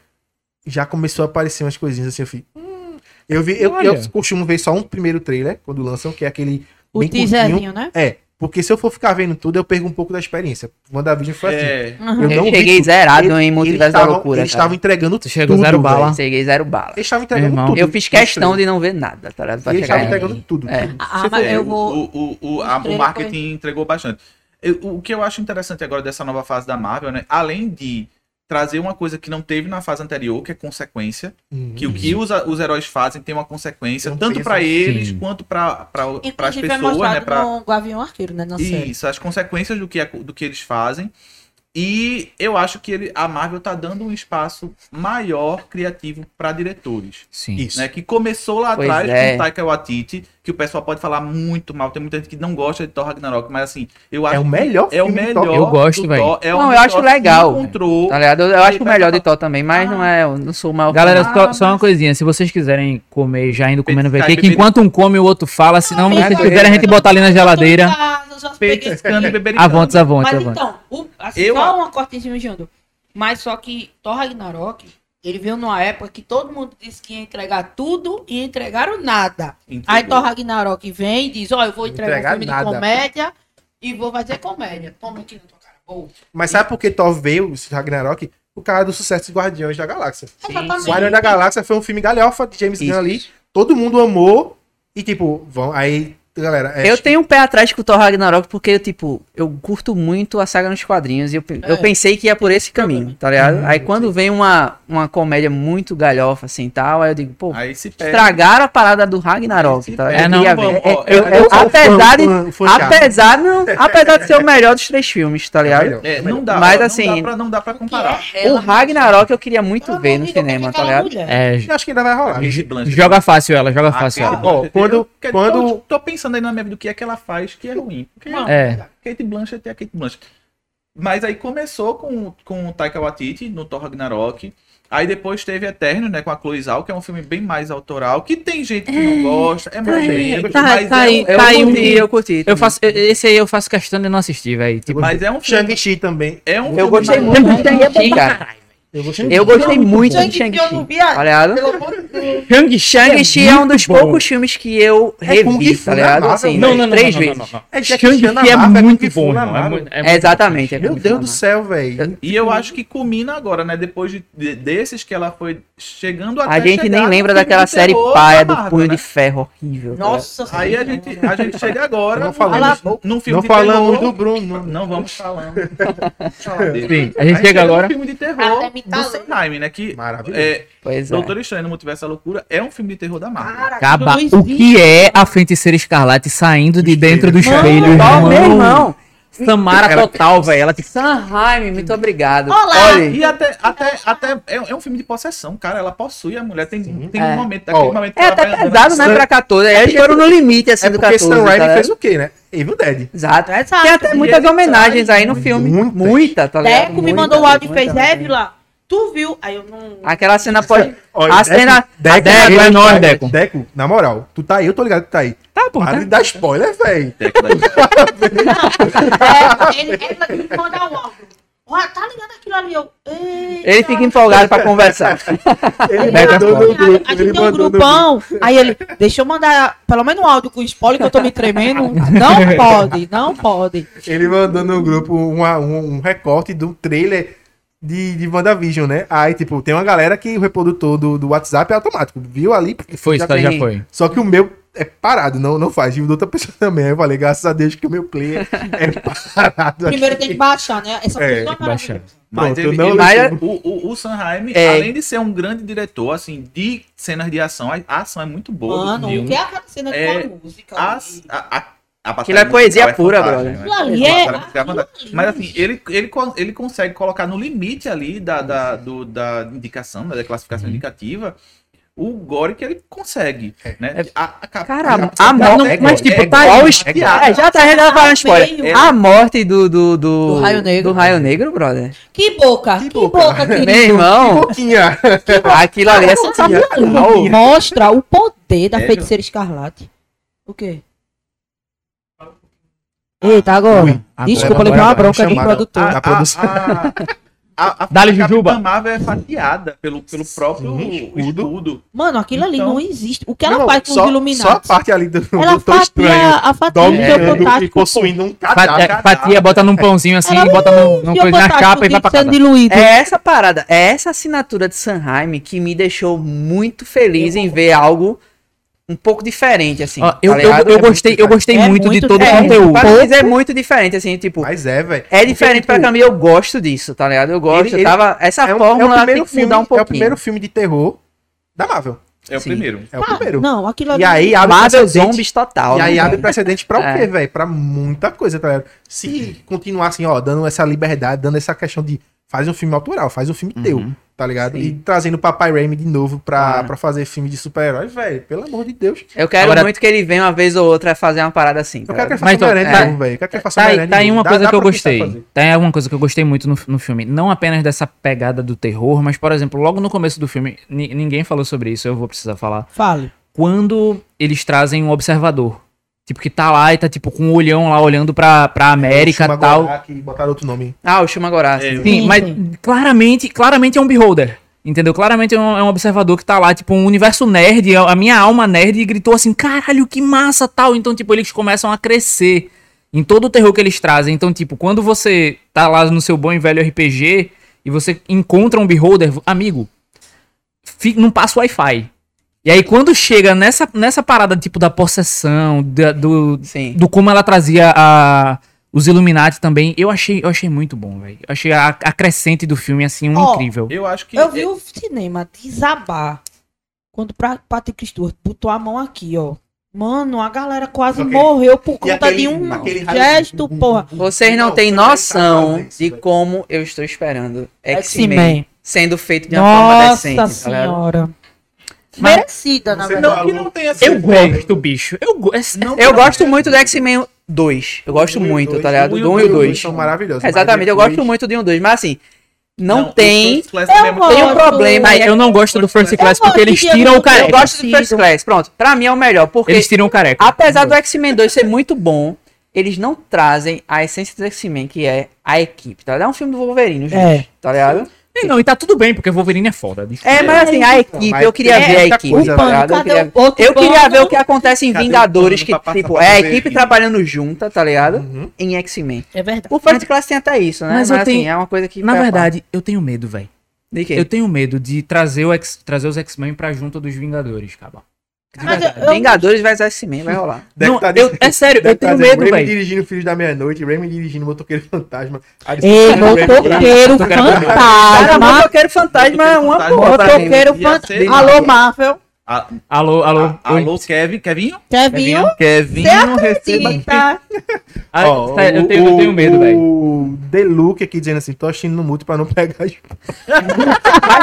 já começou a aparecer umas coisinhas assim, eu fico, "Hum". Eu vi, eu, eu
Olha.
costumo ver só um primeiro trailer, quando lançam, que é aquele
O
bem curtinho.
teaserzinho, né?
É, porque se eu for ficar vendo tudo, eu perco um pouco da experiência. WandaVision foi assim.
É,
Uhum.
Eu
eu
não vi
cheguei
tudo.
zerado em
Eles
Multiverso da
estavam-
Loucura.
Eles
cara.
estavam entregando
Tu chegou
tudo,
zero bala.
velho.
Cheguei zero bala.
Eles estavam entregando
Meu irmão.
tudo.
Eu fiz questão de não ver nada, tá ligado? Pra
Eles
chegar
estavam
aí.
entregando tudo.
É.
tudo.
Ah, mas
é,
eu
o-
vou.
o, o, o, a- o
Estrela
marketing
foi-
entregou bastante. Eu- o que eu acho interessante agora dessa nova fase da Marvel, né? Além de trazer uma coisa que não teve na fase anterior, que é consequência,
Uhum.
que o que os, os heróis fazem tem uma consequência
Tem um
tanto
peso.
pra eles
Sim.
quanto pra pra- pra as
Inclusive é
pessoas,
mostrado
né? Pra,
no Gavião Arqueiro, né? Na série.
Isso, as consequências do que, é- do que eles fazem. E eu acho que ele, a Marvel tá dando um espaço maior criativo para diretores.
Sim.
Isso.
Né? Que começou lá
Pois
atrás
é.
com Taika Waititi, que o pessoal pode falar muito mal. Tem muita gente que não gosta de Thor Ragnarok, mas assim, eu acho
É o
que
melhor
é o
filme de
melhor.
Thor.
Eu gosto,
do
véi.
Thor, é
Não,
onde
eu acho
Thor
legal.
Encontrou.
Tá ligado? Eu, eu acho que o melhor de Thor também, mas não é, eu não sou o maior.
Galera,
fã.
só, só uma coisinha. Se vocês quiserem comer, já indo comendo VT, que
beber-
enquanto um come, o outro fala. Se não,
Ah,
vocês
beleza.
quiserem, a gente botar ali na
Eu
geladeira.
tô em casa, eu já peguei
Petiscando e bebericando.
Avante, avante,
Mas
avante.
então, o, assim,
Eu-
só uma cortezinha, Jando. Mas só que Thor Ragnarok, ele veio numa época que todo mundo disse que ia entregar tudo e entregaram nada.
Entregou.
Aí Thor Ragnarok vem e diz, ó, eu vou entregar,
Entregar
um filme
nada.
de comédia e vou fazer comédia. Toma aqui na tua cara.
Mas sabe por que Thor veio, esse Ragnarok? O cara do sucesso de Guardiões da Galáxia.
Exatamente.
Guardiões da Galáxia foi um filme galhofa de James Gunn ali. Todo mundo amou. E tipo, vão. Aí, galera. é,
Eu tenho um pé atrás com o Thor Ragnarok porque, tipo, eu curto muito a saga nos quadrinhos e eu, pe- eu pensei que ia por esse caminho,
Uhum.
tá ligado? Aí quando vem uma, uma comédia muito galhofa assim e tal, aí eu digo, pô,
Aí se perde.
estragaram a parada do Ragnarok,
Esse
tá ligado?
pé
Eu
é. não,
queria
pô,
ver.
pô,
É- é-
eu-
eu-
eu sou
apesar
fã,
de
fã, fã chato.
apesar, não, apesar de ser o melhor dos três filmes, tá
melhor.
ligado?
É, não dá,
Mas,
não
assim,
dá pra, não dá pra comparar.
O Ragnarok eu queria muito ver no cinema, tá ligado?
então,
É,
Eu acho que ainda vai rolar.
Blanche, Blanche.
joga fácil ela,
É
joga
Ah,
fácil
cara,
ela.
Ó, quando-
eu- eu-
quando-
eu tô pensando aí na minha vida o que é que ela faz que é ruim. Porque
É.
Kate Blanchett é a Kate Blanchett. Mas aí começou com, com o Taika Waititi no Thor Ragnarok. Aí depois teve Eterno, né, com a Chloe Zhao, que é um filme bem mais autoral, que tem gente que não gosta, é mais gente,
tá-
mas,
tá
é
aí.
Eu
Caiu
um,
curti,
de-
eu curti.
Eu faço, eu- esse aí eu faço questão de não assistir, velho. Tipo,
mas é um filme,
Shang-Chi também.
é um
Eu
filme
gostei
mais-
muito de Shang-Chi, cara.
Eu gostei
Eu gostei muito de
Shang-Chi eu não
Shang-Chi,
vi a-
tá ligado?
Pelo amor de Deus.
Shang-Chi é, um dos poucos filmes que eu
É Kung
revi,
Fu
tá
na
ligado?
Marvel,
Assim,
velho.
não, três vezes.
É Jackie Chan na
Shang-Chi é
Marvel, é
muito
Kung Fu
bom,
na
irmão. É
Marvel.
muito- é muito-
É exatamente. é
Meu
Kung Fu
Deus
na
do
Marvel.
céu, velho.
E eu acho que culmina agora, né? Depois de, de- desses que ela foi chegando até
A gente
chegar
nem
no
lembra
filme
daquela
de
série
terror
paia
da
do
Marvel,
Punho
né?
de Ferro horrível. tá ligado?
Nossa
Aí a gente, a gente chega agora
Não
num-
falamos-
num- num filme
Não
de
falamos
terror.
do Bruno.
Não vamos falar. não vamos falar dele.
Sim, a gente chega
num
agora-
filme de
Até
terror
me
do
calei.
Sondheim, né? Que
Maravilhoso.
é,
Pois é.
Doutor Estranho no Multiverso da Loucura é um filme de terror da Marvel.
Cara,
Acaba.
aquilo não
O que é a feiticeira escarlate saindo de dentro do
Mano,
espelho,
ó,
irmão?
meu irmão.
Samara total, velho. Ela tipo,
Sanheim, muito obrigado.
Olá.
Olha,
E até, até, até é, é um filme de possessão, cara. Ela possui a mulher. Tem, tem
É.
um momento, aquele
Ó,
momento que
é
ela
até
vai andando- assim,
pesado, né, pra 14. Aí Eles foram no limite, assim,
É
do
porque
14.
Stan
tá
Raimi
ligado?
fez o quê, né? Evil Dead.
Exato.
Exato.
Tem até
E
muitas
ele
homenagens aí no filme.
muitas.
Muita, tá ligado?
Deco me mandou o áudio e fez, é, lá. Tu viu? Aí eu não.
Aquela cena pode.
Olha,
A
Deco-
cena.
Deco,
a cena-
Deco, é nóis, Deco.
Deco, na moral, tu tá aí, eu tô ligado que tu tá aí.
tá, pô.
Para
Tá.
de dar spoiler, velho.
É, ele, ela me mandou o áudio. Ó, tá ligado aquilo ali? Eu. Eita.
Ele fica empolgado pra conversar.
Ele
Deco é
mandou
foda.
no grupo.
a
Ele
gente tem
mandou
um
no grupo.
grupão. Aí ele, deixa eu mandar pelo menos um áudio com spoiler que eu tô me tremendo. Não pode, não pode.
Ele mandou no grupo uma- um, um recorte do trailer de, de WandaVision, né? Aí, tipo, tem uma galera que o reprodutor do, do WhatsApp é automático. Viu ali?
Foi,
já
tá,
tem-
já foi.
Só que o meu é parado, não, não faz. E o da outra pessoa também. Aí eu falei, graças a Deus que o meu player é parado.
Primeiro tem que baixar, né? Essa
É,
pessoa
tem
é
que baixar.
maravilhosa.
Mas
Pronto,
ele,
não
ele-
lembro.
o, o, o Sondheim,
É.
além de ser um grande diretor, assim, de cenas de ação, a a ação é muito boa. do
Mano,
filme.
o que é aquela cena com
É,
a música?
As- a, a, a
Aquilo é
batalha
poesia
musical é
pura,
fantástica,
brother.
né?
Aquilo ali
A
é-
batalha musical é
aquilo
fantástica.
ali.
Mas assim, ele, ele, co- ele consegue colocar no limite ali da, da, do- da indicação, né, da classificação indicativa, o gore que ele consegue. Né? A, a, capa-
Cara,
capa-
a
Não,
morte.
mas tipo,
é
tá
igual,
aí.
é
É,
igual.
já tá já vai um spoiler.
É.
meio.
A morte do. Do, do,
Do Raio Negro.
do Raio Negro, brother.
Que boca, que boca, querido.
Meu irmão,
Pouquinha.
aquilo ali é
tá
sensacional.
Mostra o poder da
É,
feiticeira escarlate. O quê? Eita, agora. Desculpa,
agora
levei uma
vai
bronca de
chamar,
produtor.
Da produção.
A, a, a,
Dá-lhe,
a
Jujuba.
Capitã Marvel é fatiada pelo, pelo próprio
Sim, escudo.
escudo.
Mano, aquilo ali
Então-
não existe. O que ela
Não,
faz com
só,
os
Só a
iluminados?
parte ali do, do
Ela
Doutor Estranho.
fatia a fatia do
É.
seu
Dominando e
fantástico.
possuindo um
Fatia,
cadáver.
é, fatia, bota num pãozinho assim,
Ela-
bota num, num
Seu
coisa na
fantástico
chapa e vai pra
sendo
casa.
diluído.
É essa parada, é essa assinatura de Sanheim que me deixou muito feliz em ver algo um pouco diferente, assim.
Ó, eu,
tá
eu,
ligado?
eu
É
gostei, eu gostei
É
muito, de
muito
todo o
muito- é,
conteúdo.
para dizer, é muito diferente, assim, tipo.
Mas é, velho.
É diferente
Porque,
pra
tipo,
mim, eu gosto disso, tá ligado? Eu gosto,
Ele- ele-
eu tava. Essa
É, um, é, o
fórmula tem
primeiro
que mudar
filme,
um pouquinho.
é o primeiro filme de terror da Marvel.
É o
Sim.
primeiro.
É o primeiro.
Não, aquilo ali.
E aí abre
Marvel
precedente-
Zombies total.
E aí
né,
abre
cara?
precedente pra o
É.
quê, velho? Pra muita coisa, tá ligado? Se continuar assim, ó, dando essa liberdade, dando essa questão de faz um filme autoral, faz um filme
Uhum.
teu, tá ligado?
Sim.
E trazendo o Papai Raimi de novo pra,
É.
Claro.
pra fazer filme de super-herói, velho. Pelo amor de Deus.
Eu quero
Agora-
muito que ele venha uma vez ou outra fazer uma parada assim.
Eu
cara.
quero que ele
Mas
faça
então,
um Homem-Aranha
tá-
de novo, velho. Eu quero que ele faça
Tá,
um
aí-
Homem-Aranha
tá
de
aí
novo.
uma
Dá-
coisa
dá
que eu
pra pensar fazer.
gostei. Tá aí uma coisa que eu gostei muito no, no filme. Não apenas dessa pegada do terror, mas, por exemplo, logo no começo do filme, ni- ninguém falou sobre isso, eu vou precisar falar.
Fale.
Quando eles trazem um observador. Tipo, que tá lá e tá, tipo, com um olhão lá olhando pra, pra América e
Chama
tal.
Gorá, que Botaram outro nome.
Ah, o Shumagorá.
É,
Sim,
Sim,
mas
sim.
claramente, claramente é um beholder. Entendeu? Claramente é um, é um observador que tá lá, tipo, um universo nerd, a a minha alma nerd, e gritou assim, caralho, que massa, tal. Então, tipo, eles começam a crescer em todo o terror que eles trazem. Então, tipo, quando você tá lá no seu bom e velho RPG e você encontra um beholder, amigo, fi- não passa o Wi-Fi. E aí, quando chega nessa, nessa parada, tipo, da possessão, da- do,
Sim.
do como ela trazia a- os Illuminati também, eu achei, eu achei muito bom, velho. Eu achei a, a crescente do filme, assim, um
Ó,
incrível.
Eu acho que. é
Eu vi o cinema desabar quando pra Patrick Stewart botou a mão aqui, ó. Mano, a galera quase
Aquele-
morreu por
E
conta de um
aquele raio-
gesto, porra.
Vocês não,
Não,
têm
você vai
noção
fazer isso,
de
velho.
como eu estou esperando X-Men
X-Men.
sendo feito de uma forma
Nossa
decente, tá galera.
senhora.
Mas-
Merecida, na
Você
verdade.
Não, que não tem assim.
Eu gosto, bicho. Eu, go- é-
Eu gosto muito do X-Men 2. Eu gosto
Um e o
muito,
dois.
tá ligado?
Um e
Do
o
1 e o
dois
2.
São maravilhosos.
Exatamente, eu gosto muito de um 2, mas assim, não, tem.
o First Class
Eu
também é muito-
gosto.
Tem um problema aí.
Mas eu não gosto do First Class porque
gosto
eles
de
tiram o
Diego-
Eu
é,
careca.
gosto do First
preciso.
Class. Pronto, pra mim é o melhor, porque
Eles tiram o careca.
apesar do X-Men 2 ser muito bom, eles não trazem a essência do X-Men, que é a equipe, tá ligado? É um filme do Wolverine, gente,
É.
tá ligado?
E não, e tá tudo bem, porque Wolverine é foda. bicho.
É, mas assim, a equipe,
mas
eu queria
tem
ver a
muita
equipe,
coisa,
tá
Pano,
ligado? Eu
cadê
queria
o outro
eu queria
pano?
ver o que acontece em
Cadê o
Vingadores,
pano
que,
pra passar
tipo,
pra
é a
Wolverine?
equipe trabalhando junta, tá ligado?
Uhum.
Em X-Men.
É verdade.
O First Class tem até isso, né?
Mas
Mas,
eu
assim,
tenho-
é uma coisa que...
Na
foi a
verdade, eu tenho medo, velho.
parte. De quê?
Eu tenho medo de trazer, o X- trazer os X-Men pra junto dos Vingadores, cara.
De
Mas
verdade.
eu- eu-
Vingadores vai usar X-Men, vai rolar.
Deve
Não,
tá-
eu- é sério, eu
Deve
tenho
trazer
medo,
Raimi
velho.
dirigindo Filhos da Meia-Noite, Raimi dirigindo Motoqueiro Fantasma.
Ei, motoqueiro
Cara,
fantasma.
Motoqueiro Fantasma é uma
Motoqueiro
boa pra mim.
Motoqueiro
Ia ser
fantasma. Alô, Marvel.
A-
Alô, alô.
a- Alô, Kevin. Kevinho?
Kevinho.
Kevinho, receba.
Eita.
Ah,
Ó,
sério, eu,
o-
tenho, eu tenho
o-
medo, velho.
O Deluxe aqui dizendo assim, tô assistindo no mute pra não pegar as...
Mas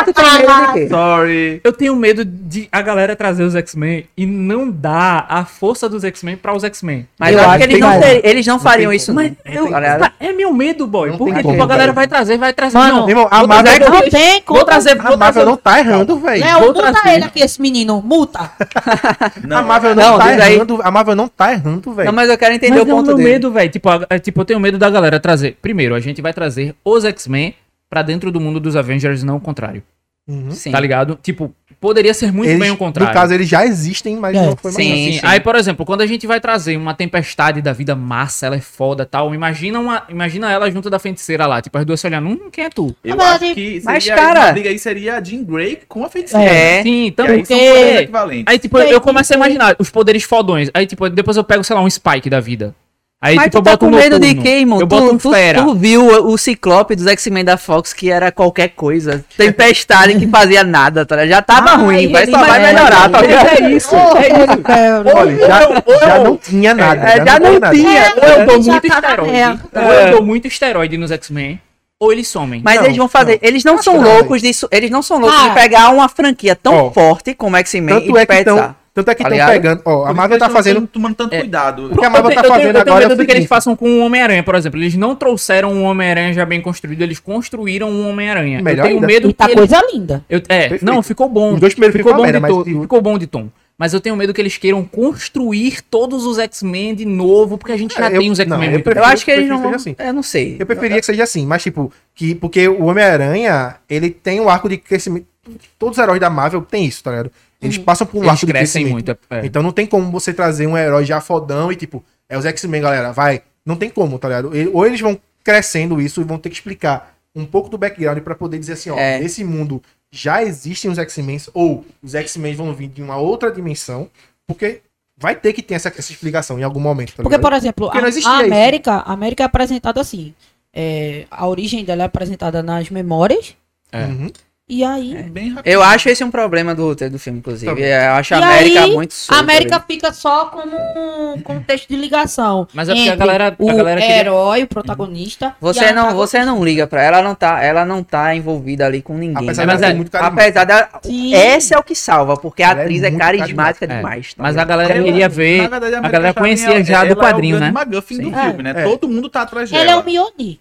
tu tem medo de quê?
Sorry.
Eu tenho medo de a galera trazer os X-Men e não dar a força dos X-Men pra os X-men.
Mas eu
Eu
acho
acho
que eles
que
não,
vai.
ter- eles não fariam isso,
Mas
não.
eu-
Tá ligado?
tá, é meu medo, boy.
Não
porque
tem
tipo,
como,
a galera
velho.
vai trazer, vai trazer.
Mano,
não,
Irmão, a
vou
Marvel,
trazer-
Não tem como.
vou trazer,
a
vou trazer.
Marvel não tá errando, velho.
Léo,
vou
muda
trazer.
ele aqui, esse menino. Multa.
A
Não,
Marvel
Não,
não tá
diz aí.
errando, a Marvel não tá errando,
Não,
velho.
mas eu quero entender
Mas
o um ponto
é o meu
dele.
medo, velho. Tipo, a- é, tipo, eu tenho medo da galera trazer. Primeiro, a gente vai trazer os X-Men pra dentro do mundo dos Avengers, não o contrário.
Uhum.
Sim.
Tá ligado? Tipo, poderia ser muito
Eles-
bem o contrário.
No caso, eles já existem, mas
É,
não foi
sim.
mais.
Assim, Aí, por exemplo, quando a gente vai trazer uma tempestade da vida massa, ela é foda tal, imagina, uma, imagina ela junto da feiticeira lá. Tipo, as duas se olhando, hum, quem é tu?
eu
Mas,
acho que
mas,
seria-
cara-
uma briga aí seria a Jean Grey com a feiticeira.
É.
Sim,
E aí
também.
são
Porque-
poderes equivalentes.
Aí, tipo, eu, eu começo a imaginar os poderes fodões. Aí, tipo, depois eu pego, sei lá, um Spike da vida. Aí,
Mas
tipo,
tu tá com
um
medo de
Noturno.
quê, irmão?
Eu
tu,
boto um
tu-
fera.
tu viu o Ciclope dos X-Men da Fox, que era qualquer coisa. Tempestade que fazia nada, tá ligado? Já tava
Ai,
ruim, vai,
ele
só vai
merece.
melhorar, tá ligado?
É isso.
Olha, já, já não tinha nada.
É, já não
nada.
tinha.
É,
Ou eu dou
Já
muito
tá na
esteroide.
merda.
Ou eu
É.
dou muito esteroide nos X-Men. Ou eles somem.
Mas
Não,
eles vão fazer. Eles não
Acho
são
que não,
loucos disso. Eles não são loucos
Ah.
de pegar uma franquia tão
Ó,
forte como X-Men
Né?
e
Tanto é que
desperdiçar.
estão tanto é que
Tá
tão
ligado?
pegando. Ó, a Marvel tá
Eles tão
fazendo.
Tomando tanto
É.
cuidado.
que a Marvel tá fazendo
eu tenho
agora é o
medo do que eles
seguinte.
façam com o Homem-Aranha, por exemplo. Eles não trouxeram um Homem-Aranha já bem construído, eles construíram um Homem-Aranha. Eu
Melhor
tenho
ainda.
medo
E tá
que eles-
coisa linda.
eu- é,
Perfeito.
não, ficou bom.
Os dois primeiros
ficou bom,
filmes
de
foi uma merda,
to-
mas-
ficou bom de tom. Mas eu tenho medo que eles queiram construir todos os X-Men de novo, porque a gente já
É, eu-
tem os
não,
X-Men.
eu
muito
Eu
prefiro-
bem.
acho que eles
prefiro
não
que
vão.
seja assim.
Eu não sei.
Eu preferia que seja assim, mas tipo, que, porque o Homem-Aranha, ele tem um arco de crescimento. Todos os heróis da Marvel têm isso, tá ligado? Eles passam por um
Hum. Eles
arco de
crescem
crescimento.
muito. é- é.
Então não tem como você trazer um herói já fodão e tipo, é os X-Men, galera, vai. Não tem como, tá ligado? Ele- Ou eles vão crescendo isso e vão ter que explicar um pouco do background pra poder dizer assim, ó,
É.
nesse mundo já existem os X-Men, ou os X-Men vão vir de uma outra dimensão, porque vai ter que ter essa, essa explicação em algum momento, tá
Porque,
ligado?
por exemplo,
Porque não
a-
existia
a,
isso.
América, a América é apresentada assim. É, a origem dela é apresentada nas memórias.
É.
Uhum.
E aí,
É Bem rápido.
Eu acho esse um problema do roteiro do filme, inclusive. É,
Também.
Eu acho a
E
América
aí,
muito
a
solta.
América
velho.
fica só como um contexto de ligação.
Mas é porque a
entre
galera- a
o é,
galera queria-
herói, o protagonista. e
Você
a
não,
antagonista.
você não liga pra ela, não tá, ela não tá envolvida ali com ninguém.
Apesar
dela
né? Mas
ser
é-
muito carismática.
apesar da,
Sim.
essa é o que salva, porque a
Ela é
atriz é
muito
carismática.
carismática demais. tá
Mas a
ligado?
galera
Ela-
queria ver.
na verdade,
a
América
galera
Chapinha,
conhecia já do
ela
quadrinho,
É o
né?
grande MacGuffin do
Sim.
filme, né?
É.
Todo mundo tá atrás dela.
Ela é um Mioni.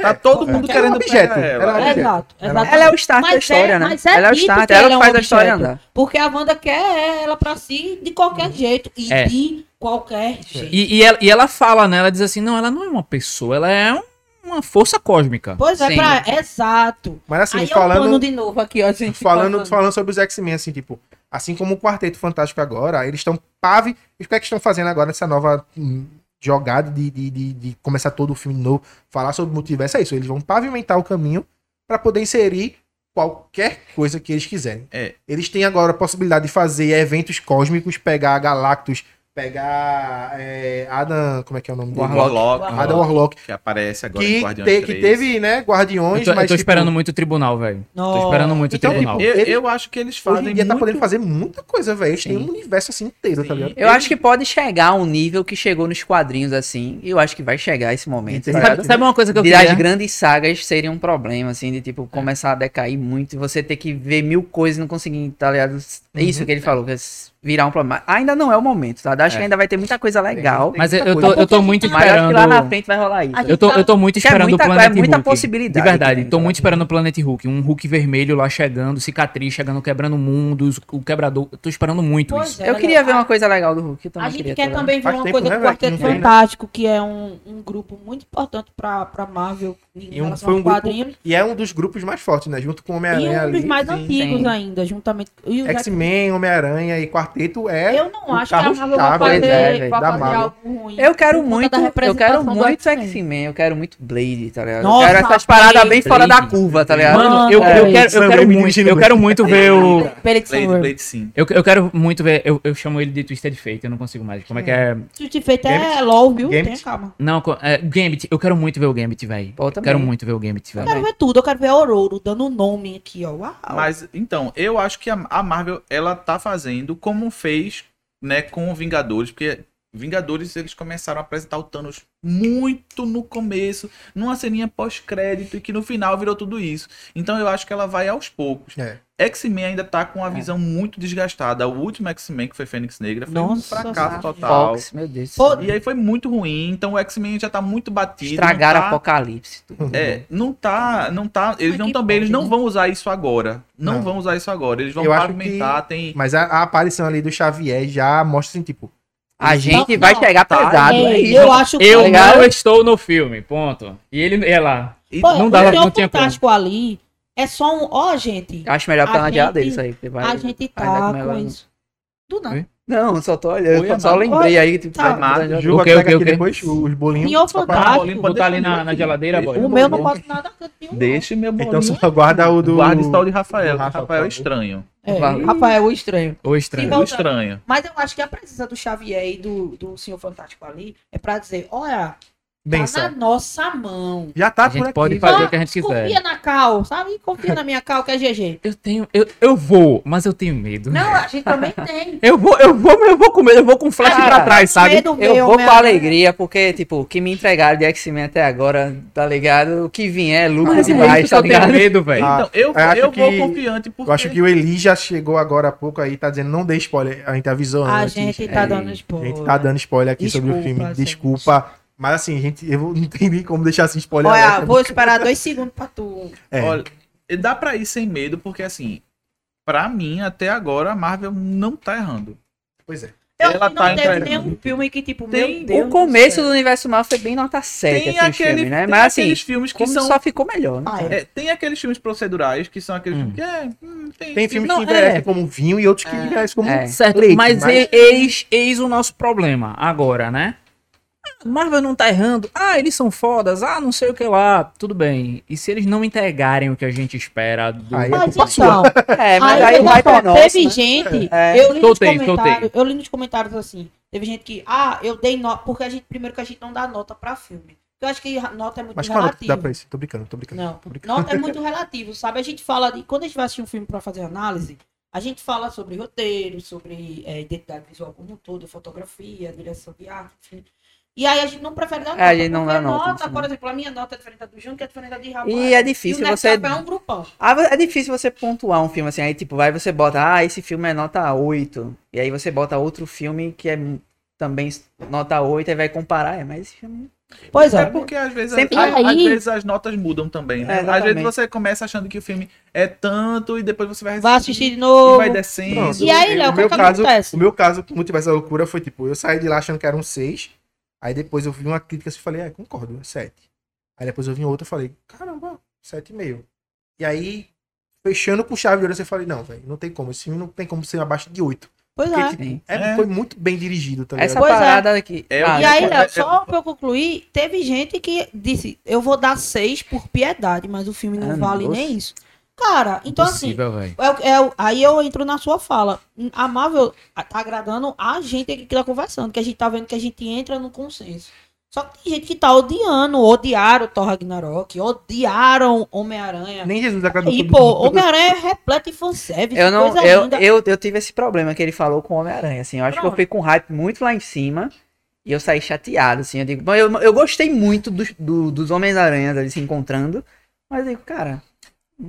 Tá todo mundo
É. Ela
querendo
é um objeto.
pegar
Ela é um
Ela.
objeto.
Exato,
Ela-
exato.
Ela é o start
Mas
da história, né?
mas é
ela é o
dito
start,
que
ela,
é
que faz
um
a história
objeto,
andar.
Porque a Wanda quer ela pra si de qualquer jeito. E
É.
de qualquer jeito.
E, e ela, e ela fala, né? Ela diz assim: não, ela não é uma pessoa, ela é um- uma força cósmica.
Pois é,
Sim.
pra... exato.
Mas assim,
aí é o
falando.
pano de novo aqui, ó, a gente.
falando,
passando.
falando sobre os X-Men, assim, tipo, assim como o Quarteto Fantástico agora, eles estão pave. O que é que estão fazendo agora nessa nova hum, jogada de, de, de, de começar todo o filme de novo, falar sobre o multiverso, é isso. Eles vão pavimentar o caminho pra poder inserir qualquer coisa que eles quiserem.
É.
Eles têm agora a possibilidade de fazer eventos cósmicos, pegar Galactus, pegar é, Adam... Como é que é o nome dele?
Warlock,
Adam Warlock.
que aparece agora em
Que,
Guardiões
te- que
3.
teve, né, Guardiões,
é Eu tô, eu
mas...
tô
tipo,
esperando muito o tribunal, velho. Tô esperando muito
Então,
o tribunal.
tipo,
Eu,
Ele-
eu acho que eles
Hoje
fazem
em dia tá
muito-
podendo fazer muita coisa, velho. Eles têm
Sim.
um universo assim inteiro, tá
Sim.
ligado?
Eu acho que pode chegar a um nível que chegou nos quadrinhos, assim, e eu acho que vai chegar esse momento, tá
Entendi.
ligado?
Sabe, sabe uma coisa que eu
De as
queria?
grandes sagas seria um problema, assim, de tipo, começar a decair muito e você ter que ver mil coisas e não conseguir, tá ligado? É isso que ele falou, que é s- virar um problema. Ainda não é o momento, tá? Acho
É.
que ainda vai ter muita coisa legal.
Mas eu, eu
é muita
tô,
coisa.
eu tô muito
Mas acho que lá na
esperando.
frente vai rolar isso.
A gente
Eu tô,
tá-
eu tô muito
que é
esperando
muita
o
coisa, é
Planet
muita
Hulk.
possibilidade
De verdade.
também,
tô
tá?
muito esperando o Planet Hulk. Um Hulk vermelho lá chegando, cicatriz chegando, quebrando mundos, o quebrador. Eu tô esperando muito
Pois
isso.
é,
Eu
galera.
queria ver uma coisa legal do Hulk. Eu também
A gente
queria
quer
ter lá.
também ver
Faz
uma
tempo,
coisa
né,
do
velho, que
Quarteto
não tem, né?
Fantástico, que é um, um grupo muito importante pra, pra Marvel em
E um,
relação
foi um
aos
grupo,
quadrinhos.
e é um dos grupos mais fortes, né? Junto com
E
Homem-Aranha
um
ali.
dos mais
tem
antigos
sim.
ainda, juntamente. E o Jack-
X-Men, Homem-aranha e Quarteto é.
eu não
o
acho que a Marvel vai
carro-chave,
fazer,
né,
vai
velho, da
fazer
Marvel.
algo ruim.
Eu quero
por conta
muito,
da
eu quero
representação do
muito
X-Men.
X-Men, eu quero muito Blade, tá ligado?
Nossa,
eu quero essas paradas bem
Blade.
fora da curva, tá ligado?
Mano, eu, eu
É.
quero, eu, quero
Lembrei-me
muito,
de
eu quero muito ver o.
Peraí, que
Blade,
um
são-
Blade sim.
Eu, eu quero muito ver. Eu, eu chamo ele de Twisted Fate, eu não consigo mais. Como é que é?
Twisted Fate é
Gambit.
LOL, viu?
Gambit.
Tenha calma.
Não, co- é, Gambit. Eu quero muito ver o Gambit, velho.
Pô, eu também.
Quero muito ver o Gambit,
Eu
velho.
quero ver tudo, eu quero ver a Ororo dando um nome aqui, ó. Uau.
Mas, então, eu acho que a, a Marvel, ela tá fazendo como fez, né, com o Vingadores, porque Vingadores, eles começaram a apresentar o Thanos muito no começo, numa ceninha pós-crédito, e que no final virou tudo isso. Então, eu acho que ela vai aos poucos.
É.
X-Men ainda tá com uma visão muito desgastada. O último X-Men, que foi Fênix Negra, foi um
Nossa,
fracasso
Fox.
total.
Fox, meu Deus. do
Pô,
céu.
E aí foi muito ruim, então o X-Men já tá muito batido. não
Estragaram
tá-
Apocalipse. tudo.
É, não tá, não tá, eles
Mas
não
que
também, eles
pode,
não
né?
vão usar isso agora. Não,
Não.
vão usar isso agora, eles vão
Eu acho
pavimentar, tem
Mas a, a aparição ali do Xavier já mostra assim, tipo.
A gente
Não,
vai
não,
chegar
tá.
pesado.
Ei,
é isso.
eu acho que
Eu
Legal.
não estou no filme, ponto. E ele, é lá.
e
Pô,
não
o
dá,
Senhor
não tinha como.
fantástico ali é só um. Ó, gente,
Acho melhor
A
pra adiar
gente-
dele isso aí. porque vai-
a gente
vai dar
tá
como é
com
lá,
isso. Do nada.
Oi?
Não, Não, só tô olhando.
Oi,
só- só
amado.
lembrei aí. Tipo,
Tá.
vai- vai- vai-
Juba
o quê, o
pega
quê, o
aqui
quê?
depois os bolinhos.
Senhor
só pra-
Fantástico.
botar ali na- na geladeira, boy.
O meu não pode nada nenhum, não.
Deixa meu bolinho.
Então só guarda o do.
Guarda esse tal de Rafael,
do Rafa,
Rafael é
por favor.
estranho.
É,
Vai.
Rafael, o estranho.
Ou estranho.
Sim,
O estranho.
Mas eu acho que a presença do Xavier e do, do Senhor Fantástico ali é pra dizer, olha, tá na
Benção.
nossa mão.
Já tá
A gente
por aqui.
pode
velho.
fazer
Só
o que a gente quiser.
Confia na Cal, sabe? Confia na minha Cal, que é GG.
Eu tenho. Eu, eu vou, mas eu tenho medo.
Não, a gente também tem.
Eu vou, eu vou, eu vou com medo, eu vou com flash
Cara,
pra trás, sabe?
Medo
Eu
meu,
vou
meu,
com
né?
alegria, porque, tipo, o que me entregaram de X-Men até agora, tá ligado? O que vier é lucro
Mas é isso
demais,
que
tá
eu tenho
ligado?
medo, velho.
Ah,
então, eu,
eu acho
eu vou
que-
confiante porque
Eu acho que o Eli já chegou agora há pouco aí, tá dizendo, não dê spoiler. A gente avisou
A
antes.
gente tá
É,
dando
A
spoiler.
gente tá dando spoiler aqui sobre o
Desculpa,
filme.
gente.
Desculpa. Mas assim, gente, eu não entendi como deixar assim spoiler.
Olha,
alerta.
vou esperar dois segundos pra tu.
É.
Olha, dá pra ir sem medo porque assim, pra mim até agora a Marvel não tá errando.
Pois é.
Eu
Ela
acho que Então, não
tá
teve
entregando.
nenhum filme que, tipo,
Tem
meu Deus
O
do
um começo
céu.
do Universo Marvel foi bem nota 7, assim,
Tem
os
aquele,
filmes, né?
tem
Mas, assim,
aqueles filmes que
como
são
só ficou melhor, né?
Ah, é.
É, tem aqueles filmes procedurais que são aqueles
Hum.
que é, hum, tem,
Tem filmes
Não,
que envelhecem
é.
como um vinho e outros que
É.
envelhecem como um
É.
Certo,
leite,
mas,
mas-
e- Eis, eis o nosso problema agora, né? Ah, Marvel não tá errando. Ah, eles são fodas. Ah, não sei o que lá. Tudo bem. E se eles não entregarem o que a gente espera do...
Aí é
Mas
culpa
então,
É, mas
aí,
aí
olha
vai
só,
pra nós.
teve gente,
É.
eu, li nos
Soltei, soltei.
comentários, eu li nos comentários assim, teve gente que, ah, eu dei nota, porque a gente, primeiro que a gente não dá nota pra filme. Eu acho que ra- nota é muito
Mas qual é o nome que
relativa.
dá pra isso? Tô brincando, tô brincando.
Não,
tô brincando.
nota é muito relativo, sabe? A gente fala de, quando a gente vai assistir um filme pra fazer análise, a gente fala sobre roteiro, sobre é, identidade visual como um todo, fotografia, direção de arte, enfim. E aí a gente não prefere dar nota.
a gente não
porque
dá nota,
nota,
sim.
por exemplo, a minha nota é diferente da do Júnior, que é diferente da de Rafael.
E é difícil
E o
você-
Nerd Café é um grupão.
Ah, é difícil você pontuar um filme assim, aí tipo, vai você bota, ah, esse filme é nota 8, e aí você bota outro filme que é também nota 8 e vai comparar, é, mas esse filme...
Pois
É
é.
porque às vezes,
Sempre-
a-
E
às
aí-
vezes as notas mudam também,
É,
né? às
exatamente.
vezes você começa achando que o filme é tanto e depois você vai
Vai assistir de
e
novo.
vai descendo.
Pronto.
E aí,
O
Léo, o que
meu
que
caso-
acontece?
O meu caso com o Multiverso da Loucura foi tipo, eu saí de lá achando que era um 6, aí depois eu vi uma crítica e falei, ah, concordo, é 7. Aí depois eu vi outra e falei, caramba, 7,5. E aí, fechando com chave de ouro, eu falei, não, velho, não tem como, esse filme não tem como ser abaixo de 8.
Pois
Porque,
é.
tipo,
Sim.
é,
É.
Foi muito bem dirigido, tá
Essa
ligado?
Pois é.
parada aqui. Ah,
É,
E aí, Léo,
é-
só pra eu concluir, teve gente que disse, eu vou dar seis por piedade, mas o filme não
Ah,
vale
nossa.
nem isso. Cara, então assim,
Impossível, velho.
É o- é o- aí eu entro na sua fala. A Marvel tá agradando a gente aqui que tá conversando, que a gente tá vendo que a gente entra no consenso. Só que tem gente que tá odiando, odiaram o Thor Ragnarok, odiaram Homem-Aranha.
Nem Jesus agradou
E,
todo
pô,
mundo.
Homem-Aranha é repleto de fanservice,
Eu não,
coisa
eu,
linda.
eu, eu tive esse problema que ele falou com o Homem-Aranha, assim. Eu acho que eu
Pronto.
fiquei com hype muito lá em cima e eu saí chateado, assim. Eu digo, "Bom, eu, eu gostei muito dos, do- dos Homens-Aranhas ali se encontrando, mas eu digo, cara.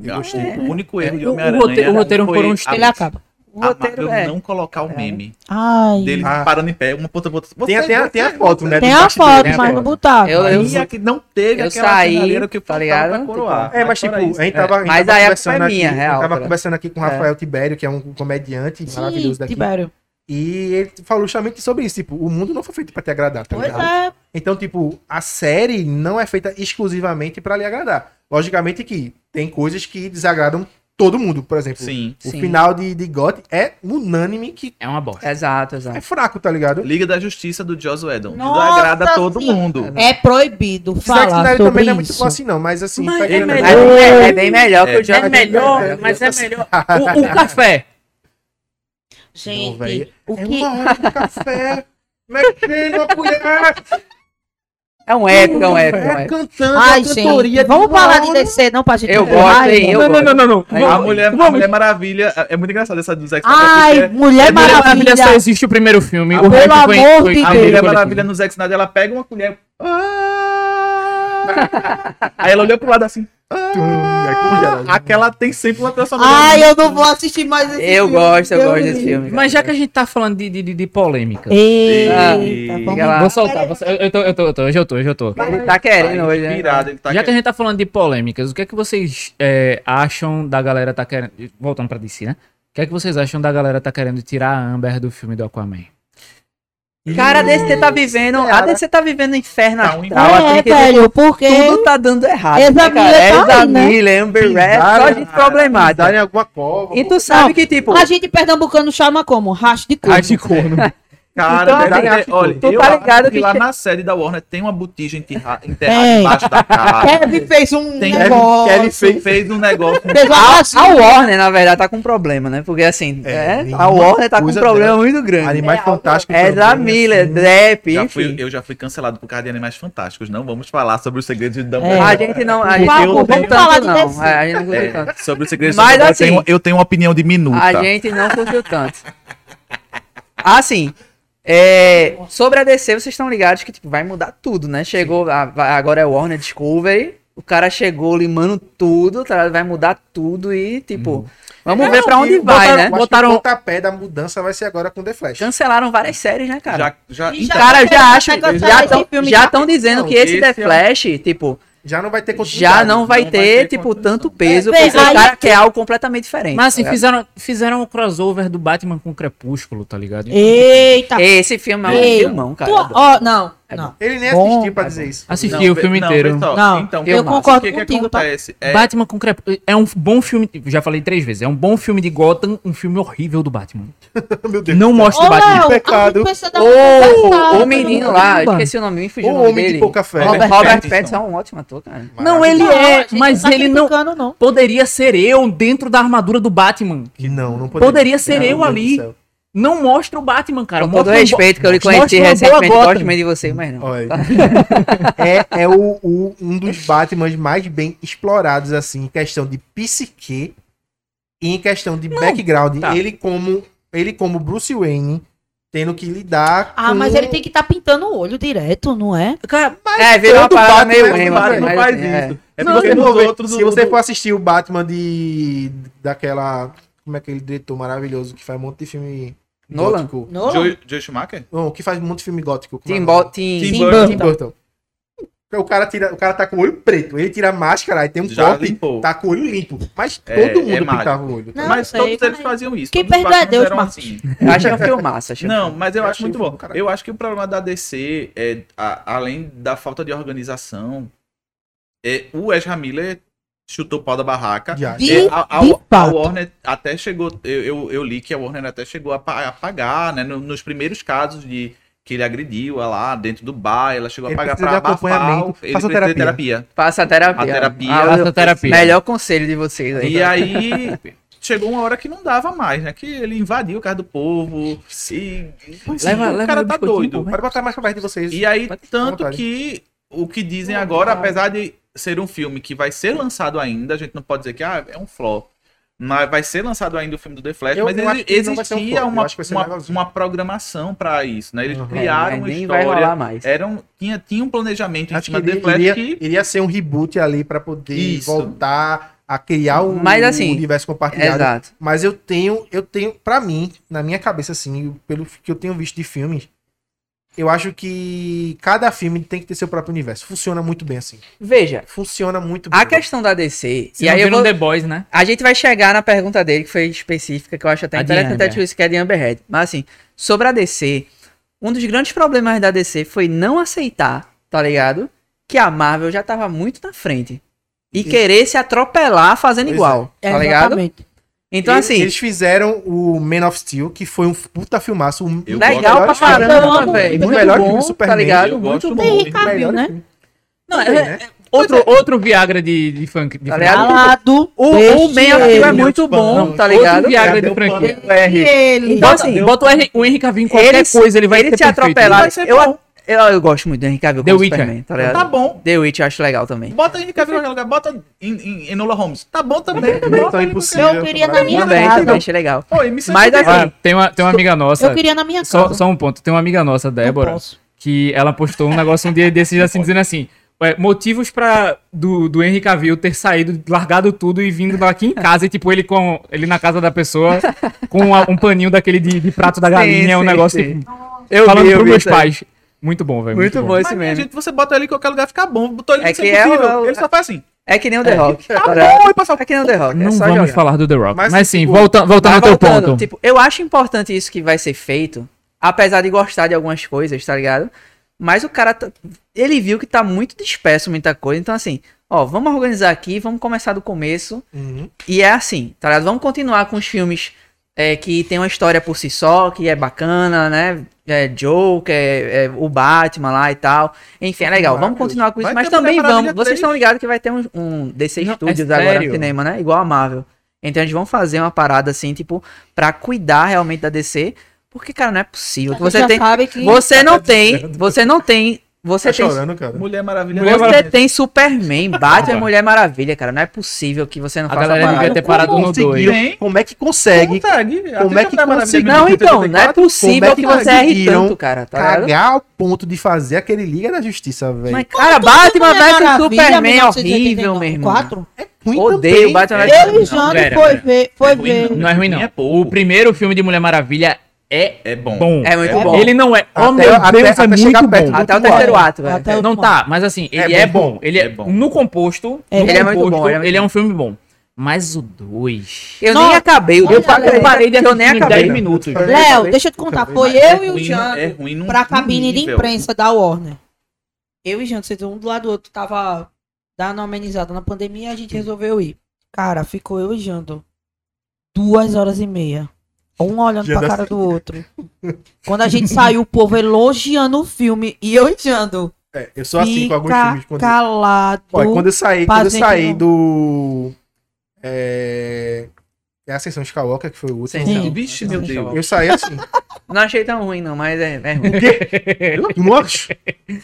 Eu acho que
é,
o único erro de
O- o
Homem-Aranha. é
roteiro- o roteiro
foi
foram os
a-
Ele acaba.
o
A
roteiro
Marvel
é.
Ah, não colocar o
É.
meme
Ai,
dele
Ah.
parando em pé, uma ponta pra outra.
Tem, a- tem, a- tem a foto, né?
tem
do
a
bastidor.
foto,
Tem a
mas
foto.
não botaram.
Eu- eu-
E aqui não teve
eu
aquela
saí,
finaleira que
tá
faltava
ligado?
pra coroar.
Tipo,
É, mas tipo,
fora
a
isso.
gente tava, a gente
Mas
tava
a época
conversando
é minha,
aqui,
real,
eu tava
cara.
conversando aqui com o
É.
Rafael Tibério, que é um comediante maravilhoso
Sim,
daqui.
Tibério.
E ele falou justamente sobre isso, tipo, o mundo não foi feito pra te agradar, tá
Pois
ligado?
é,
Então, tipo, a série não é feita exclusivamente pra lhe agradar. Logicamente que tem coisas que desagradam todo mundo, por exemplo.
É, Sim.
O
Sim.
final de, de GOT é unânime que
É uma bosta.
Exato,
é
exato.
fraco, tá ligado?
Liga da Justiça do Joss Whedon. Não
Nossa
agrada todo
Senhora.
mundo.
é proibido
Zack
falar
Snyder também não é
sobre
muito
isso.
bom assim, não, mas assim.
Mas
pegando-
é
É
melhor.
bem, me- é bem melhor que
É,
o John.
É melhor, mas é melhor. O, o café.
Não,
Gente,
velho.
o
É
que...
uma hora de café, mexendo a colher,
É um eco, é um eco. é um
é,
eco.
cantando
Ai,
a cantoria
gente, vamos
uma
falar de
hora.
descer, não, pra gente...
Eu
terminar,
gosto, hein,
irmão.
eu
Não, não, não, não, não.
Aí,
A
Vamos,
mulher, a
vamos.
Mulher Maravilha. É muito engraçado essa do Zack Snyder.
Ai,
porque
Mulher
Mulher
Maravilha só
Maravilha.
existe o primeiro filme.
Ah,
o
pelo
resto foi-
amor
foi-
de
a Mulher
Deus.
A Mulher
Maravilha
Maravilha no Zack Snyder, ela pega uma colher. Ah! Aí ela olhou pro lado assim. ah! Aquela tem sempre uma transformação.
Ai, eu não vou assistir mais esse
Eu
filme.
gosto, eu
Deus
gosto
me
desse
livre.
filme.
Mas já que a gente tá falando de, de, de- de polêmica,
Eita,
Ei,
vamos
diga lá.
lá.
vou soltar. vou sol- eu, eu tô, eu tô, eu tô, hoje eu tô, hoje eu tô.
Ele tá querendo hoje, né?
Inspirado, ele tá
já que a gente tá falando de polêmicas, o que é que vocês é, acham da galera tá querendo. Voltando pra DC, né? O que é que vocês acham da galera tá querendo tirar a Amber do filme do Aquaman?
Cara, a DC tá vivendo. A DC tá vivendo um inferno
Tá um
astral. assim,
É,
que não
velho, porque...
Tudo tá dando errado. né,
Examila
cara?
tá aí,
Examila, Amber Red,
Pisaram-
só gente problemática.
Pisaram em é alguma cova.
E tu sabe
Não,
que, tipo,
A gente pernambucano chama como? Racho de cu.
de corno.
Então,
Cara, deve
assim,
ter-
acho-
olha,
tu
eu
tá
acho
ligado
que
que
lá
che-
na série da Warner tem uma botija enterra- enterrada
Tem.
embaixo da cara.
Kevin fez um
Tem-
negócio.
Kevin
Fez, fez um negócio.
Fez uma
a,
gracinha.
a Warner, na verdade, tá com um problema, né? Porque, assim,
É,
é,
nenhuma
a Warner tá com um
coisa
problema
dela.
muito grande. É
Animais Fantásticos. né?
Examila,
assim.
Drep,
Já fui,
enfim.
eu já fui cancelado por causa de Animais Fantásticos. Não vamos falar sobre os segredos de
É.
A
Dumbledore.
gente não. A
Por
gente
favor,
não curtiu
vamos falar
tanto,
de
não.
DC.
É, A gente não curtiu tanto.
É, sobre os segredos de
Mas
Dumbledore,
assim-
eu, tenho, eu tenho uma opinião de minuta.
A gente não curtiu tanto. Assim, é, sobre a DC, vocês estão ligados que tipo, vai mudar tudo, né? Chegou, a- vai- agora é Warner Discovery, o cara chegou limando tudo, tá ligado? vai mudar tudo e, tipo,
Uhum.
É,
vamos ver pra onde vai,
botaram,
né?
Botaram...
Botaram-
O pontapé da mudança vai ser agora com The Flash.
Cancelaram várias séries, né, cara?
já, já,
E
Os
já-
caras já
já
acham,
cancelaram
já
esse
estão
filme,
já
já
tão dizendo
Não,
que esse The
esse é um-
Flash, tipo,
Já não vai ter
já não vai
não vai
ter,
ter
tipo,
continuidade.
tanto peso,
É,
porque
aí
o cara
é
quer algo completamente diferente.
Mas
é
assim,
tá ligado?
fizeram, fizeram o crossover do Batman com o Crepúsculo, tá ligado?
Eita.
Esse filme é um
Ei,
filmão, cara.
tu- ó, não, não.
Ele nem
Bom, Tá
assistiu pra dizer isso.
Não,
Assisti o
vê-
filme
não,
inteiro.
pessoal,
Não,
então,
eu
o que
concordo
que
contigo, tá?
acontece? É,
Batman com Crepúsculo. É um bom filme. Já falei três vezes. É um bom filme de Gotham, um filme horrível do Batman.
Meu Deus.
Não mostra o
Oh,
Batman.
pecado.
é
O, o menino lá,
Caramba.
esqueci o nome, me fugiu
O
o nome
homem de
dele.
pouca fé.
Robert,
né?
Robert
Pattinson.
Pattinson é um ótimo ator, cara.
Não, ele é, mas ele não.
Não, tá não.
Poderia ser eu dentro da armadura do Batman.
Não, não poderia.
Poderia ser eu
Meu Deus
ali.
do céu.
Não mostra o Batman, cara.
Com todo
Mostra
o
um bo-
respeito que eu lhe
mostra
conheci
uma boa
recentemente,
Gotham.
gosto muito de você, mas não.
Olha. é é o, o- um dos Batmans mais bem explorados, assim, em questão de psique e em questão de background.
tá.
Ele, como, ele, como Bruce Wayne, tendo que lidar
Ah,
com-
mas ele tem que estar pintando o olho direto, não é?
Cara,
é, virou uma
todo
parada
Batman
meio
é um
emo,
Batman,
assim,
não
mas
faz
assim, é.
isso. É
Não,
porque
se,
nos
for ver-
outros...
se
o-
você for assistir o Batman de. daquela. Como é aquele diretor maravilhoso que faz um monte de filme
Nolan?
gótico?
Não.
Joe, Joe Schumacher?
Não, que faz um monte de filme gótico. como é
Tim
o nome?
Bo- Tim-
Tim
Tim
Burton.
Tim
então.
Burton. O cara, tira, o cara tá com o olho preto, ele tira a máscara e tem um
Já
corte,
limpou.
tá com o olho limpo. Mas todo
É, é
mundo
mágico.
pintava o olho.
Não,
mas
sei,
todos eles
mas-
faziam isso.
Quem
todos os
perdoa é
Batmans
Deus,
eram
Marcos.
assim.
Eu achei um filmaço, achei um
Não, mas eu,
Eu
acho
achei
muito
um filme
bom.
do caralho.
Eu acho que o problema da DC, é, a- além da falta de organização, é, o Ezra Miller chutou o pau da barraca.
um
De acho.
De-
É, a, a-
de
a
fato.
Warner até chegou, eu, eu, eu li que a Warner até chegou a, pa- a pagar, né? no- nos primeiros casos de que ele agrediu ela lá dentro do bar, ela chegou a
Ele
pagar
precisa
pra
de acompanhamento.
abafar. o- Ele
Faça
precisa de
terapia.
terapia.
Faça a terapia.
A terapia.
Ah,
Faça
eu-
terapia.
Melhor conselho de vocês aí. tá?
E aí chegou uma hora que não dava mais, né? Que ele invadiu o casa do povo. E,
Leva-
o
leva
cara
meu
tá
biscoitinho,
doido.
Pode botar mais pra perto de vocês.
E aí,
Pode- à
tanto
vontade.
que o que dizem agora, apesar de ser um filme que vai ser lançado ainda, a gente não pode dizer que ah, é um flop. Mas vai ser lançado ainda o filme do The Flash,
Eu-
mas
eu
exi-
acho que não vai ser um
existia
flop, eu
uma,
acho que vai ser um
uma,
negócio-
uma programação pra isso, né? Eles
Uhum.
criaram
É,
uma
nem
história.
vai rolar mais.
Era um- tinha, tinha um planejamento em
Acho que
cima do The
iria,
Flash
iria,
que
iria ser um reboot ali pra poder
Isso.
voltar a criar o
Mas, assim,
universo compartilhado.
Exato.
Mas eu tenho, eu tenho, pra mim, na minha cabeça, assim, pelo que eu tenho visto de filmes, eu acho que cada filme tem que ter seu próprio universo. Funciona muito bem assim.
Veja,
Funciona muito bem.
a questão da DC.
Se
e
não
aí eu
viram
vou,
The Boys, né?
A gente vai chegar na pergunta dele, que foi específica, que eu acho até
A de
interessante
Amber.
até isso, que é de Amber Heard. Mas assim, sobre a DC, um dos grandes problemas da DC foi não aceitar, tá ligado? Que a Marvel já tava muito na frente. E querer se atropelar fazendo
Pois
igual,
É,
tá ligado?
exatamente.
Então
Eles-
assim,
Eles fizeram o Man of Steel, que foi um puta filmaço. Um,
Eu gosto
legal pra
melhores
filmes. Eu
caramba,
amo
velho.
muito,
Muito
melhor que o
bom, tá
Superman.
ligado?
Eu
Muito
gosto muito.
bom.
Henrique Cavill, né?
Não,
Não,
é,
é- Outro,
Outro, outro Viagra de, de funk. De
Tá
funk.
ligado?
Calado.
o, o Man of Steel é
Ele-
muito bom,
Outro
tá
Outro
ligado?
Viagra de
Cadê o
franquia.
Ele.
Então,
Bota,
assim,
bota o, R, o Henry Cavill em qualquer
eles-
coisa, ele vai
Ele
ser
se
perfeito.
atropelar.
Vai ser
Eu,
bom.
eu, eu gosto muito do Henry Cavill
The
como
Witcher.
Superman, tá ligado?
Tá bom.
The Witch eu acho legal também.
Bota Henry Cavill em qualquer lugar, bota em, em, Enola Holmes. Tá bom também.
Missão
Bota ele em
Então Impossível.
qualquer-
Eu queria na
maravilhoso.
minha
Também,
casa.
também, achei legal.
Pô, e Missão
Mas
Impossível.
assim,
Ah, tem, uma, tem uma amiga nossa.
Eu queria na minha
Só,
casa.
só um ponto. Tem uma amiga nossa, Débora,
posso.
que ela postou um negócio um dia desses assim, dizendo assim. "Ué, motivos pra do, do Henry Cavill ter saído, largado tudo e vindo aqui em casa, e tipo, ele com ele na casa da pessoa com uma- um paninho daquele de, de prato da
Sim,
galinha, um
sim,
negócio
sim.
tipo, falando
vi, eu
pros
vi
meus
isso aí.
pais. Muito bom, velho.
Muito bom
Mas,
esse
minha
meme.
gente, você bota ele em qualquer lugar, fica bom. Botou ele em
É
Missão
que é o-
Impossível.
é o-
Ele só faz assim.
É que nem o The Rock.
Tá
tá ligado?
bom, e passa
É que nem o The Rock.
Não
é só
vamos
jogar.
falar do The Rock.
Mas,
Mas, sim,
tipo,
volta, voltando
Mas
ao teu
voltando,
ponto.
Tipo, eu acho importante isso que vai ser feito, apesar de gostar de algumas coisas, tá ligado? Mas o cara, tá- ele viu que tá muito disperso muita coisa, então assim, ó, vamos organizar aqui, vamos começar do começo,
Uhum.
e é assim, tá ligado? Vamos continuar com os filmes é, que tem uma história por si só, que é bacana, né? É Joker, é, é o Batman lá e tal. Enfim, é legal. Vamos continuar com isso,
Vai
mas
ter Mulher
também vamos.
Maravilha
Vocês
três.
estão ligados que vai ter um, um DC
Não, é
Studios agora no
sério?
cinema, né? Igual a Marvel. Então eles vão fazer uma parada assim, tipo, pra cuidar realmente da DC. Porque, cara, não é possível. Que você
já
tem.
sabe que
Você não
tá
tem.
dizendo.
Você não tem. Você
Tá
tem
chorando, cara.
Mulher Maravilha.
Mulher
você
Maravilha.
tem Superman, Batman
Opa.
Mulher Maravilha, cara. Não é possível que você não
A
faça
galera
uma
devia
parada.
ter parado no 2.
Tem. um
Como é que consegue
Consegue.
Como é que
Mulher Maravilha
conseguiu?
Não, então, não é
1984,
possível
como é que
que, você erre
conseguiram
tanto, cara, tá ligado?
cagar ao ponto de fazer aquele Liga da Justiça, velho?
Mas, cara, Batman vs Superman é horrível, meu irmão.
4.
É Muito
Odeio
bem.
Batman vs
Eu e
Superman.
Jane
pera,
foi
pera.
ver. Foi
ruim,
ver.
Não é ruim, não.
É pouco.
O primeiro filme de Mulher Maravilha é
É bom.
bom.
É muito
É
bom.
Ele não é. Oh,
até-
meu Deus,
até
é
chegar
muito
perto
bom.
do
Até o
outro
terceiro
lado.
ato, velho.
Até o
Não
ponto.
tá, mas assim, ele
É
é,
bom.
bom. Ele é,
É bom.
No composto,
É.
no
Ele é muito
composto,
bom, ele é muito
ele é um filme bom. Mas o 2.
Eu
Não,
nem acabei. o
olha,
eu pa- eu
olha,
parei de
Eu
assistir
nem
em 10
acabei.
minutos.
minutos.
Léo, deixa eu te contar. Foi
É
eu e o
ruim,
Jane
é ruim num-
pra
num
cabine de
nível.
imprensa da Warner. Eu e Jânio, vocês um do lado do outro, tava dando uma amenizada na pandemia, a gente resolveu ir. Cara, ficou eu e Jando duas horas e meia. Um olhando
Jando
pra cara do outro. Quando a gente saiu, o povo elogiando o filme. E eu e Jando.
É, eu sou assim com alguns
fica
filmes. Quando,
calado.
Olha, quando eu saí, quando eu
Paziente
saí
não.
do. É. É a Ascensão de Skywalker, que foi o último.
Sim.
Vixe, meu Deus.
Eu saí assim.
Não achei tão ruim, não, mas é, é ruim.
não acho.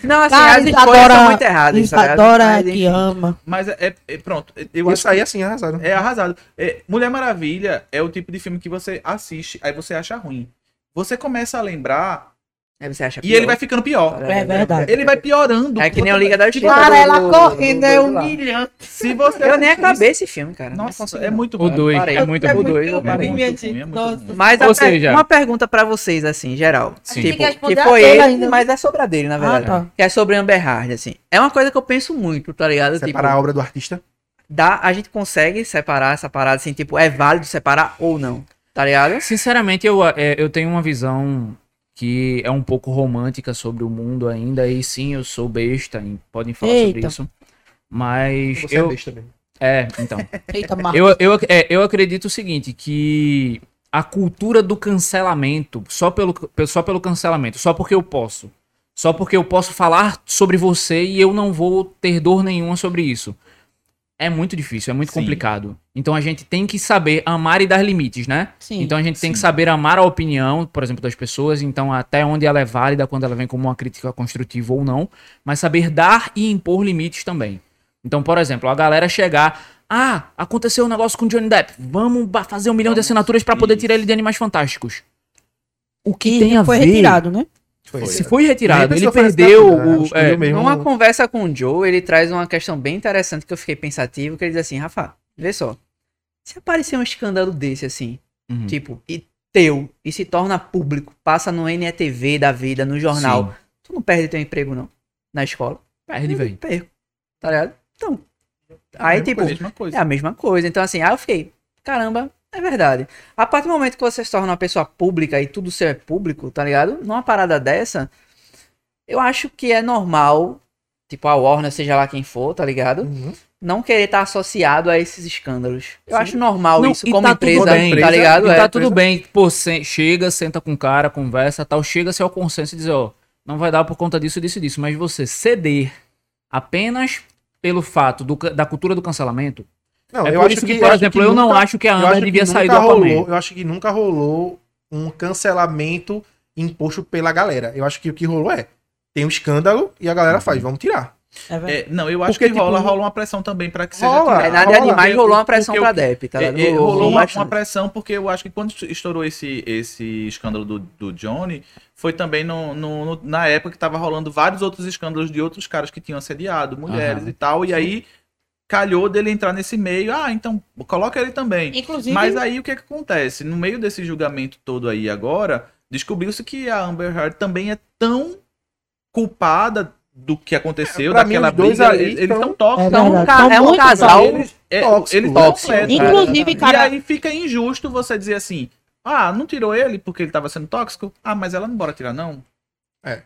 Não, assim,
Cara,
as escolhas
Isadora-
são muito erradas. tá ligado?
Isadora
Mas,
que
enfim.
ama.
Mas é, é- é- pronto. Eu
Eu
acho
saí assim, arrasado.
é arrasado. É, Mulher Maravilha é o tipo de filme que você assiste, aí você acha ruim. Você começa a lembrar
Aí É, você acha
e ele
pior.
vai ficando pior.
É verdade.
Ele vai piorando.
É que nem o Liga da Justiça.
Cara,
do-
ela
do-
correndo
do-
é
do- lá.
humilhante.
Se você
Eu nem
assistir-
acabei esse filme, cara. Não
Nossa,
consegui,
é
não.
muito
O
bom.
2 é muito
É
bom.
muito
Eu
bom, é
também,
muito
minha
bom,
gente.
é muito
Nossa.
bom.
Mas
Ou
a per-
seja-
uma pergunta pra vocês, assim, geral.
Sim.
Tipo,
Tem que
que
responder
foi
a dele
ele,
ainda.
mas é sobre a dele, na verdade.
Ah, tá.
Que é sobre Amber Heard, assim. É uma coisa que eu penso muito, tá ligado?
Separar a
tipo,
obra do artista.
dá, a gente consegue separar essa parada, assim, tipo, é válido separar ou não, tá ligado?
Sinceramente, eu, é, eu tenho uma visão que é um pouco romântica sobre o mundo ainda. E sim, eu sou besta. e Podem falar sobre
Eita.
isso. Mas
Você é
eu,
besta mesmo.
É, então.
Eita, Marcos.
Eu, eu, é, eu acredito o seguinte, que a cultura do cancelamento, só pelo, só pelo cancelamento, só porque eu posso, só porque eu posso falar sobre você e eu não vou ter dor nenhuma sobre isso. É muito difícil, é muito
Sim.
complicado. Então a gente tem que saber amar e dar limites, né?
Sim.
Então a gente tem que
Sim.
saber amar a opinião, por exemplo, das pessoas, então até onde ela é válida, quando ela vem como uma crítica construtiva ou não, mas saber dar e impor limites também. Então, por exemplo, a galera chegar, ah, aconteceu um negócio com Johnny Depp, vamos ba- fazer um milhão de
Vamos,
assinaturas pra poder
isso.
tirar ele de Animais Fantásticos. O que
E
tem a
foi
ver?
retirado, né?
Foi.
Se foi retirado,
Nem
ele
precisou fazer
perdeu
assinatura, né?
o...
Acho que ele
é,
mesmo-
Numa conversa com o Joe, ele traz uma questão bem interessante que eu fiquei pensativo, que ele diz assim, Rafa, vê só. Se aparecer um escândalo desse assim,
é um
Uhum.
tipo, e teu, e se torna público, passa no NETV da vida, no jornal,
Sim.
tu não perde teu emprego não, na escola.
Perde,
Eu
velho. um
Perco, tá ligado? Então, aí
Mesma
tipo,
coisa, mesma coisa.
é a mesma coisa. Então, assim, aí eu fiquei, caramba, é verdade. A partir do momento que você se torna uma pessoa pública e tudo seu é público, tá ligado? Numa parada dessa, eu acho que é normal, tipo, a Warner, seja lá quem for, tá ligado?
Uhum.
Não querer estar associado a esses escândalos. Eu acho normal
Não,
isso
e
como
tá tudo
empresa,
bem,
tá ligado?
E
É.
tá tudo bem. Pô, se- chega, senta com o cara, conversa tal. Chega-se ao consenso e diz, ó, não vai dar por conta disso, disso, e disso. Mas você ceder apenas pelo fato do ca- da cultura do cancelamento.
Não,
é
eu
por
acho
isso que,
que
por
eu acho
exemplo,
que
eu não
nunca-
acho que a
eu acho
Amber
que
devia sair do
nunca
Aquaman.
rolou- Eu acho que nunca rolou um cancelamento imposto pela galera. Eu acho que o que rolou é, tem um escândalo e a galera faz, vamos tirar.
É verdade.
É, não, eu acho
Porque,
que rola,
tipo,
rola uma pressão também pra que seja
rola,
tirado.
É, nada
Rola,
demais,
Tá porque-
rolou uma pressão
porque
pra
o-
Depp, tá
É,
ligado?
é, rolou uma, uma
bastante.
pressão, porque eu acho que quando estourou esse, esse escândalo do, do Johnny, foi também no, no- no- na época que tava rolando vários outros escândalos de outros caras que tinham assediado, mulheres
Aham.
e tal, e aí calhou dele entrar nesse meio, ah, então coloca ele também.
Inclusive,
Mas aí o que, é que acontece? No meio desse julgamento todo aí agora, descobriu-se que a Amber Heard também é tão culpada do que aconteceu,
É, pra mim,
daquela
os dois
briga,
ali
eles eles
estão-
são tóxicos.
Então,
Verdade.
ca- é um
Muito
casal.
bem.
Eles, é,
Tóxico,
eles
né?
tóxicos.
Tóxico,
inclusive, cara,
E aí fica injusto você dizer assim: ah, não tirou ele porque ele tava sendo tóxico? Ah, mas ela não bora tirar, não.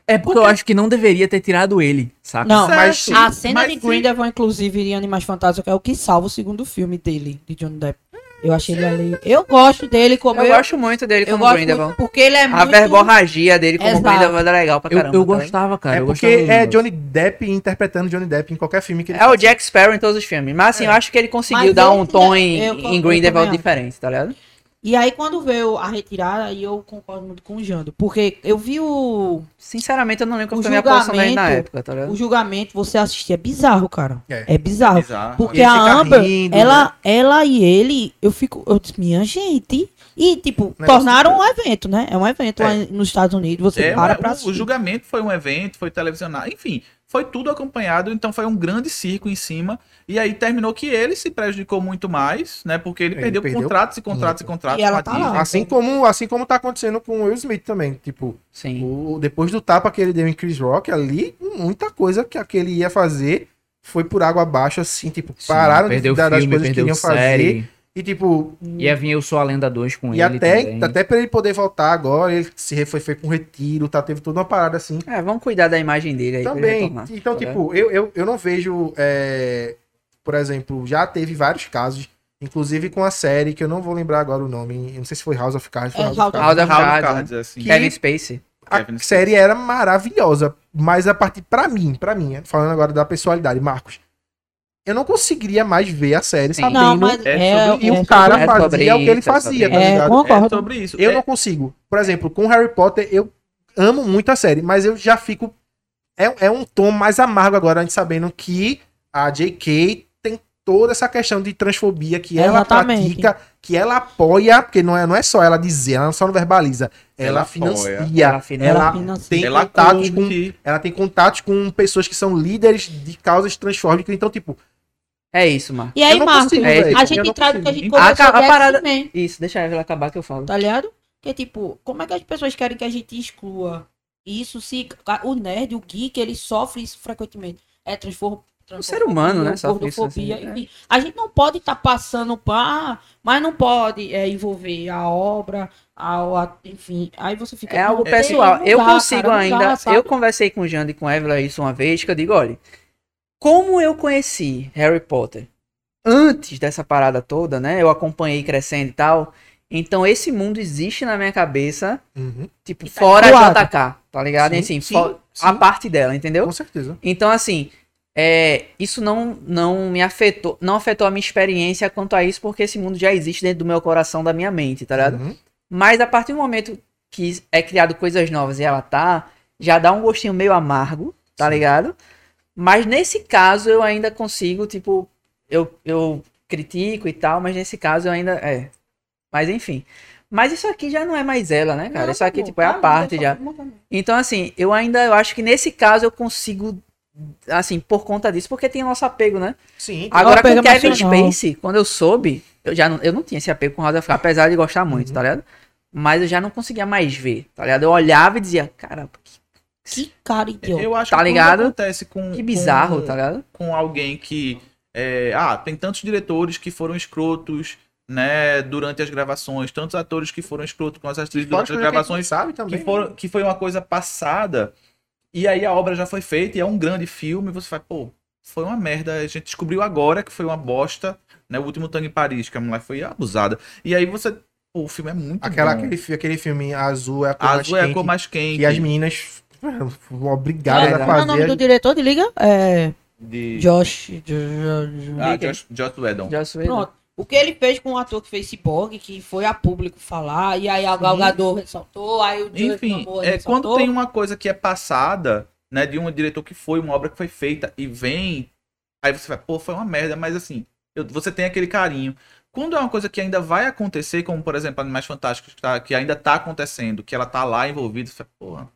É porque eu acho que não deveria ter tirado ele, saca?
Não,
mas-
a cena de
se-
Grindelwald, inclusive, em Animais Fantásticos, é o que salva o segundo filme dele, de Johnny Depp. Eu achei ele ali. Eu gosto dele como
Eu gosto muito dele
eu
como
gosto muito
Grindelwald.
porque ele é
A
muito.
verborragia dele como
Exato.
Grindelwald é legal pra
Eu,
caramba.
eu
tá ligado?
gostava, cara.
é
eu
porque
gostava muito.
é Johnny Depp interpretando Johnny Depp em qualquer filme que ele
É o Jack Sparrow em todos os filmes. Mas assim, eu acho que ele conseguiu
É. Mas
dar
esse
um tom em,
é, eu- eu
em Grindelwald
também acho.
diferente, tá ligado?
E aí, quando veio a retirada, aí eu concordo muito com o Jando. Porque eu vi o,
Sinceramente, eu não lembro
O
qual foi a minha posição dele na
julgamento-
época, tá ligado?
o julgamento, você assistir. É bizarro, cara.
É.
É bizarro.
Bizarro.
Porque
Ele
a
fica
Amber,
rindo, né?
ela, ela e ele, eu fico. Eu disse, minha gente. E, tipo,
Negócio
tornaram um evento, né? É um evento
É.
lá nos Estados Unidos. Você
É,
para
o-
pra
o,
assistir.
julgamento foi um evento, foi televisionado, enfim, foi tudo acompanhado, então foi um grande circo em cima. E aí terminou que ele se prejudicou muito mais, né? Porque ele,
Ele
perdeu,
perdeu
contratos e contratos e contratos
E ela
com
tá
a Disney.
lá.
Assim como, assim como tá acontecendo com o Will Smith também. Tipo,
Sim.
o, depois do tapa que ele deu em Chris Rock ali, muita coisa que aquele ia fazer foi por água abaixo, assim, tipo,
Sim,
pararam de
perdeu
cuidar das
filme,
coisas que
perdeu
iam
série.
fazer. E tipo,
Ia vir Eu Sou a Lenda 2 com
e
ele
até, tá
também.
até pra ele poder voltar agora, ele se re- foi feito um retiro, tá? Teve toda uma parada assim.
É, vamos cuidar da imagem dele aí. pra ele
Também.
retornar,
Então,
tá ligado?
tipo, eu, eu, eu não vejo. é, por exemplo, já teve vários casos, inclusive com a série, que eu não vou lembrar agora o nome. eu Não sei se foi House of Cards. Foi
É,
House
House
of Cards.
House of
House of
Cards,
Cards, assim.
que-
Kevin Spacey.
A
Kevin Spacey.
série era maravilhosa, mas a partir pra mim, pra mim, falando agora da pessoalidade, Marcos, eu não conseguiria mais ver a série
Sim.
sabendo
Não, mas
é
é,
e
é,
o cara
sobre- é sobre
fazia o que ele
isso, é sobre
fazia, tá
isso. É,
ligado?
Concordo.
É sobre isso.
Eu
É-
não consigo. Por exemplo, com Harry Potter, eu amo muito a série, mas eu já fico. É, é um tom mais amargo agora, a gente sabendo que a J.K. tem toda essa questão de transfobia que ela
Exatamente.
pratica, que ela apoia, porque não é, não é só ela dizer, ela só não verbaliza. Ela,
Ela
financia.
apoia.
Ela,
Tá
Ela
tem
financia.
ela
contatos com
curte.
ela tem contatos com pessoas que são líderes de causas transfóbicas. Então, tipo,
É isso, Marco.
E aí,
eu não
Marcos,
consigo,
é,
velho.
a
Eu
gente
não
traz o que a
consigo.
gente conversou
Ah, a
de
parada-
X-Men,
Isso, deixa ela acabar que eu falo.
tá ligado? Que tipo, como é que as pessoas querem que a gente exclua isso se ca- o nerd, o geek, ele sofre isso frequentemente? É transform
O ser humano, né, sofre isso,
Gordofobia,
assim,
enfim. A gente não pode estar passando pá, mas não pode é, envolver a obra, a, a- enfim. Aí você fica.
É algo
não,
pessoal.
não
eu
dá,
consigo
cara, não
ainda.
dá, sabe?
eu conversei com o Jando e com a Evelyn isso uma vez, que eu digo, olha, como eu conheci Harry Potter? antes dessa parada toda, né? Eu acompanhei crescendo e tal. Então esse mundo existe na minha cabeça,
Uhum,
tipo,
E tá
fora
do
a
lado.
JK, tá ligado?
Sim,
E assim,
sim,
fo-
sim.
a parte dela, entendeu?
Com certeza.
Então, assim, é, isso não, não me afetou, não afetou a minha experiência quanto a isso, porque esse mundo já existe dentro do meu coração, da minha mente, tá ligado?
Uhum.
Mas a partir do momento que é criado coisas novas e ela tá, já dá um gostinho meio amargo, tá ligado? Mas nesse caso eu ainda consigo, tipo, eu, eu critico e tal, mas nesse caso eu ainda. É. Mas enfim. Mas isso aqui já não é mais ela, né, cara?
Não,
isso aqui,
pô,
tipo, é a
tá,
parte
não,
já.
tá bom, tá bom.
Então, assim, eu ainda eu acho que nesse caso eu consigo, assim, por conta disso, porque tem nosso apego, né?
Sim.
Agora, com
apego
o Kevin
emocional.
Spacey, quando eu soube, eu já não, eu não tinha esse apego com House of Cards, apesar de
Uhum.
gostar muito, tá ligado? Mas eu já não conseguia mais ver, tá ligado? Eu olhava e dizia, caramba, que,
Que cara idiota.
Eu acho
Tá
que quando
ligado?
acontece com.
que bizarro,
com,
tá ligado?
com alguém que. é, ah, tem tantos diretores que foram escrotos, né, durante as gravações, tantos atores que foram escrotos com as atrizes
Fora as
durante
coisas
as
que a gente
gravações.
sabe
que,
também.
foram, que foi uma coisa passada, e aí a obra já foi feita, e é um grande filme, e você fala, pô, foi uma merda, a gente descobriu agora que foi uma bosta, né? O último Tango em Paris, que a mulher foi abusada. E aí você, pô, o filme é muito
Aquela,
bom.
aquele, fi- aquele filme azul é a cor
A
mais
azul é a
quente,
cor mais quente.
que as meninas foram obrigadas
É,
a
Qual é o nome
fazer.
do diretor de liga? É.
de...
Josh. Jo- Jo- Jo-
Ah, Josh, Josh Whedon.
Já soube.
Pronto. O que ele fez com o ator que fez Cyborg, que foi a público falar, e aí a Galgador ressaltou, aí o Jason
Enfim,
Momoa
é, quando
ressaltou.
tem uma coisa que é passada, né, de um diretor que foi, uma obra que foi feita e vem, aí você vai, pô, foi uma merda, mas assim, eu- você tem aquele carinho. Quando é uma coisa que ainda vai acontecer, como por exemplo Animais Fantásticos, que, tá- que ainda tá acontecendo, que ela tá lá envolvida, você fala, porra,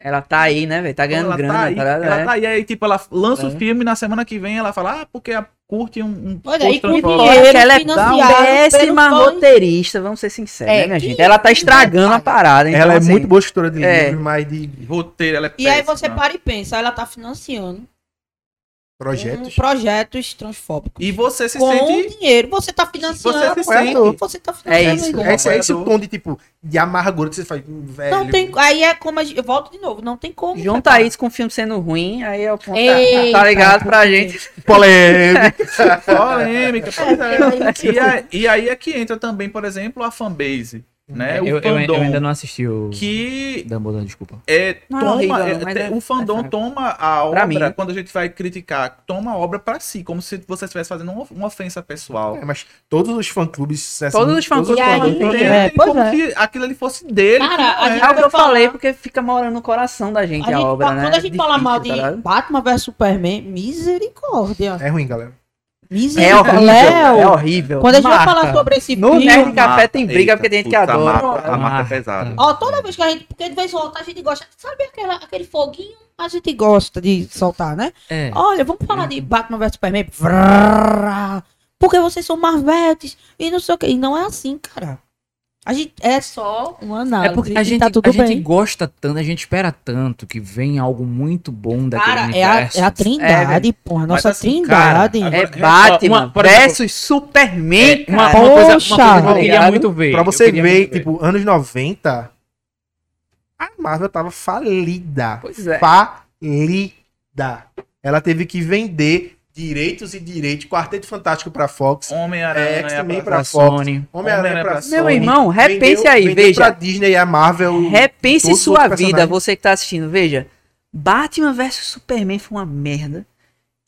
Ela tá aí, né, velho? Tá ganhando
ela
grana,
tá aí,
tá ligado?
ela
É.
tá aí, aí tipo, ela lança
É.
o filme na semana que vem ela fala, ah, porque a- curte um, um
Olha aí,
post
com
transfóbico."
dinheiro
Ela é
financiado
péssima
pelos fãs.
roteirista, vamos ser sinceros,
É,
né, minha
que-
gente? Ela tá estragando a parada, então,
Ela é
assim,
muito boa escritora de
É.
livros, mas de
roteiro,
um
ela é
E aí
né?
você
péssima.
para e pensa, ela tá financiando
projetos.
um- projetos transfóbicos.
E você se
com
sente
dinheiro, você tá financiando.
Você se
sente.
Você tá financiando.
É isso,
igual.
É esse, é esse
Apoiador.
tom de tipo de amargura que você faz, hum, velho.
Não tem, aí é como a gente, eu volto de novo, não tem como.
Junta isso com o filme sendo ruim, aí é o ponto.
Eita.
tá ligado pra gente?
polêmico.
polêmica, pois é.
É,
E, a- e aí é que entra também, por exemplo, a fanbase, né? O
É, eu, eu- eu
fandom
ainda não assisti o
que
Dumbledore, desculpa.
é,
Não é
toma,
horrível,
é,
mas
te-
é-
o fandom
é fraco.
toma a
Pra
obra,
mim.
quando a gente vai criticar, toma a obra pra si, como se você estivesse fazendo uma, uma ofensa pessoal.
É, mas todos os fã clubes.
Todos os fã-clubes
E aí,
Não
Entendi.
tem-
É,
tem
pois
como
é.
se aquilo ali fosse dele.
Cara,
que não
a
é.
gente-
É o que eu
falar.
falei, porque fica morando no coração da gente
a
a,
gente
obra,
fa-
né?
Quando a gente
É
fala
difícil,
mal
tá
de
ligado?
Batman vs Superman, misericórdia.
É ruim, galera.
É
Misericórdia.
horrível,
Léo,
é horrível.
quando a gente vai
Marca.
falar sobre esse
No
filme.
Nerd Café tem
Mata,
briga,
eita,
porque tem gente que
puta,
adora.
mata, a mata é
Mata.
pesada.
Ó, toda vez que a gente. Porque de vez em quando a gente gosta. Sabe aquela- aquele foguinho? A gente gosta de soltar, né?
É.
Olha, vamos falar de Batman vs Superman. Vrrrrá. Porque vocês são marvetes e não sei o que. E não é assim, cara. A gente é só uma análise.
É porque a
e
gente,
tá tudo
a gente
bem.
gosta tanto, a gente espera tanto que venha algo muito bom daquele
Cara, é a,
universo.
é a trindade, porra. Nossa
assim, cara,
trindade.
agora-
É
Uma-
Batman
uma- por exemplo,
versus Superman,
É, uma,
cara.
uma coisa, uma
Poxa!
coisa que eu
Obrigado.
queria muito ver.
Pra
eu
você
queria
ver,
muito
tipo, anos 90, a Marvel tava falida.
Pois é.
Falida. Ela teve que vender direitos e direitos, Quarteto Fantástico pra Fox, É,
Homem-Aranha,
X-Men pra
pra
Fox,
Sony.
Homem-Aranha
Homem-Aranha
pra
pra
Sony.
Meu irmão, repense
Vendeu-
aí,
vendeu
veja.
pra Disney e a Marvel.
Repense
Todos os
sua
outros
vida,
personagens.
você que tá assistindo. Veja, Batman vs Superman foi uma merda.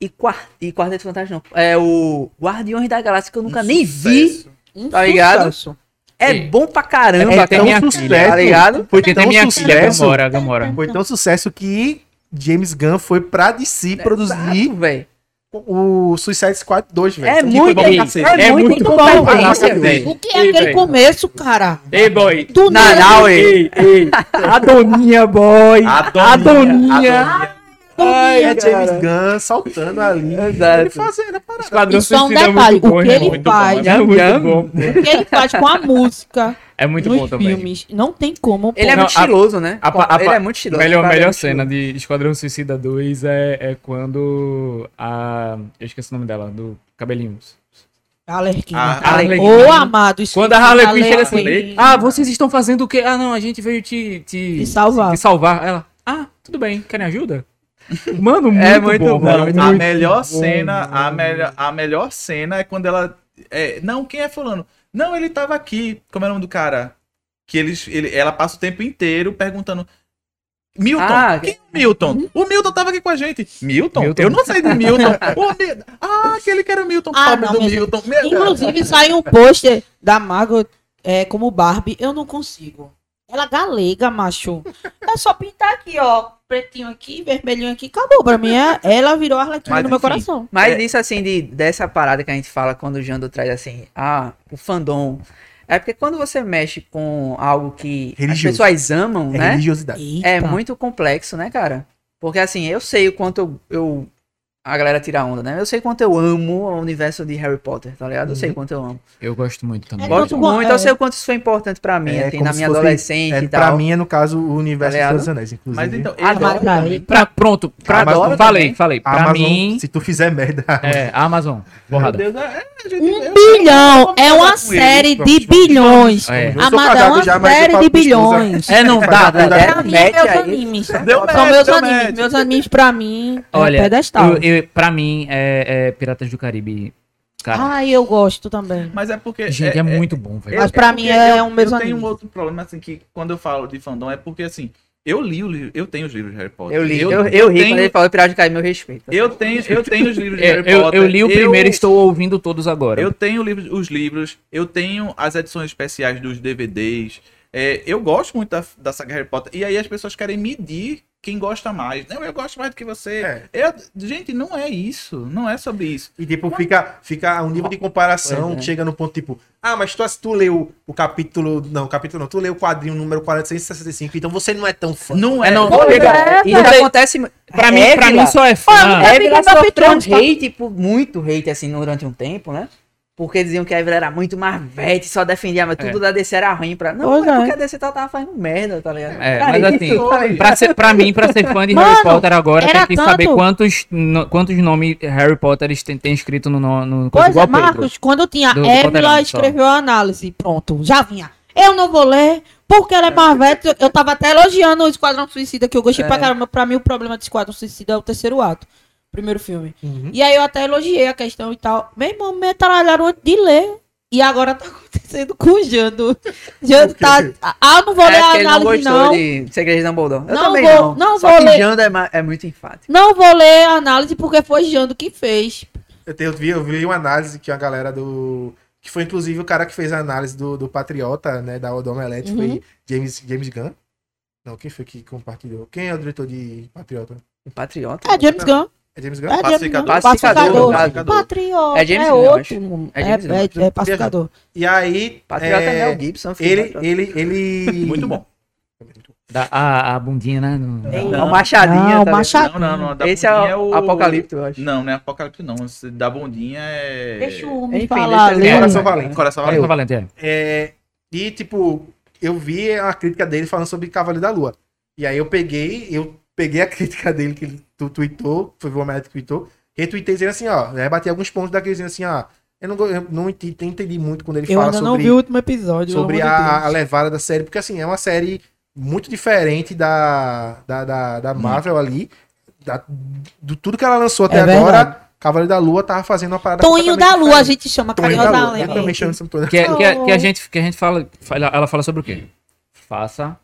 E, quar e Quarteto Fantástico não. É o Guardiões da Galáxia, que eu
um
nunca nem vi.
vi.
Um
tá ligado?
sucesso.
É
Sim.
bom pra caramba,
É, tem
cara.
minha
tão
Tá
sucesso.
filha.
ligado?
Foi
Porque tem
tão
minha filha,
sucesso.
Gamora, Gamora.
Foi tão sucesso que James Gunn foi pra DC produzir
É, Exato, velho.
o Suicide Squad 2, velho. Então, tipo, Que
É
foi
muito,
bom pra
é,
cacete.
é muito,
muito bom,
competência,
velho.
velho.
O que é
Ei,
aquele
velho.
começo, cara?
Ei, boy.
Do
Na-
nada.
Não, ei.
ei, ei. Ah, Adoninha, boy.
Adoninha,
Adoninha.
É,
Ai,
James Gunn saltando ali.
Exato.
Ele fazendo a parada.
Esquadrão
E só um
Suicida é
detalhe,
muito bom,
o que
irmão.
ele
Muito bom,
faz-
É
Yam,
muito bom.
O que ele faz com a música
É muito
nos
bom também.
filmes? Não tem como. pô.
Ele é
Não,
muito
a-
estiloso, né?
a pa- a
ele
pa-
é muito estiloso.
Melhor,
cara, é
melhor
muito
cena
estiloso.
de Esquadrão Suicida 2 é, é quando a. Eu esqueci o nome dela, do Cabelinhos.
Harley Quinn.
A-
Harley Quinn.
é Ô, amado. isso
Quando a
é
Harley Quinn chega
Harley
assim,
Quinn.
ah, vocês estão fazendo o quê? Ah, não, a gente veio te... Te,
Te salvar.
te salvar. Ela, ah, tudo bem, querem ajuda? Mano, muito,
É muito
bom,
bom,
mano.
muito
a
Muito
melhor
bom,
cena, a,
mano.
melhor a melhor cena é quando ela. é, não, quem é fulano? Não, ele tava aqui. Como é o nome do cara? Que eles, ele, ela passa o tempo inteiro perguntando. Milton,
Ah,
quem é o Milton? O Milton tava aqui com a gente. Milton?
Milton.
Eu não sei de Milton. O Mi- Ah, aquele que era o Milton.
Ah,
Pobre
não,
do
minha gente.
Milton. Meu Deus.
Inclusive, sai um pôster da Margot é, como Barbie. Eu não consigo. Ela galega, macho. É só pintar aqui, ó. Pretinho aqui, vermelhinho aqui. Acabou pra mim. é- Ela virou Arlequina
Mas,
no meu
enfim.
coração.
Mas
É.
isso assim, de, dessa parada que a gente fala quando o Jando traz assim, ah, o fandom. É porque quando você mexe com algo que
Religioso.
as pessoas amam,
É
né?
religiosidade.
É
Eita.
muito complexo, né, cara? Porque assim, eu sei o quanto eu, eu- A galera tira onda, né? Eu sei o quanto eu amo o universo de Harry Potter, tá ligado? Eu
Uhum.
sei o quanto eu amo.
Eu gosto muito também.
É,
Gosto
quanto-
muito,
é.
eu sei o quanto isso foi importante pra mim,
É,
assim,
como
na
se
minha
fosse-
adolescente
É,
e
pra
tal.
mim é, no caso, o universo
Tá
dos
ligado?
Seus Anéis, inclusive.
Mas então,
Ah,
Mas,
Eduardo,
aí,
Pra, pronto, pra,
Amazon
adoro, falei,
também.
falei. Pra
Amazon,
mim,
se tu fizer merda,
é, Amazon,
Meu
borrada.
Deus, é, é, gente,
Um
eu-
bilhão.
eu-
É
eu-
uma
eu-
série de
Vamos, vamos,
bilhões.
É.
Eu sou
Amada, é
casado
uma
já, mas eu
série
falo
de
pros meus
bilhões.
É, não dá, dá,
Pra
dá.
Pra mim, é
Mete
meus
aí.
animes.
Deu
São
match,
meus
deu
animes.
match.
Meus animes, pra mim, é
Olha,
pedestal.
eu, eu, pra mim, é, é Piratas do Caribe, cara.
Ai, eu gosto também.
Mas é porque.
gente, é, muito bom, velho.
Mas pra
porque
mim é
eu-
um mesmo
Eu tenho um
anime.
outro problema, assim, que quando eu falo de fandom é porque, assim, eu li o livro, eu tenho os livros de Harry Potter.
Eu li, eu,
Eu,
eu, ri
tenho,
quando ele falou Pirata de Cair, meu respeito.
eu, tenho, eu tenho os livros de
É,
Harry
eu,
Potter.
eu li o primeiro e
eu,
estou ouvindo todos agora.
eu tenho livros- os livros, eu tenho as edições especiais dos DVDs. É, eu gosto muito da, da saga Harry Potter. E aí as pessoas querem medir quem gosta mais. Não, eu gosto mais do que você.
É.
Eu- gente, não é isso. Não é sobre isso.
E tipo, fica, fica um nível de comparação
Pois é.
que chega no ponto, tipo, ah, mas tu, tu leu o capítulo. Não, o capítulo não, tu leu o quadrinho número 465, então você não é tão fã.
Não é.
Não, chega. Isso
velho.
acontece.
Pra mim, pra mim só é fã.
Ah,
A
É,
Evelyn
Big Top
sofreu um
Trump.
hate, por muito hate, assim, durante um tempo, né? Porque diziam que a Evelyn era muito marvete, só defendia, mas tudo da DC era ruim pra... Não,
Pois
é
é.
porque a DC tava, tava fazendo merda, tá ligado?
É,
Cara,
mas
isso-
assim, pra, ser, pra mim, pra ser fã de
Mano,
Harry Potter agora, tem
era
que saber
tanto-
quantos, no- quantos nomes Harry Potter tem, tem escrito no, no, no
Pois
igual
é,
a Pedro.
Marcos, quando tinha
Do- do
Évila
Poderão,
escreveu a análise, pronto, já vinha. Eu não vou ler, porque ela é Marvete. Eu tava até elogiando o Esquadrão Suicida, que eu gostei pra caramba. Pra mim, o problema do Esquadrão Suicida é o terceiro ato, primeiro filme.
Hum?
E aí eu até elogiei a questão e tal. Meu irmão, metralharam antes de ler. E agora tá acontecendo com o Jando. Jando tá. Ah, não vou
É
ler a
porque ele não
análise,
gostou
não.
de Segredos de Dumbledore. Eu
Não
também
vou-
não.
não
Só
vou
que
ler.
Janda é, ma- é muito enfático.
Não vou ler a análise porque foi Jando que fez.
Eu, tenho- eu vi, eu vi uma análise que a galera do. Que foi inclusive o cara que fez a análise do, do Patriota, né? Da do Omelete,
Uhum.
foi James, James Gunn. Não, quem foi que compartilhou? Quem é o diretor de Patriota?
Um patriota.
É James Gunn.
É James
É
Gunn?
James Gunn.
Pacificador.
Pacificador.
Pacificador.
Patriota.
É James
é
Gunn, eu
outro.
acho.
mundo.
É
É,
James Gunn,
é-
acho.
é pacificador.
E aí.
Patriota é...
é,
Mel Gibson. filho,
ele,
patriota.
ele, ele.
Muito bom.
Da- a, a bundinha, né? no-
É o Machadinha,
Não, o
tá
Machadinha.
Não, não, não. da
ligado? Esse é o,
Bundinha
Apocalipto, eu acho.
Não, não é Apocalipse, não. Esse da bundinha é.
Deixa o homem
Enfim, deixa
falar.
ele-
Lê.
Coração Valente.
Uhum. Coração
Olha
Valente.
só, Valente, é.
É, e, tipo, eu vi a crítica dele falando sobre Cavaleiro da Lua. E aí eu peguei, eu peguei a crítica dele que ele tu, tweetou, foi o Homem que tweetou, retuitei dizendo assim, ó, rebati alguns pontos daquele dizendo assim, ó, eu não, go- eu não enti- entendi, muito quando ele
Eu
fala
ainda não
sobre,
vi o último episódio.
sobre
pelo amor de
a,
Deus.
a levada da série, porque assim, é uma série muito diferente da, da, da, da Marvel ali, da, do tudo que ela lançou até
É
agora,
verdade.
Cavaleiro da Lua tava fazendo uma parada
Tonho da
completamente
Lua, a
diferente.
gente né? chama
Tonho
Carinho
da
da
Lua, eu também
Lua.
chamo isso de Tonho da
Que, é- que, é- que a
Oh.
gente, que a gente fala, fala- Ela fala sobre o quê? Faça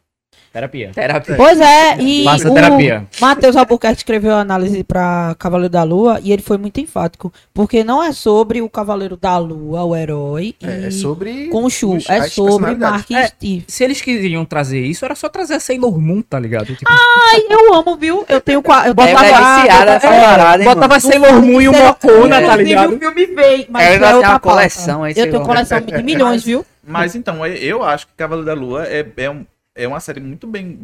terapia.
Terapia.
Pois é, e
Faça terapia.
o Matheus Albuquerque escreveu a análise pra Cavaleiro da Lua e ele foi muito enfático, porque não é sobre o Cavaleiro da Lua, o herói,
É, é
e
sobre.
com o Shu,
os-
é
as
sobre
personalidades.
Mark e
É.
Steve.
Se eles queriam trazer isso, era só trazer a Sailor Moon, tá ligado? Tipo,
Ai, eu amo, viu? Eu tenho qua-
Ela
eu
é
botava,
viciada
eu
essa
botava-
parada, hein, mano?
tá
botava Sailor Moon e o Mocona,
assim,
tá ligado?
O filme veio, mas
Ela
não é
tem
outra
uma
pauta.
coleção aí,
Eu
sei
tenho
lá.
coleção de milhões, viu?
Mas então, eu- eu acho que Cavaleiro da Lua é, é, um- é uma série muito bem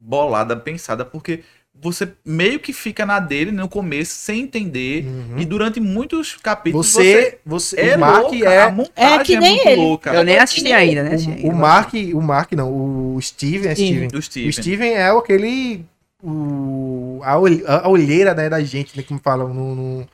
bolada, pensada, porque você meio que fica na dele no começo, sem entender,
Uhum.
e durante muitos capítulos
Você, você,
é
o Mark
louca, a
é.
montagem
É que nem
muito
ele.
louca.
Eu nem assisti ainda, né?
O, o Mark, o Mark não, o Steven, é Steven.
Steven.
Do
O
Steven.
Steven é aquele. O, a, olhe- a olheira né, da gente, né? Como falam no, no,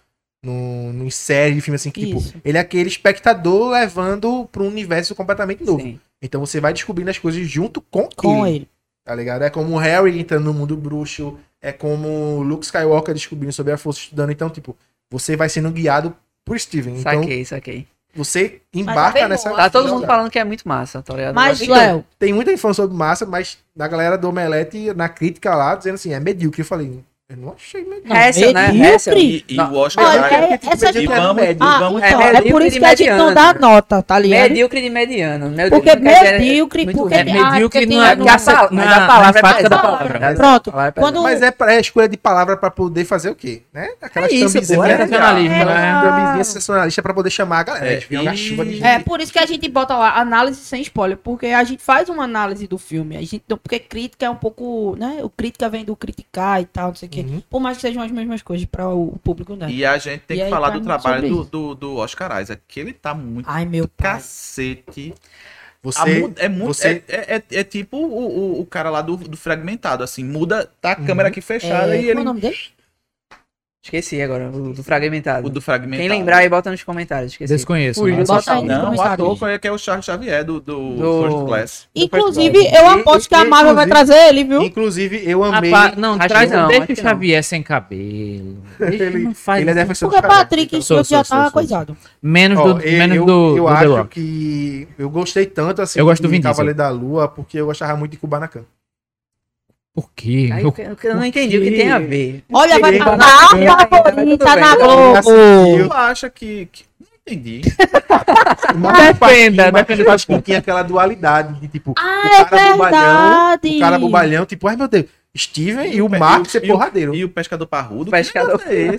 no, em série de filme assim, que tipo,
Isso.
ele é aquele espectador levando para um universo completamente novo.
Sim.
Então você vai descobrindo as coisas junto com,
Com
ele,
ele.
tá ligado? É como o Harry entrando no mundo bruxo, É como Luke Skywalker descobrindo sobre a força estudando. Então, tipo, você vai sendo guiado por Steven. Então,
Saquei, saquei.
você
bem
embarca
bom,
nessa.
ó.
Tá todo mundo
Olha,
falando que é muito massa, tá ligado?
Mas,
Então,
Léo,
Tem muita informação sobre massa, mas da galera do Omelete, na crítica lá, dizendo assim, é medíocre. Eu falei, eu não achei medíocre.
não,
Hessel, né?
medíocre.
Hessel.
E, e o Oscar
Olha,
vai-
é- essa
tipo
aqui-
e vamos, e
Ah,
vamos
então,
É
é,
medíocre
por isso que a gente não dá
mediano.
nota, tá ligado?
Medíocre de mediano. Medíocre
Porque
não quer dizer-
medíocre,
muito
porque
ruim.
É,
tem- ah, porque
medíocre
tem
não é
a-
Porque a,
nossa,
pa- mas a palavra é prática
enfática
da
da
palavra.
palavra. Pronto,
A palavra é prática.
Ah, quando-
Mas é, pra- é escolha de palavra pra poder fazer o quê? Né? Aquela
É isso, pô, é
sensacionalismo, né?
Thumbzinha sensacionalista pra poder chamar a galera.
É,
É, tipo, é uma
e-
chuva de
É, por isso que a gente bota lá análise sem spoiler, porque a gente faz uma análise do filme, a gente não- porque crítica é um pouco, né? O crítica vem do criticar e tal, não sei o quê.
Uhum.
Por mais que sejam as mesmas coisas para o público, né?
E a gente tem
E
que
aí
falar
tá
do
sobre
trabalho do,
isso.
do, do Oscar Isaac, que ele tá muito
Ai, meu pai.
cacete. A
Você
mu- é, muito,
você-
é, é, é- é tipo o, o, o cara lá do, do fragmentado, assim, muda, tá a câmera aqui fechada
É,
e
como é
ele.
o nome dele?
Esqueci agora, o do fragmentado.
O do fragmentado.
Quem lembrar aí bota nos comentários, esqueci.
Desconheço.
Ui,
né?
eu
Só-
Bota aí nos
Não, o
comentários.
ator é que é o Charles Xavier do, do,
Do-
First Class.
Inclusive,
First
eu
Blood.
aposto que a
Inclusive-
Marvel vai trazer ele, viu?
Inclusive, eu amei.
Rapaz, não,
Acho
traz
que não,
não.
acho
Deixa o
que não.
Xavier sem cabelo. Deixa,
Ele-
não faz
ele é
isso.
defensor do
Porque
Xavier,
Patrick
então.
Sou,
Stewart já
sou,
tá
sou, sou.
coisado.
Menos
Ó,
do,
eu,
menos
eu,
do,
eu
do The
acho
Rock.
que eu gostei tanto assim
Eu gosto do
de
Vin
Cavaleiro da Lua porque eu gostava muito de Kubanacan.
Por quê?
Aí,
Eu-
eu, eu não entendi o que tem a ver.
Olha, vai
Ele-
tá
Ele-
na
Ele-
favorita na
Ele-
Globo.
Tu acha que. que- Não entendi.
Mas
Dependa,
mas
dependa
eu
do
acho que
ponto.
tinha aquela dualidade de tipo,
Ah,
o cara
é
bobalhão,
verdade.
o cara bobalhão, tipo, ai meu Deus, Steven e, o
pe-
Max é
e o-
porradeiro.
E o pescador parrudo.
O pescador-
Que negócio é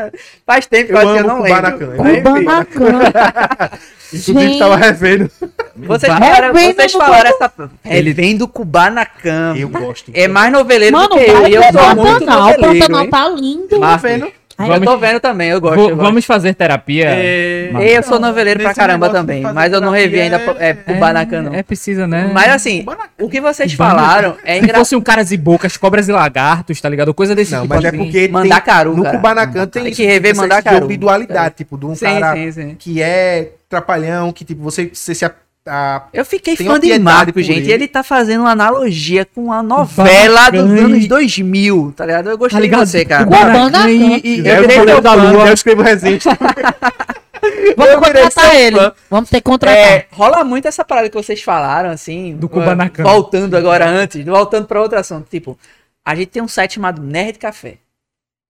esse, gente?
Faz tempo que eu,
Eu
acho que eu
amo
não
Kubanacan,
lembro.
né?
Mas, enfim,
Kubanacan.
Inclusive
Gente.
tava revendo.
Vocês
Ba-
falaram,
Revendo
vocês
do
falaram essa. Ele vem do Kubanacan.
Eu gosto.
É mais noveleiro
Mano,
do que eu.
vai
Eu
pro
sou muito
Pantanal. O
noveleiro,
Pantanal
hein?
tá lindo.
Marcos,
vendo?
Ai,
Eu tô vendo também, eu gosto.
Vo-
eu gosto.
Vamos fazer terapia?
É,
Mas-
Ei, eu sou noveleiro pra
Nesse
caramba
negócio de
também,
fazer
mas eu não revi ainda
terapia
é,
É,
Kubanacan, não.
É, precisa, né?
Mas assim, o que vocês falaram é
Se
engraçado.
fosse um caras e bocas, cobras e lagartos, tá ligado? Coisa desse
Não,
tipo.
mas é
assim.
porque
Mandar caru,
no
cara.
Kubanacan tem
Tem que rever
essa
Mandar
questão
Caru.
de dualidade, tipo, de um
Sim,
cara
sim, sim.
que é trapalhão, que tipo, você, você se a- a-
Eu fiquei
Tem
fã
uma
de
piedade
Marco,
por
gente.
ele.
Ele tá fazendo uma analogia com a novela dos
Kubanacan.
anos 2000, tá ligado? Eu
Tá
gostei
ligado?
de você, cara.
Kubanacan.
E, e,
É,
eu
o
virei
Cavaleiro
teu
da
fã.
Lua, eu escrevo resiste.
Vamos
Eu virei
contratar
seu
ele.
fã.
Vamos ter que contratar.
É, rola muito essa parada que vocês falaram, assim.
Do
eh,
Kubanacan.
Voltando agora antes, voltando pra outro assunto. Tipo, a gente tem um site chamado Nerd Café.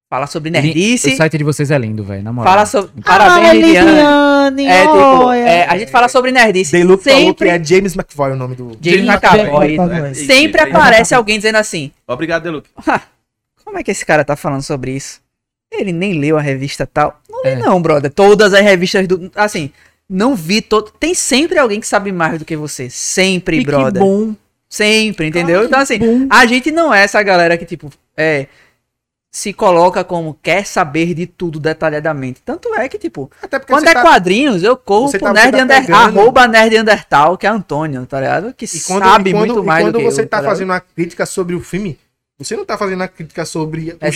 Fala sobre
O
nerdice.
site de vocês é lindo, velho, na moral.
Fala sobre.
Ai,
Parabéns, Lidiane.
Lidiane,
tá É, tipo,
olha.
é, a gente fala sobre nerdice.
The Luke falou que
sempre
é James McFoy o nome do...
James
James
McAvoy.
McAvoy.
Sempre aparece alguém dizendo assim:
Obrigado, Deluc.
"Ah, Como é que esse cara tá falando sobre isso? Ele nem leu a revista tal. Não li,
É.
não, brother. Todas as revistas do. Assim, não vi todo. Tem sempre alguém que sabe mais do que você.
E
Sempre,
que
brother.
bom.
Sempre, entendeu? Então, assim,
bom.
a gente não é essa galera que, tipo, é. Se coloca como quer saber de tudo detalhadamente. Tanto é que, tipo,
Até porque
quando
você
é
tá-
quadrinhos, eu corro
você
pro
tá- você
Nerd
tá
Under...
pegando-
arroba Nerd Undertal, que é Antônio, tá ligado? Que
E quando,
sabe
e quando-
muito
e
mais
quando
do que
você
eu,
tá
ligado?
fazendo uma crítica sobre o filme, você não tá fazendo uma crítica sobre o
Exatamente,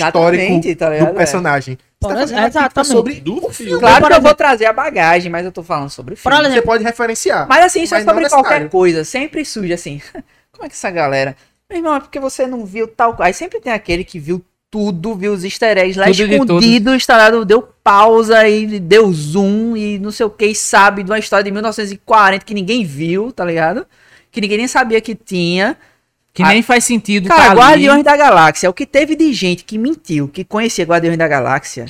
histórico
tá ligado?
do personagem. Você tá
Por
fazendo uma
exemplo,
crítica
exatamente.
sobre
Do
É.
filme.
Claro
Por
que eu
exemplo-
vou trazer a bagagem, mas eu tô falando sobre o
Por
filme.
exemplo,
Você pode referenciar.
Mas assim, isso é
Mas não
sobre
necessário.
qualquer coisa. Sempre surge assim. Como é que essa galera. Meu irmão, é porque você não viu tal coisa. Aí sempre tem aquele que viu tudo, viu os easter eggs lá
Tudo de
escondido, instalado, deu pausa e deu zoom e não sei o que, e sabe de uma história de 1940 que ninguém viu, tá ligado? Que ninguém nem sabia que tinha.
Que
Ah,
nem faz sentido.
Cara,
tá ali.
Guardiões da Galáxia, é o que teve de gente que mentiu, que conhecia Guardiões da Galáxia.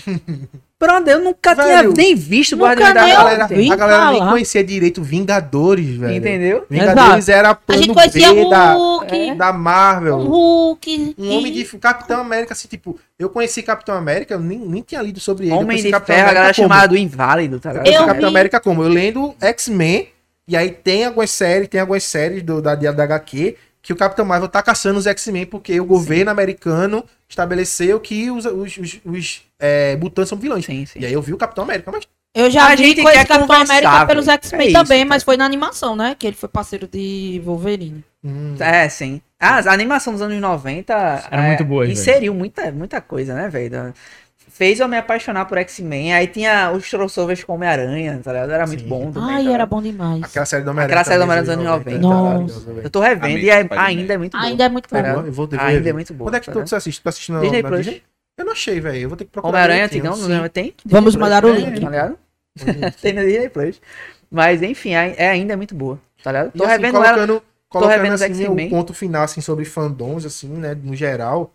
Pronto, eu nunca
Velho,
tinha nem visto
nunca
Guardiões da
nem
A galera,
ouvi
Galáxia.
a galera nem
falar.
conhecia direito Vingadores, velho.
Entendeu?
Vingadores era
a gente
plano
conhecia né? o
B da,
Hulk,
da
o
Marvel.
Hulk.
Um homem de Capitão América, assim, tipo, eu conheci Capitão América, eu nem, nem tinha lido sobre ele. eu
Homem
conheci
de
Capitão
Ferro, a
América
galera
como?
chamada do Inválido, tá
Eu
ligado?
conheci
Eu
Capitão
vi-
América como? Eu lendo X-Men, e aí tem algumas séries, tem algumas séries do, da, da HQ, que o Capitão Marvel tá caçando os X-Men, porque o governo americano estabeleceu que os, os, os, os, é, mutantes são vilões.
Sim, sim.
E aí eu vi o Capitão América, mas
Eu já
A
vi
gente
coisa
quer
de Capitão
conversar,
América
velho.
pelos X-Men
É isso,
também,
cara.
mas foi na animação, né? Que ele foi parceiro de Wolverine.
hum,
É, sim. Ah, a animação dos anos 90
Era
é,
muito boa, velho.
inseriu muita, muita coisa, né, velho? da- fez eu me apaixonar por X-Men. Aí tinha os crossovers com Homem-Aranha, tá ligado? Era muito
Sim.
bom também.
Ai,
cara.
era bom demais.
Aquela série do Homem-Aranha.
Aquela série do
também, é
Homem-Aranha dos anos
90,
Nossa.
maravilhosa,
Eu tô revendo e
Amazing
é-
Spider-Man.
ainda é muito bom.
Ainda é muito bom.
velho.
Era-
Eu vou ter
Ainda é muito bom.
Quando é que
cara.
tu tu assiste? Tu assiste na
Disney
na
Plus,
Disney? Eu não achei, velho. Eu vou ter que procurar.
Homem-Aranha
direitinho.
antigão, não tem?
Vamos mandar o
Disney Plus,
link.
Tá ligado? tem na Disney Plus. Mas enfim, ai- é ainda muito boa, tá ligado?
E,
Tô
assim,
revendo ela.
colocando, colocando
revendo os
assim, meu
X-Men.
ponto final assim, sobre fandoms, assim, né? No geral.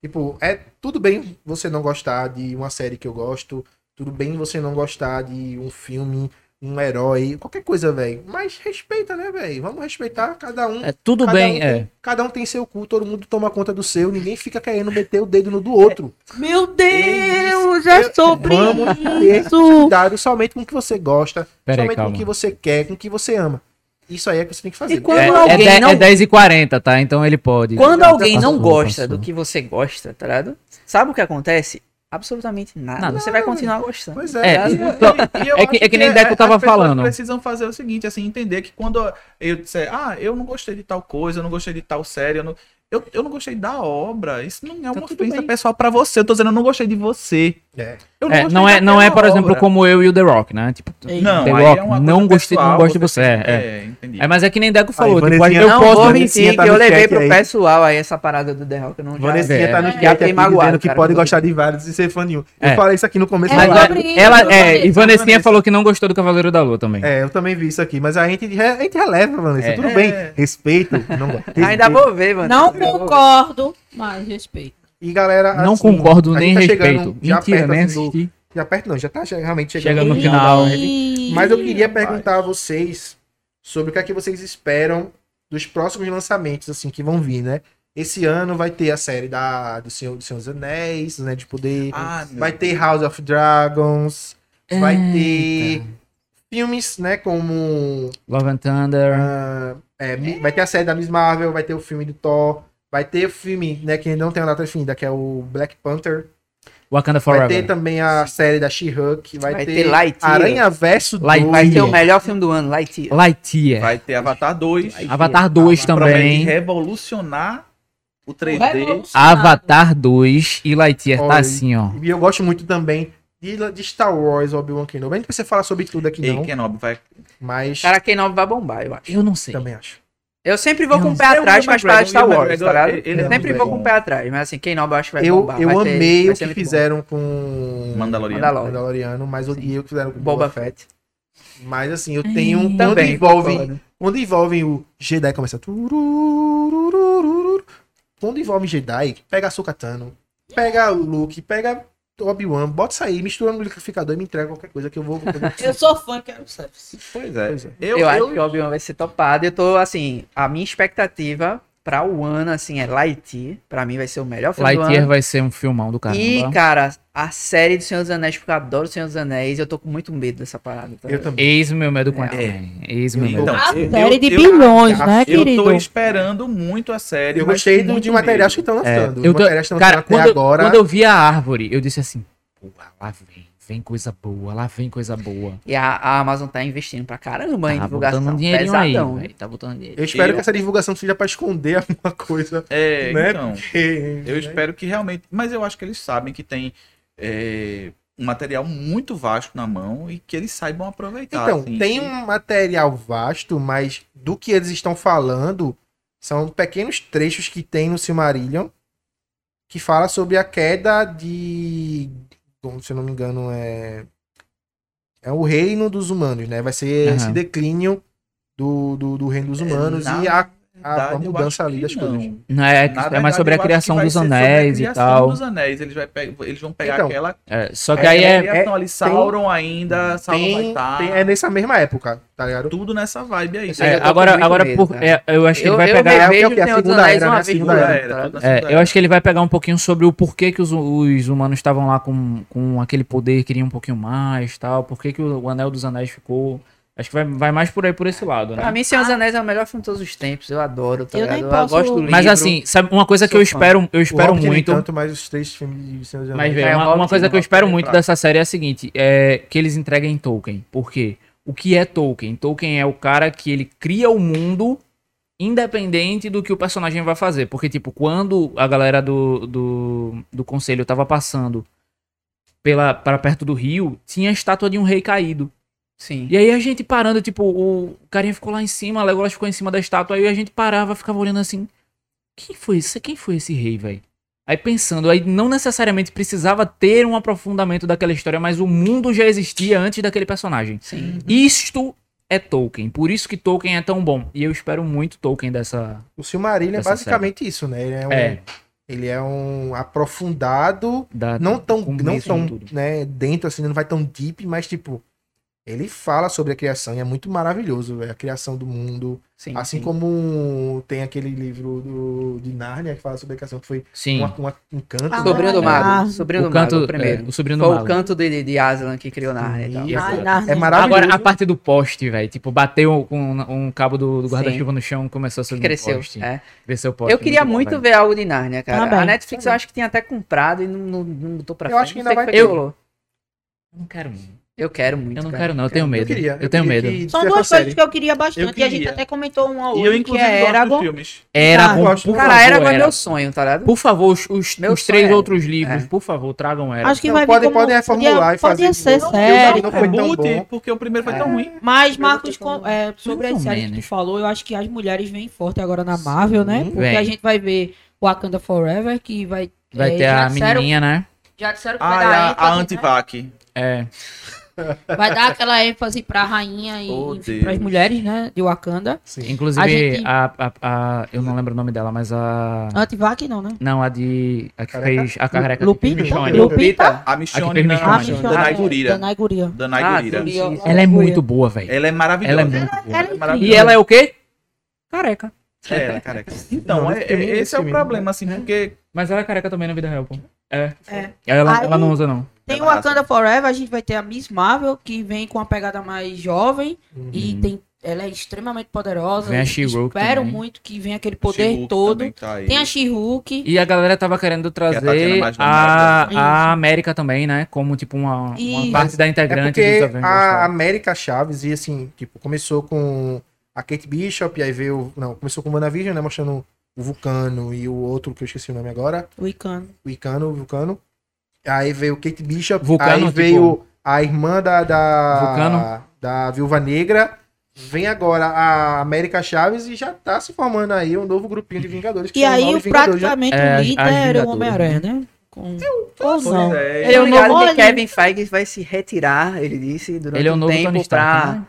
Tipo, é tudo bem você não gostar de uma série que eu gosto. Tudo bem você não gostar de um filme, um herói, qualquer coisa, velho. Mas respeita, né, velho? Vamos respeitar cada um.
É, tudo
Cada
bem,
um
é.
tem- Cada um tem seu cu, todo mundo toma conta do seu, ninguém fica querendo meter o dedo no do outro.
Meu Deus, é sobre
Vamos ter
isso.
cuidado somente com o que você gosta,
Pera aí,
somente com o
calma.
que você quer, com o que você ama. Isso aí é que você tem que fazer.
E quando
É, é,
alguém
de-
não-
é 10h40, tá? Então ele pode. Tá
Quando alguém não
Passou,
gosta
passou.
do que você gosta, tá ligado? Sabe o que acontece? Absolutamente nada.
Nada.
Você vai continuar gostando.
Pois
É,
é,
Aliás,
e-
é,
só-
E eu
É que-
acho
é que nem Deco
as
tava
pessoas
falando.
precisam fazer o seguinte, assim, entender que quando eu disser, ah, eu não gostei de tal coisa, eu não gostei de tal série, eu não, eu, eu não gostei da obra, isso não é uma
tudo
ofensa
bem.
pessoal pra você. Eu tô dizendo, eu não gostei de você.
é.
Eu
É,
gostei
não é, não é,
daquela
por exemplo,
obra.
como eu e o The Rock, né? Tipo,
Não,
The
aí
Rock,
é uma
não
coisa
gostei, não
pessoal,
gosto de você. É,
É, entendi.
é. mas é que nem Deco falou. tipo,
Vanezinha,
eu
não
posso.
vou
Vanessinha
mentir
tá
que eu
no
levei
chat
pro
aí.
pessoal aí essa parada do The Rock. Eu não já...
Vanessinha
é.
tá no
É,
chat
já
aqui
fiquei magoado,
dizendo que
cara,
pode
não vou-
gostar de vários e ser fã nenhum.
É.
Eu falei isso aqui no começo.
É
da
Mas
live.
sobre isso,
ela,
sobre
é,
isso.
e Vanessinha
Vanessa.
falou que não gostou do Cavaleiro da Lua também.
É, eu também vi isso aqui, mas a gente, a gente releva, Vanessa.
É.
Tudo
É.
bem, respeito. Não gosto.
Ainda vou ver, mano.
Não
Ainda vou ver.
concordo, mas respeito.
E galera,
Não
assim,
concordo
a
nem
gente tá chegando
respeito.
já
Mentira,
perto,
nem
assim, do-
assisti.
Já perto não, já tá che- realmente chegando,
Chegando no
fim
final.
da
Não.
live.
E-
Mas eu queria
Rapaz.
perguntar a vocês sobre o que é que vocês esperam dos próximos lançamentos, assim, que vão vir, né? Esse ano vai ter a série da, do, Senhor, do Senhor dos Anéis, né? De poder.
Ah, meu
vai ter
Deus.
House of Dragons. Vai ter filmes, né? Como.
Love and Thunder.
ah, é, mi- Vai ter a série da Miss Marvel, vai ter o filme do Thor. Vai ter o filme, né, que não tem uma data definida, que é o Black Panther.
Wakanda
Vai ter
Forever.
também a série da She-Hulk. Vai,
Vai
ter,
ter Lightyear.
Aranha Verso
Light-
dois.
Vai ser o melhor filme do ano, Lightyear.
Lightyear.
Vai ter Avatar 2.
Avatar 2
Ah,
Promete
É. também.
revolucionar o 3D.
Revolucionado.
Avatar 2 e Lightyear tá
Olha,
assim, ó.
E eu gosto muito também de, de Star Wars, Obi-Wan Kenobi. A gente precisa falar sobre tudo
Ah,
aqui, não.
E Kenobi vai.
Mas
Cara, quem não vai bombar, eu acho.
Eu não sei.
também acho.
Eu sempre vou
Eu
com
não
o pé
sei.
atrás
O
com as
Ian
paradas de Star
McGregor,
Wars, tá ligado?
ele
é
Eu sempre
muito
vou
bom.
com o pé atrás, mas assim, quem não vai, acho que vai
Eu,
bombar.
eu
vai ter-
amei
vai
o
ser
que
muito bom.
fizeram com
Mandaloriano.
Mandalorian.
Mandaloriano, mas odiei o que fizeram com
Boba Fett.
Mas assim, eu tenho um quando
Também.
envolvem,
concordo.
quando envolvem o Jedi começa tururururururu. quando envolve Jedi, pega Sokatano, pega o Luke, pega Obi-Wan, bota isso aí, mistura no liquidificador e me entrega qualquer coisa que eu vou. eu vou-
Eu sou fã, quero saber.
Pois é.
Pois é.
Eu, acho que o Obi-Wan vai ser topado. Eu tô, assim, a minha expectativa pra o ano, assim, é Lightyear. Pra mim vai ser o melhor filme do
Lightyear
ano.
vai ser um filmão do caramba.
E, cara, a série do Senhor dos Anéis, porque eu adoro o Senhor dos Anéis, eu tô com muito medo dessa parada. tá
eu
ligado?
também.
Eis o meu medo com
É.
X-Men. Eis o meu medo.
Então,
A
eu-
série
eu-
de
eu-
bilhões,
eu-
É,
né,
Eu
querido?
tô esperando muito a série.
Eu
mas
gostei
com
do,
muito
de materiais que
medo.
estão
É,
lançando.
eu
Os
tô-
materiais que estão
cara,
lançando até
quando, eu-
agora.
quando eu vi a árvore, eu disse assim, porra, lá vem, vem coisa boa, lá vem coisa boa.
E a, a Amazon tá investindo pra caramba em
Tá
divulgação.
botando um dinheirinho aí,
pesadão.
velho, tá botando dinheiro.
Eu espero
Eu-
que essa divulgação seja pra esconder alguma coisa.
É,
Né?
então. Eu espero que realmente. Mas eu acho que eles sabem que tem é, um material muito vasto na mão e que eles saibam aproveitar.
Então,
assim.
tem um material vasto, mas do que eles estão falando são pequenos trechos que tem no Silmarillion que fala sobre a queda de. bom, se eu não me engano, é. É o reino dos humanos, né? Vai ser
Aham.
esse declínio do, do, do reino dos humanos
É, na
e a, a- a
verdade, eu
mudança
acho
ali
que
das
não.
coisas.
Não, é,
Na
é mais
verdade,
sobre a
eu acho que
criação
vai
dos
ser sobre a
anéis e
criação
tal.
dos anéis. Eles, vai pe- eles vão pegar
Então,
aquela.
É, só que aí
aquela
é...
criação ali, Sauron ainda, Sauron vai tá-
Tem,
estar.
tem- é nessa mesma época, tá ligado?
Tudo nessa vibe aí.
Eu sei
é,
eu tô com
agora,
muito
agora
medo,
por-
cara.
é, eu acho que
Eu,
ele vai
eu
pegar...
é o que-
revejo
é o que? A
o Senhor dos
segunda
Anéis
era, né?
uma
A
vez por
segunda
Tudo
era.
ano.
era,
tá
tudo
ligado?
na
É,
segunda
eu
era.
acho que ele vai pegar um pouquinho sobre o porquê que os, os humanos estavam lá com, com aquele poder, queriam um pouquinho mais tal, por que que o, o Anel dos Anéis ficou... Acho que vai, vai mais por aí, por esse lado, né?
Pra mim, Senhor dos Anéis é o melhor filme de todos os tempos. Eu adoro, tá
Ah. Eu
ligado?
nem
Eu
posso-
gosto do livro.
Mas assim, sabe uma coisa que eu
sou fã.
espero, eu
O tá
espero
Hobbit, no
muito...
entanto, mas os três filmes de Senhor dos
Mas
Anéis-
vê,
é
uma,
Hobbit,
uma coisa que eu
não,
espero
é
muito
fraco.
dessa série é a seguinte, é que eles entreguem Tolkien. Por quê? O que é Tolkien? Tolkien é o cara que ele cria o mundo independente do que o personagem vai fazer. Porque, tipo, quando a galera do, do, do conselho tava passando pela, para perto do rio, tinha a estátua de um rei caído.
Sim.
E aí a gente parando, tipo, o carinha ficou lá em cima, a Legolas ficou em cima da estátua, aí a gente parava, ficava olhando assim, quem foi esse, quem foi esse rei, velho? Aí pensando, aí não necessariamente precisava ter um aprofundamento daquela história, mas o mundo já existia antes daquele personagem.
Sim.
Isto é Tolkien, por isso que Tolkien é tão bom. E eu espero muito Tolkien dessa...
O Silmarillion é
Essa
basicamente isso, né? Ele é um,
É.
Ele é um aprofundado
Da,
não tão,
Tá com
não
isso
tão
tudo.
né, dentro, assim, não vai tão deep, mas tipo, ele fala sobre a criação e é muito maravilhoso, véio, a criação do mundo.
Sim.
assim
sim.
como tem aquele livro do, de Nárnia que fala sobre a criação, que foi
Sim.
uma, uma- um canto.
Ah,
Sobrinho do Mago.
Narnia.
Sobrinho
O
do Mago,
canto,
o primeiro.
é, o sobrinho do
Foi o
Mago.
canto de, de Aslan que criou Narnia e tal.
E é-
Ai, Narnia.
é maravilhoso.
Agora, a parte do poste, velho. Tipo, bateu com um, um cabo do, do guarda-chuva no chão começou a subir no
Cresceu.
poste.
é.
Cresceu o poste.
Eu queria
bom,
muito
véi.
ver algo de Narnia, cara.
Tá
Também,
a Netflix eu acho que tinha até comprado e não, não, não botou pra
Eu
frente.
acho que
Não
ainda vai
sei o foi
ter.
que rolou.
Eu não quero, muito.
Eu quero muito.
Eu não
cara.
quero, não. Eu tenho medo. Eu,
queria,
tenho
queria
medo.
que
São
fizesse
duas
uma
coisas que eu queria bastante.
Eu queria.
E a gente até comentou um ao
E
outro,
eu,
que
inclusive,
é
gosto dos
Eragon.
filmes.
Era bom,
gosto.
por
Cara,
favor.
era é
Eragon.
meu sonho, tá ligado?
Por favor, os, os,
Meu
os três
sonho é-
outros livros,
é.
por favor, tragam Eragon.
Acho que
Não,
vai
podem-
vir como...
podem reformular e
podia
fazer
ser
de novo.
série.
Não foi tão
Reboot,
bom.
porque o primeiro foi
É.
tão ruim.
Mas, Marcos, com- é, sobre
Mais
as
ou
séries que tu
menos.
falou, eu acho que as mulheres vêm forte agora na Marvel, né? Porque
Vem.
a gente vai ver Wakanda Forever, que vai.
Vai
é,
ter
já
a
disseram-
menininha, né?
Já disseram que vai dar
Ah, a, a
ênfase, né?
Antivac.
É.
Vai dar aquela ênfase pra rainha e
Oh,
enfim,
Deus.
pras mulheres, né? De Wakanda.
Sim.
Inclusive,
A
a,
gente-
a, a- Eu não lembro o nome dela, mas a.
Ah.
Antivac não, né?
Não, a de. A que
Careca?
fez a careca.
Lupita?
Michonne.
Lu-
Lupita?
A Michonne
fez
da,
Michonne.
da,
Ah,
Michonne.
Michonne.
Nai Gurira.
Danai Gurira.
Da
Ah,
Nai Gurira.
sim, sim, sim.
Ela é muito boa, velho.
Ela é maravilhosa.
Ela é muito boa.
Ela é
maravilhosa.
E ela é o quê? Careca.
É, ela é careca. Então,
Não,
é-
desse menino,
é- esse
desse
é o
menino.
problema, assim, porque
Mas ela é careca também na vida real, pô. É.
É.
Ela,
Aí-
ela não usa, não.
Tem o
É massa.
Wakanda Forever, a gente vai ter a Miss Marvel, que vem com uma pegada mais jovem e tem ela é extremamente poderosa.
Vem a She-Hulk
Espero
também.
muito que venha aquele
She-Hulk
poder todo.
também tá aí.
Tem a She-Hulk.
E a galera tava querendo
Tatiana
trazer
mais
a,
nova.
a América também, né? Como, tipo, uma, uma
Isso.
parte da
É
integrante dos
porque
Avengers.
a
tá?
América Chaves, e assim, tipo, começou com a Kate Bishop, e aí veio. Não, começou com o Manavision, né? Mostrando o Vulcano e o outro que eu esqueci o nome agora.
Wiccan.
o Icano, o Vulcano. Aí veio Kate Bishop,
Vulcano,
aí
tipo-
veio a irmã da da,
Vulcano.
da Viúva Negra. Vem agora a América Chaves e já tá se formando aí um novo grupinho de Vingadores.
E
são os
aí,
nove
o praticamente
É,
o
as- as
líder é o
Vingadoras.
Homem-Aranha, né? Com... Ou
Pois
não.
é,
Eu tô
não
ligado
olho.
que Kevin Feige vai se retirar, ele disse, durante
Ele é o
um
novo Tony
tempo
Stark.
pra
né?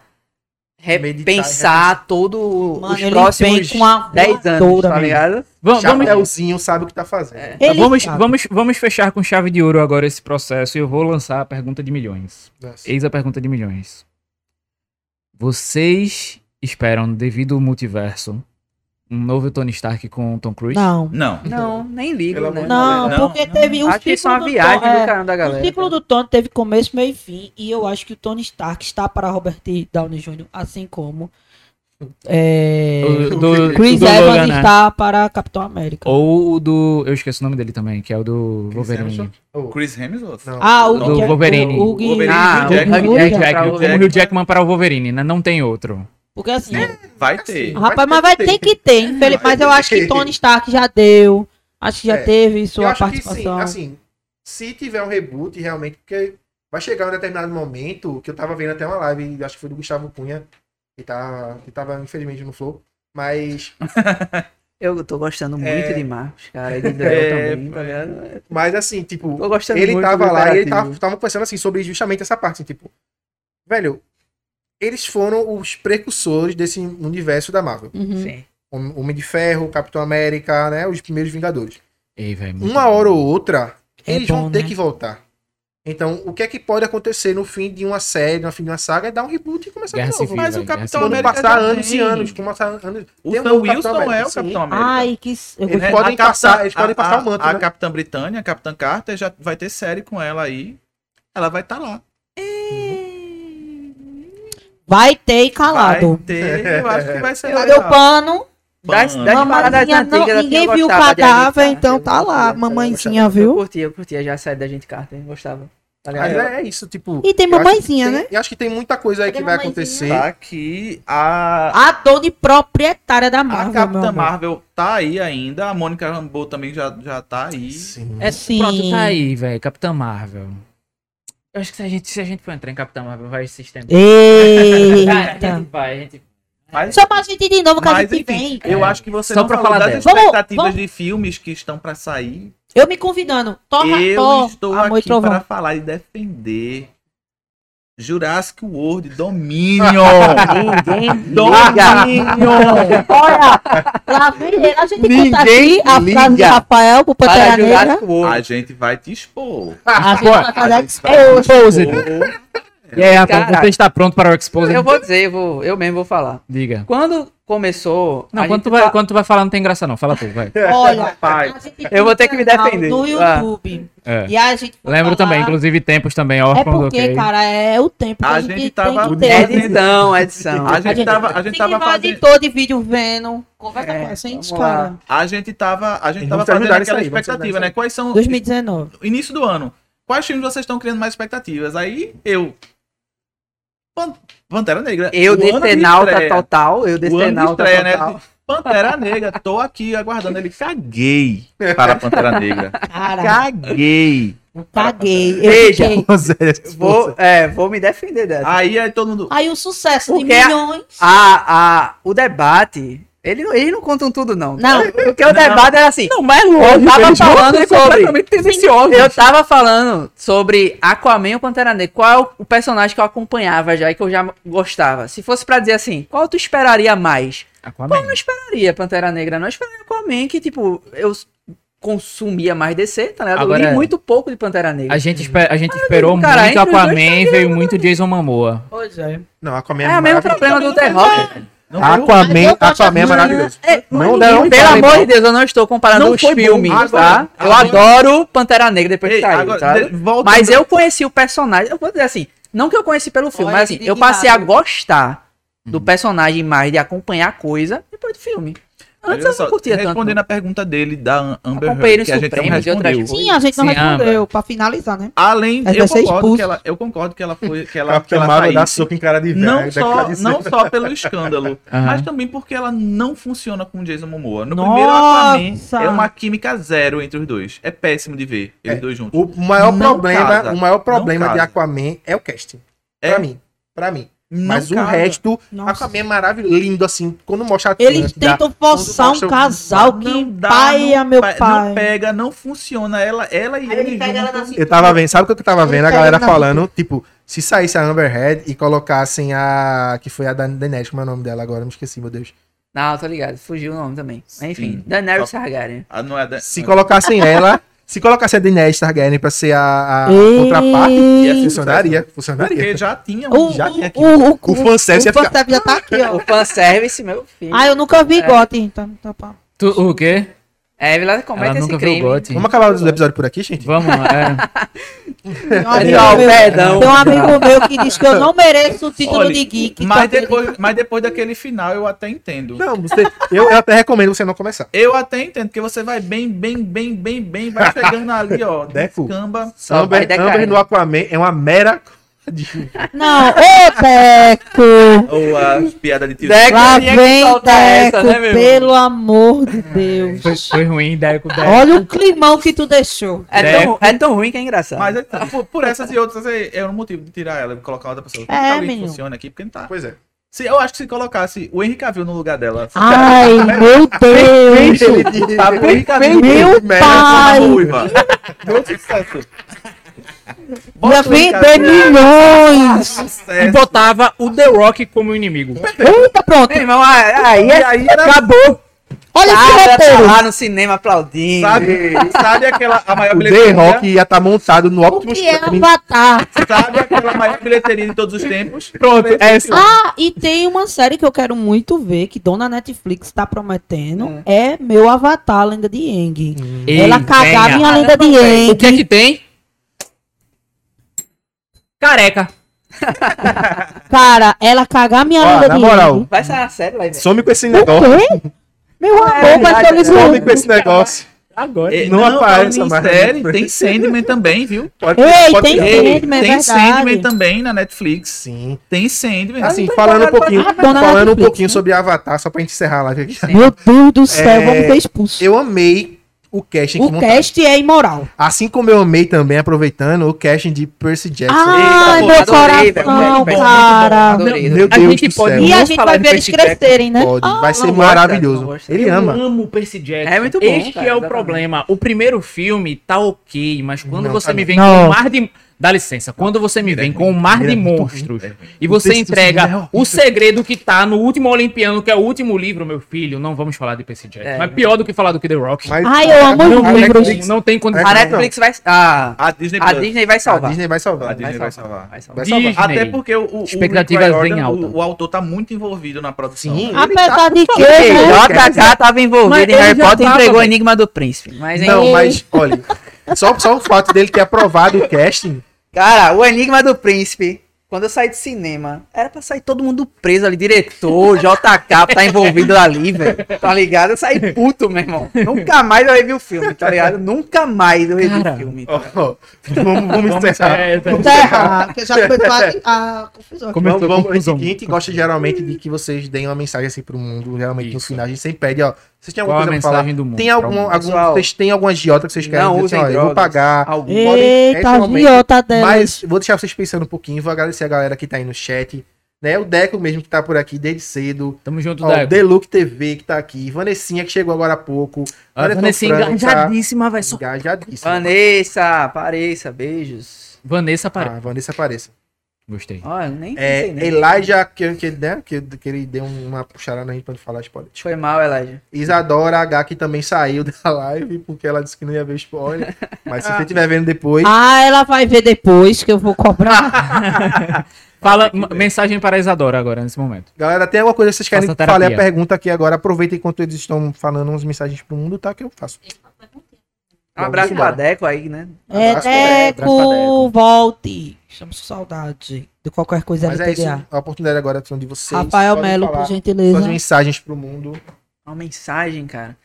Meditar e
repensar todo
Mano,
os
ele vem
próximos
com a
10 anos,
voadora,
tá
velho.
ligado?
Vamos, vamos,
Chapeuzinho sabe o que tá fazendo.
É.
Ele
vamos,
sabe.
vamos, vamos fechar com chave de ouro agora esse processo e eu vou lançar a pergunta de milhões.
Nossa.
Eis a pergunta de milhões. Vocês esperam, devido ao multiverso, um novo Tony Stark com o Tom Cruise?
Não.
Não.
Não, nem ligo,
Pelo
né?
amor
Não,
Não,
porque
não.
teve o
Acho que isso é
ciclo
uma
do
viagem
Thor, é,
do caramba da galera.
O ciclo do Tony teve começo, meio e fim, e eu acho que o Tony Stark está para Robert Downey Jr., assim como é,
O- do-
Chris
do
Evans
Logan, né?
está para Capitão América.
Ou o do. Eu esqueci o nome dele também, que é o do Wolverine.
Hemsworth? Oh,
Chris Hemsworth?
não.
Ah, o
Do
que é-
Wolverine.
O, o Gui-
Wolverine.
Ah,
Hugh Jackman.
o Hugh
Hugh
Jackman.
Jackman,
pra
como
Wolverine.
o Hugh Jackman para o Wolverine, né? Não tem outro.
Porque assim,
Vai ter.
Assim,
rapaz, mas vai ter que ter, infeliz- mas eu acho que Tony Stark já deu. Acho que já
É,
teve
Eu
sua
acho que sim,
participação.
assim, se tiver um reboot realmente, porque vai chegar um determinado momento, que eu tava vendo até uma live, acho que foi do Gustavo Cunha, que, tá, que tava infelizmente no flow, mas
Eu tô gostando muito
É.
de Marcos, cara. E de Daniel
É,
também, tá ligado?
Mas assim, tipo,
Tô gostando
ele
muito
tava
do
lá e ele
imperativo.
tava, tava conversando assim sobre justamente essa parte, assim, tipo, velho, eles foram os precursores desse universo da Marvel.
Uhum.
Sim.
Hom- Homem de Ferro, Capitão América, né, os primeiros Vingadores.
Ei, velho. muito
Uma
bom.
hora ou outra,
É
eles
bom,
vão ter
né?
que voltar. Então, o que é que pode acontecer no fim de uma série, no fim de uma saga, é dar um reboot e começar
Guerra
de novo.
Civil,
Mas
Mas o
velho, guerra
Capitão
civil.
quando
América
passar
já
anos e
tem.
anos, como passar anos...
O
Tem um
Sam
novo Capitão
Wilson é
América,
o
sim.
Capitão América.
Ai, que. Eu
Eles
gostei.
podem
Capitã-
passar- eles podem passar o manto,
A
né?
Capitã Britânia, a Capitã Carter, já vai ter série com ela aí. Ela vai estar lá.
Vai ter e calado.
Vai ter, eu acho que vai ser
Cadê o
legal.
pano?
Das,
Mano.
das paradas
Mamãezinha,
antigas,
não,
eu
ninguém
tinha
viu o
gostado de
cadáver,
Agente
então
Carter,
tá
eu
lá,
gostava.
mamãezinha,
Eu
viu?
curtia, eu curtia já a série da gente Carter, eu gostava. Tá
Mas
ligado?
é isso, tipo...
E tem
eu acho que
mamãezinha,
tem-
né?
Eu acho que tem muita coisa aí
Cadê
que vai
mamãezinha?
acontecer.
Tá aqui a,
A dona e proprietária da
a
Marvel. meu
Capitã
amor.
Marvel tá aí ainda. A Mônica Rambeau também já, já tá aí.
Sim.
É sim.
Pronto, tá aí, velho. Capitã Marvel. Eu acho que se a gente, se a gente for entrar em Capitão Marvel, vai se estender. Cara, a
Eita!
gente vai, a gente...
Mas,
Só mais 20 de novo que a
mas
gente
enfim,
vem.
eu
É.
acho que você
Só
não
pra
falou
falar
das
dela.
Vamos-
expectativas
vamos-
de filmes que estão pra sair.
Eu me convidando. Torra,
eu
Thor,
estou
Amor e
aqui
Trovão.
para falar e defender Jurassic World Dominion. Dominion.
Lá vem ele. A gente
Ninguém
conta aqui a frase de
liga
Rafael pro Pantera Negra.
A gente vai te expor.
Ah,
A gente vai fazer
Eu
Exposed. E aí, Rafa,
Cara.
você está pronto para o
Ah,
Exposed?
Eu vou dizer, eu, vou, eu mesmo vou falar.
Diga.
Quando começou.
Não,
a
quando tu,
gente tá-
vai,
fa-
quando tu vai falar não tem graça não, fala tu, vai. É.
Olha,
Rapaz,
a gente tem
Eu vou ter que me
canal
defender.
No
Ah.
YouTube.
É.
E a gente. vai
Lembro
falar-
também, inclusive tempos também,
É
órfãos,
porque,
ok?
cara, é o tempo que
A
a,
gente
gente,
tava-
tem que
É
ter.
edição, é edição.
A gente tava, a gente
Tem que
tava
vai
fazendo,
editor de vídeo vendo. Conversa
É,
com a gente,
vamos lá.
cara.
a gente tava, a gente
Eles
tava
vão te ajudar
fazendo
nisso
aquela
aí, vão te ajudar nisso
expectativa, né? Quais são
2019.
início do ano? Quais filmes vocês estão criando mais expectativas? Aí eu Pan- Pantera Negra.
Eu
o ano de
decenalta
estreia.
total. Eu
O ano de
decenalta
estreia, né?
total.
Pantera Negra, tô aqui aguardando. Ele caguei para Pantera Negra.
Cara,
Caguei.
caguei. Eu
Veja.
fiquei-
Vou, é, vou me defender dessa.
Aí, aí todo
Ah,
mundo.
Aí o sucesso de
Porque é a-
milhões.
A, a, o debate. Ele, não- eles não contam tudo, não.
Não.
Porque o debate era assim.
Não, mas é
Eu tava falando sobre.
tendencioso.
Eu tava falando sobre Aquaman e o Pantera Negra. Qual é o- o personagem que eu acompanhava já e que eu já gostava? Se fosse pra dizer assim, qual tu esperaria mais? Eu não esperaria Pantera Negra, não. Eu esperaria Aquaman, que, tipo, eu s- consumia mais DC, tá ligado? eu
Agora- é.
li muito pouco de Pantera Negra.
A gente, espe- a gente esperou
cara,
muito
entre os dois
Aquaman
tá
e veio muito Jason Momoa.
Pois é.
Não, Aquaman
É o mesmo problema do The
É.
Rock.
Não,
né?
Aquaman, Aquaman é maravilhoso.
É,
Não, não,
Pelo
não.
amor de Deus, eu não estou comparando
Não
os
foi bom.
filmes,
Agora-
tá? Eu adoro Pantera Negra depois
Ei,
que saiu,
agora,
tá?
de- volta
Mas eu conheci o personagem. Eu vou dizer assim, não que eu conheci pelo filme,
Olha,
mas assim,
que
eu passei a
indignado.
gostar
Uhum.
do personagem mais, de acompanhar a coisa depois do filme. Antes eu não curtia tanto.
Respondendo a pergunta dele da Am- Amber
Companheiros
Heard, que a gente não
supremos e outras
respondeu.
coisas.
Sim, a gente não
Sim,
respondeu, pra finalizar, né?
Além,
Mas
eu
vai ser
concordo,
expulso.
que ela, eu concordo que ela foi que ela, que
Capitão
ela
Marvel dá
saísse.
soco em cara de velho.
Não
deve ficar
só,
de
não
cima.
só pelo escândalo,
Aham.
mas também porque ela não funciona com o Jason Momoa. No
Nossa!
primeiro Aquaman, é uma química zero entre os dois. É péssimo de ver eles
É.
dois juntos.
O maior
Não
problema,
casa.
o maior
Não
problema de
casa.
Aquaman é o casting.
É.
Pra mim, pra mim.
Não
Mas o
casa.
resto,
Nossa.
Aquaman é maravilhoso, lindo assim, quando mostra a
Eles
Atlântida,
tentam forçar
mostra
um
o-
casal que
Não dá,
paia,
não
meu
pa- Não
pai.
pega, não funciona. Ela, ela e ele. juntos.
Eu tava vendo, sabe o que eu tava
Ele
vendo? A
pega
galera
na
falando, tipo, se saísse a Amber Heard e colocassem a. Que foi a Dan- Daenerys, como é o nome dela agora? Me esqueci, meu Deus.
Não, tô ligado. Fugiu o nome também. Mas, Enfim,
Sim.
Daenerys
Só-
Targaryen.
Ah, não é da-
Se
não.
colocassem ela. Se colocassem a Daenerys Targaryen pra ser a, a contraparte,
Ia ser
funcionaria.
Porque
Funcionaria.
já tinha
O,
um.
Já tem aqui.
o, o, o,
O fanservice ia
o
ficar.
fanservice já tá aqui, ó.
O fanservice, meu filho.
Ah, eu nunca vi Gotti, então. tá bom.
Tu, o quê?
É, ela comete
Ela
esse
nunca viu
crime.
o Gotti.
Vamos acabar o episódio por aqui, gente?
Vamos, é.
Tem um amigo
Pessoal,
meu-
perdão.
tem um amigo meu que diz que eu não mereço o título
Olha,
de geek.
Mas
então ele-
depois, mas depois daquele final eu até entendo.
Não, você, eu, eu até recomendo você não começar.
Eu até entendo, porque você vai bem, bem, bem, bem, bem, vai chegando ali, ó.
Defo.
Descamba.
Só vai
Amber,
decair.
Amber no Aquaman é uma mera.
Não, ô Teco!
Ou as piadas de tio.
Deco,
Lá
tinha É que
vem Teco,
soltar essa, né, meu irmão?
pelo amor de Deus.
Foi, foi ruim, Deco, Deco.
Olha o climão que tu deixou.
É tão, é tão ruim que é engraçado.
Mas é- por, por essas e outras é, é um motivo de tirar ela e colocar outra pessoa. Tem que
É,
alguém que
menino.
funciona aqui, porque não tá.
Pois é.
Se, eu acho que se colocasse o Henry Cavill no lugar dela.
Ai, meu Deus!
Tá pro Henry Cavill.
Meu
Ai.
pai!
Ruiva. Deu sucesso. Bota
Ia
o Henry
vender
Cavill.
milhões!
E
Sucesso.
botava o The Rock como inimigo.
Eita,
é,
pronto!
Meu irmão,
ah,
aí, aí acabou.
Olha esse
Ah, tá
roteiro!
lá no cinema aplaudindo.
Sabe, sabe aquela a maior
O The Rock
bilheteria?
ia estar montado no
O
Optimus
que é
Prime.
Avatar?
Sabe aquela maior bilheteria de todos os tempos?
Pronto, É essa.
Ah, e tem uma série que eu quero muito ver, que Dona Netflix tá prometendo, é, Meu Avatar, a Lenda de Aang. Ela cagava em A Lenda de
O que é
Aang.
que tem? Careca.
Cara, ela cagava minha
Ó,
Lenda
na
de
moral,
Aang.
Vai sair a série lá, velho.
some com esse
O
negócio.
quê? Meu
É
amor, vai
verdade,
ser
é verdade.
Some
liso.
com esse negócio.
Agora.
Eh,
É, Não apareça
falando em
mais.
série, tem Sandman também, viu?
Pode,
Ei,
pode-
tem
Ei,
Sandman, é
tem
verdade.
Sandman também na Netflix.
Sim.
Tem Sandman.
Assim, falando um pouquinho,
Ah, dona
falando um
Netflix,
pouquinho
né?
sobre Avatar, só pra gente encerrar a live aqui.
Meu Deus do céu, vamos ser expulsos.
Eu amei o casting que
O
montaram.
cast é imoral.
Assim como eu amei também, aproveitando, o casting de Percy Jackson.
Ai,
pô, adorei,
meu
velho,
coração,
velho, velho,
cara.
muito bom, adorei.
Meu
A
Deus
gente
do
pode
céu.
E
não
a gente
falar
vai
de
ver eles
Percy Jackson.
crescerem, né?
Pode. Vai ser
não gosta,
maravilhoso.
não gosta.
Ele
eu
ama.
amo o Percy Jackson.
É muito bom,
Este
cara,
é o
exatamente.
problema. O primeiro filme tá ok, mas quando
Não,
você
tá
me
não.
vem
Não.
com um mar de... Dá licença. Quando você me vem com um mar
é
de
muito ruim,
monstros
é ruim.
e
O
você
texto do filme é
entrega
horrível.
o segredo que tá no último Olimpiano, que é o último livro, meu filho, não vamos falar de Percy Jackson.
É.
Mas pior do que falar do que The Rock.
Mas
Ai, eu amo
não,
os
tem
livros.
como, não tem condição.
A
Não,
Netflix vai. Ah,
A Disney
a Disney vai
a
salvar.
Disney vai salvar.
A Disney vai salvar.
Vai salvar.
Vai salvar.
Disney.
Até porque o, o, o
Expectativas
Rick
bem
Riordan,
alta.
o, o autor tá muito envolvido na produção.
Sim.
né?
Apesar de que,
Ei,
né?
JK tava
Mas
envolvido
ele
em Harry
já
Potter e
tava,
entregou o
velho.
Enigma do Príncipe. Mas, hein?
Não, mas, olha, só, só o fato dele ter aprovado o casting,
Cara, o Enigma do Príncipe. Quando eu saí do cinema, era pra sair todo mundo preso ali, diretor, JK, tá envolvido ali, velho. Tá ligado? Eu saí puto, meu irmão. Nunca mais eu revi o filme, tá ligado? Nunca mais eu revi
Cara.
o filme.
ó, ó, vamos, vamos encerrar.
É, tá-
Terra, porque já começou a, a confusão. aqui.
Começou
Vamos,
a
vamos,
confusão.
a gente gosta geralmente de que vocês deem uma mensagem assim pro mundo, realmente no
Isso.
final a gente sempre pede, ó, vocês têm alguma
Qual a
coisa pra falar?
mensagem do mundo
Tem
pra
algum,
mundo?
algum-
Pessoal,
vocês têm alguma agiota que vocês querem
não
dizer, assim, ó,
usem
eu vou
drogas.
pagar,
Algum-
Podem- esse é
Eita, tá
o momento.
agiota dela.
Mas vou deixar vocês pensando um pouquinho, vou agradecer a galera que tá aí no chat, né? O Deco mesmo que tá por aqui desde cedo.
Tamo junto,
Ó, o
Deco.
Deluc TV que tá aqui, Vanessinha que chegou agora há pouco.
A Vanessa
Franco tá
engajadíssima, vai só.
Engajadíssima.
Vanessa, apareça, beijos.
Vanessa aparece.
Ah, Vanessa apareça.
Gostei.
Olha, eu nem
É,
pensei nem.
Elijah, que, que, né, que, que ele deu uma puxada na gente pra não falar spoiler.
Foi mal, Elijah.
Isadora H, que também saiu da live, porque ela disse que não ia ver spoiler. Mas se você estiver vendo depois,
Ah, ela vai ver depois que eu vou cobrar.
tá.
Fala m- mensagem para a Isadora agora, nesse momento.
galera, tem alguma coisa que vocês querem
Faça
que eu fale a
terapia.
pergunta aqui agora? Aproveita enquanto eles estão falando umas mensagens pro mundo, tá? Que eu faço.
Um abraço pra
embora.
Deco aí, né?
Abraço,
É,
Deco, abraço pra
Deco, volte. Estamos com saudade de qualquer coisa
Mas é isso,
LPDA.
a oportunidade agora são de vocês.
Rafael
Podem
Melo,
falar
por
suas
gentileza.
mensagens pro mundo.
Uma mensagem, cara.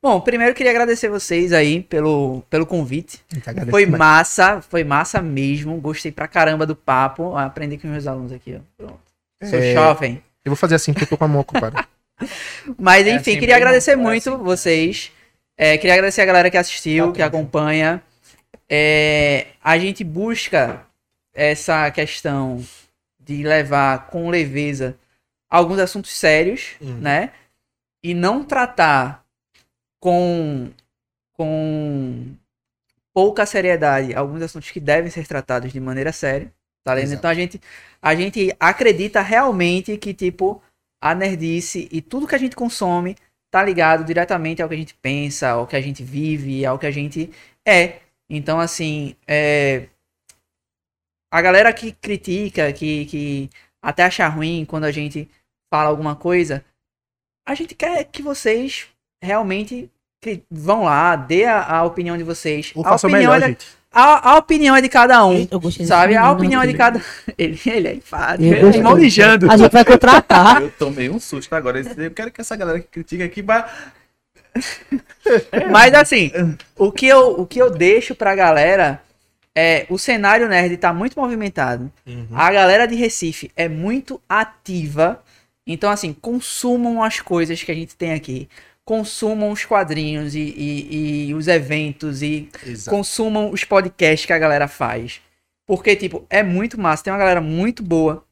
Bom, primeiro eu queria agradecer vocês aí pelo, pelo convite. Foi
mais.
massa, foi massa mesmo. Gostei pra caramba do papo. Ó, Aprendi com meus alunos aqui, ó. Pronto. Sou
É.
jovem.
Eu vou fazer assim porque eu tô com a mão ocupada.
Mas
É
enfim,
assim
queria
mesmo,
agradecer
é
muito
assim.
vocês. É, queria agradecer a galera que assistiu,
Tá
que acompanha. É, a gente busca essa questão de levar com leveza alguns assuntos sérios,
Uhum.
Hum.
né? E não tratar com com pouca seriedade alguns assuntos que devem ser tratados de maneira séria, tá ligado?
Exato.
Então a gente a gente acredita realmente que tipo a nerdice e tudo que a gente consome tá ligado diretamente ao que a gente pensa, ao que a gente vive, ao que a gente é. Então assim, é, a galera que critica, que, que até acha ruim quando a gente fala alguma coisa, a gente quer que vocês realmente cri- vão lá, dê a, a opinião de vocês.
Ou
A
faça o
opinião,
melhor,
é, da-
gente.
a, a opinião é de cada um,
Eu gostei desse
sabe? A
menino.
opinião é de cada... Ele, ele é enfado.
Eu
Ele
gostei.
irmão mijando.
A gente vai contratar.
Eu tomei um susto agora. Eu quero que essa galera que critica aqui vá.
Mas assim, o que eu, o que eu deixo pra galera é o cenário nerd tá muito movimentado.
Uhum.
A galera de Recife é muito ativa. Então, assim, consumam as coisas que a gente tem aqui. Consumam os quadrinhos e, e- e os eventos e
Exato.
consumam os podcasts que a galera faz. Porque, tipo, é muito massa. Tem uma galera muito boa.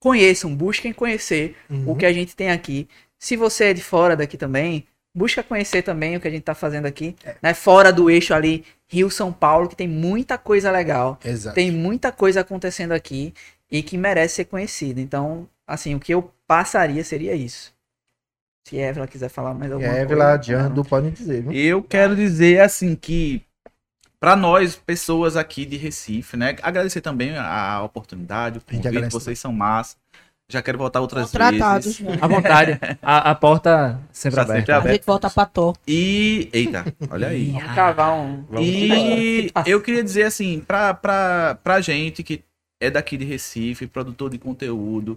Conheçam, busquem conhecer
Uhum.
o que a gente tem aqui. Se você é de fora daqui também, busca conhecer também o que a gente tá fazendo aqui, né? Fora do eixo ali, Rio São Paulo, que tem muita coisa legal,
Exato.
tem muita coisa acontecendo aqui e que merece ser conhecida. Então, assim, o que eu passaria seria isso. Se a Evela quiser falar mais alguma coisa. né?
Evela, Jando, podem dizer, viu?
Eu quero dizer assim que para nós, pessoas aqui de Recife, né? Agradecer também a oportunidade, o convite,
agradece.
vocês são massa. Já quero voltar outras
Contratados.
vezes.
né?
À vontade. A, a porta sempre
Tá
aberta.
sempre
A gente volta pra Tó.
E eita, olha aí.
Vamos cavar um.
E eu queria dizer assim, pra, pra, pra gente que é daqui de Recife, produtor de conteúdo,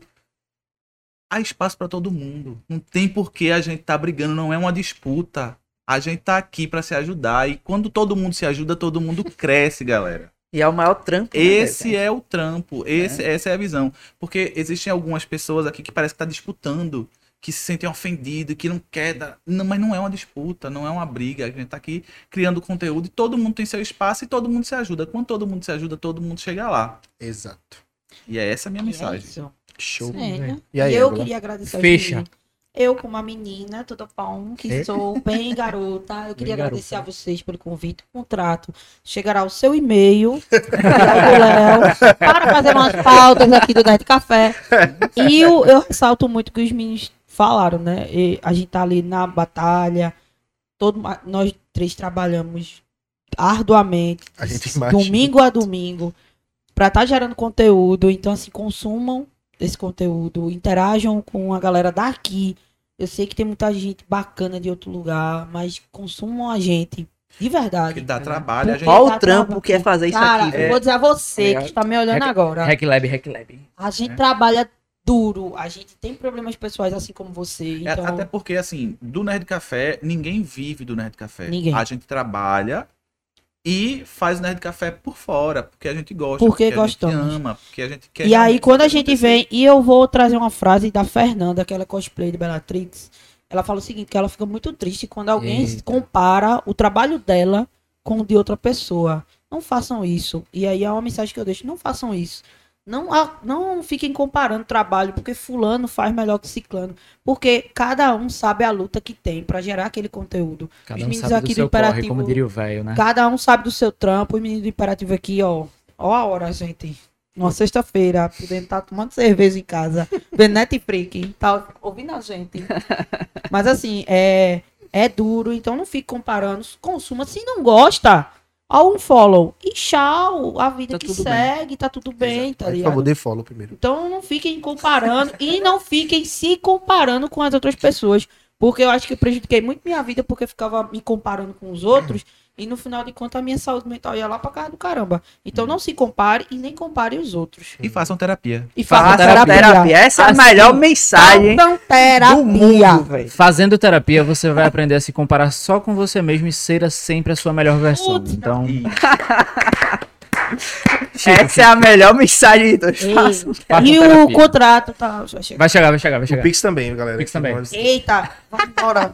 há espaço pra todo mundo. Não tem por que a gente tá brigando, não é uma disputa. A gente tá aqui pra se ajudar e quando todo mundo se ajuda, todo mundo cresce, galera.
E é o maior trampo. né,
Esse
velho?
é o trampo, esse, essa é a visão. Porque existem algumas pessoas aqui que parece que tá disputando. que se sentem ofendidos, que não quer dar... Não, mas não é uma disputa, não é uma briga. A gente está aqui criando conteúdo e todo mundo tem seu espaço e todo mundo se ajuda. Quando todo mundo se ajuda, todo mundo chega lá.
Exato.
E é essa a minha mensagem.
Isso.
Show.
Sim, né?
E aí,
eu
Égua?
queria agradecer
Fecha.
aos meninos. Eu, como uma menina, toda pão, que
É?
sou bem garota, eu queria
garota.
agradecer a vocês pelo convite. O contrato chegará ao seu e-mail, Thiago Léo, para fazer umas pautas aqui do Nerd Café. E eu, eu ressalto muito o que os meninos falaram, né? E a gente tá ali na batalha, todo, ma- nós três trabalhamos arduamente,
A gente imagina.
domingo a domingo, pra estar gerando conteúdo. Então, assim, consumam esse conteúdo, interajam com a galera daqui. Eu sei que tem muita gente bacana de outro lugar, mas consumam a gente, de
Que
verdade.
dá trabalho, a gente
Olha o
tá
trampo
travando.
que é fazer isso
Cara,
aqui,
eu
né?
velho.
vou dizer a você que está me olhando
Rec-
tá
agora.
Hacklab, Hacklab.
A gente
É.
trabalha duro, a gente tem problemas pessoais assim como você.
É,
Então,
Até porque, assim, do Nerd Café, ninguém vive do Nerd Café.
Ninguém.
A gente trabalha e faz o Nerd Café por fora, porque a gente gosta,
Porque
a
gostamos.
gente ama, porque a gente quer.
e aí
é realmente
quando a
fazer
gente
acontecer.
vem, e eu vou trazer uma frase da Fernanda, aquela cosplay de Bellatrix, ela fala o seguinte, que ela fica muito triste quando alguém
Eita.
compara o trabalho dela com o de outra pessoa. Não façam isso. E aí é uma mensagem que eu deixo, não façam isso. Não, a- não fiquem comparando trabalho, porque fulano faz melhor que ciclano. Porque cada um sabe a luta que tem para gerar aquele conteúdo.
Cada
Os
um
meninos
sabe
aqui
do
do
seu corre,
Imperativo-
como diria o velho, né?
Cada um sabe do seu trampo. O menino do Imperativo aqui, ó. Ó a hora, gente. Uma sexta-feira, podendo estar tomando cerveja em casa. Vendo Netflix. Tá ouvindo a gente. Mas assim, é, é duro. Então não fique comparando. Consuma. Se não gosta, ó um follow. E tchau. A vida
Tá
que
tudo
segue, tá tudo bem, tá
Aí, por
ligado?
favor, dê follow primeiro.
Então não fiquem comparando e não fiquem se comparando com as outras pessoas. Porque eu acho que eu prejudiquei muito minha vida porque eu ficava me comparando com os outros e no final de contas a minha saúde mental ia lá pra casa do caramba. Então não se compare e nem compare os outros.
E façam terapia.
E
Faça
faça
terapia.
terapia.
Essa é a
Assim,
melhor mensagem
Façam terapia.
do mundo, velho.
Fazendo terapia, você vai aprender a se comparar só com você mesmo e ser sempre a sua melhor versão.
Putz,
Então,
E
Essa é a melhor mensagem de todos.
Ei,
Façam
faça
E o
terapia.
contrato tá. já chega.
Vai chegar, vai chegar, vai
O
chegar.
Pix também, galera.
Pix também.
Eita, vamos embora.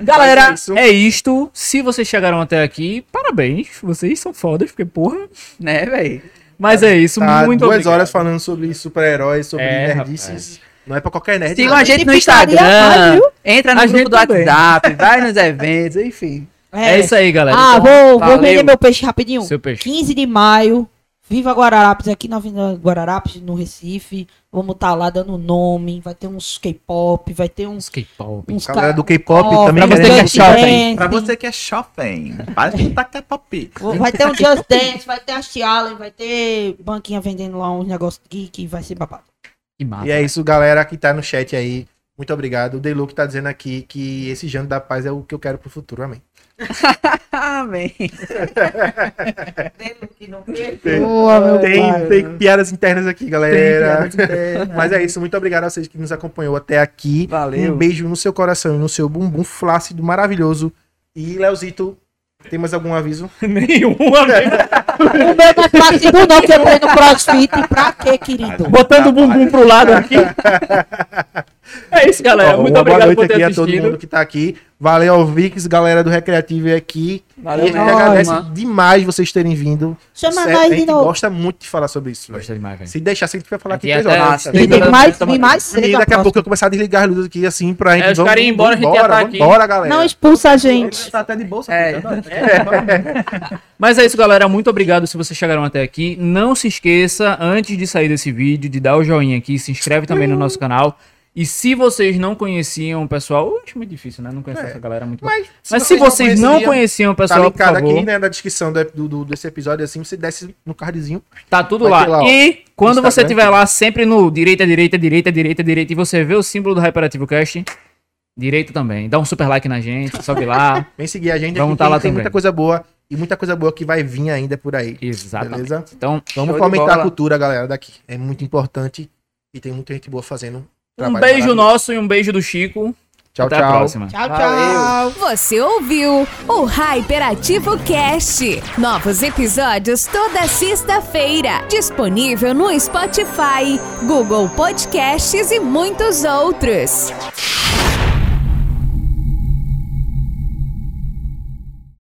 Galera,
É isso.
é isto. Se vocês chegaram até aqui, parabéns. Vocês são fodas, porque porra.
né, velho?
Mas é isso.
Tá
muito
duas
obrigado.
horas falando sobre super-heróis, sobre
É,
nerdices. Não é pra qualquer nerd.
Sigam
não.
a gente no
ficaria mais,
Instagram, entra no
A gente
grupo do
também.
WhatsApp, vai nos eventos, enfim.
É isso aí, galera. Então,
Ah, vou, vou
valeu.
vender meu peixe rapidinho.
Seu peixe.
15 de maio, Viva Guararapes, aqui na Avenida Guararapes, no Recife. Vamos estar lá dando nome, vai ter uns K-pop, vai ter uns...
Skate
uns
Galera é do
ca-
K-pop também.
pra você
querendo-
que é
um Just
shopping.
Dance,
Pra você que é shopping, tá para de tacar papi.
Vai ter um Just Dance, vai ter a Allen, vai ter banquinha vendendo lá uns negócios geek, vai ser babado.
Que massa.
E é isso, galera que tá no chat aí. Muito obrigado. O Deluc tá dizendo aqui que esse Jano da Paz é o que eu quero pro futuro. Amém.
Amém.
Boa, meu
Tem, tem piadas internas aqui, galera.
Valeu.
Mas é isso. Muito obrigado a vocês que nos acompanhou até aqui. Um beijo no seu coração e no seu bumbum flácido, maravilhoso. E, Leozito, tem mais algum aviso?
Nenhuma vez.
O meu não é fácil não, que eu treino crossfit. Pra quê, querido?
Botando o bumbum pro lado aqui. É isso, galera.
Ó,
Muito
uma
obrigado por
boa noite aqui
ter
a todo mundo
assistido.
que tá aqui. Valeu ao Vix, galera do Recreativo aqui.
Valeu,
e a gente
mesmo.
agradece demais vocês terem vindo.
Chama
Sério,
nós
a
de
gente
novo.
gosta muito de falar sobre isso. velho.
Gostei demais, velho.
Se deixar, sempre vai falar aqui
É. Até
três horas.
as
Tá?
E vem mais, vem mais
E
cedo. a
daqui a
próxima.
pouco eu começar a desligar as luzes aqui, assim, pra gente.
É, os caras iam embora, a gente ia tá aqui.
Vambora, galera.
Não expulsa a gente.
Tá até de bolsa.
É.
tá?
Mas é isso, galera. Muito obrigado se vocês chegaram até aqui. Não se esqueça, antes de sair desse vídeo, de dar o joinha aqui, se inscreve também no nosso canal. E se vocês não conheciam o pessoal, eu acho muito difícil, né? Não conhecer
É.
essa galera muito. Mas,
Mas,
Mas se vocês não
conheciam,
conheciam o
Tá
pessoal, por
linkado
favor,
aqui, né, na descrição do, do- do- desse episódio, assim, você desce no cardzinho.
tá tudo
Vai
lá.
ter lá, ó,
E quando
Instagram,
você estiver lá, sempre no direita, direita, direita, direita, direita, e você vê o símbolo do Hyperativo Cast, direita também. Dá um super like na gente, sobe lá.
Vem seguir a gente.
Vamos
aqui,
tá
tem-
lá
tem
também.
muita coisa boa e muita coisa boa que vai vir ainda por aí.
Exatamente.
Beleza?
Então,
Vamos
Show de
fomentar a
bola.
cultura, galera, daqui. É muito importante e tem muita gente boa fazendo.
um
trabalho
beijo
maravilhoso.
nosso e um beijo do Chico.
Tchau,
Até
tchau.
a próxima.
Tchau,
Valeu.
tchau.
Você ouviu o Hyperativo Cast. Novos episódios toda sexta-feira. Disponível no Spotify, Google Podcasts e muitos outros.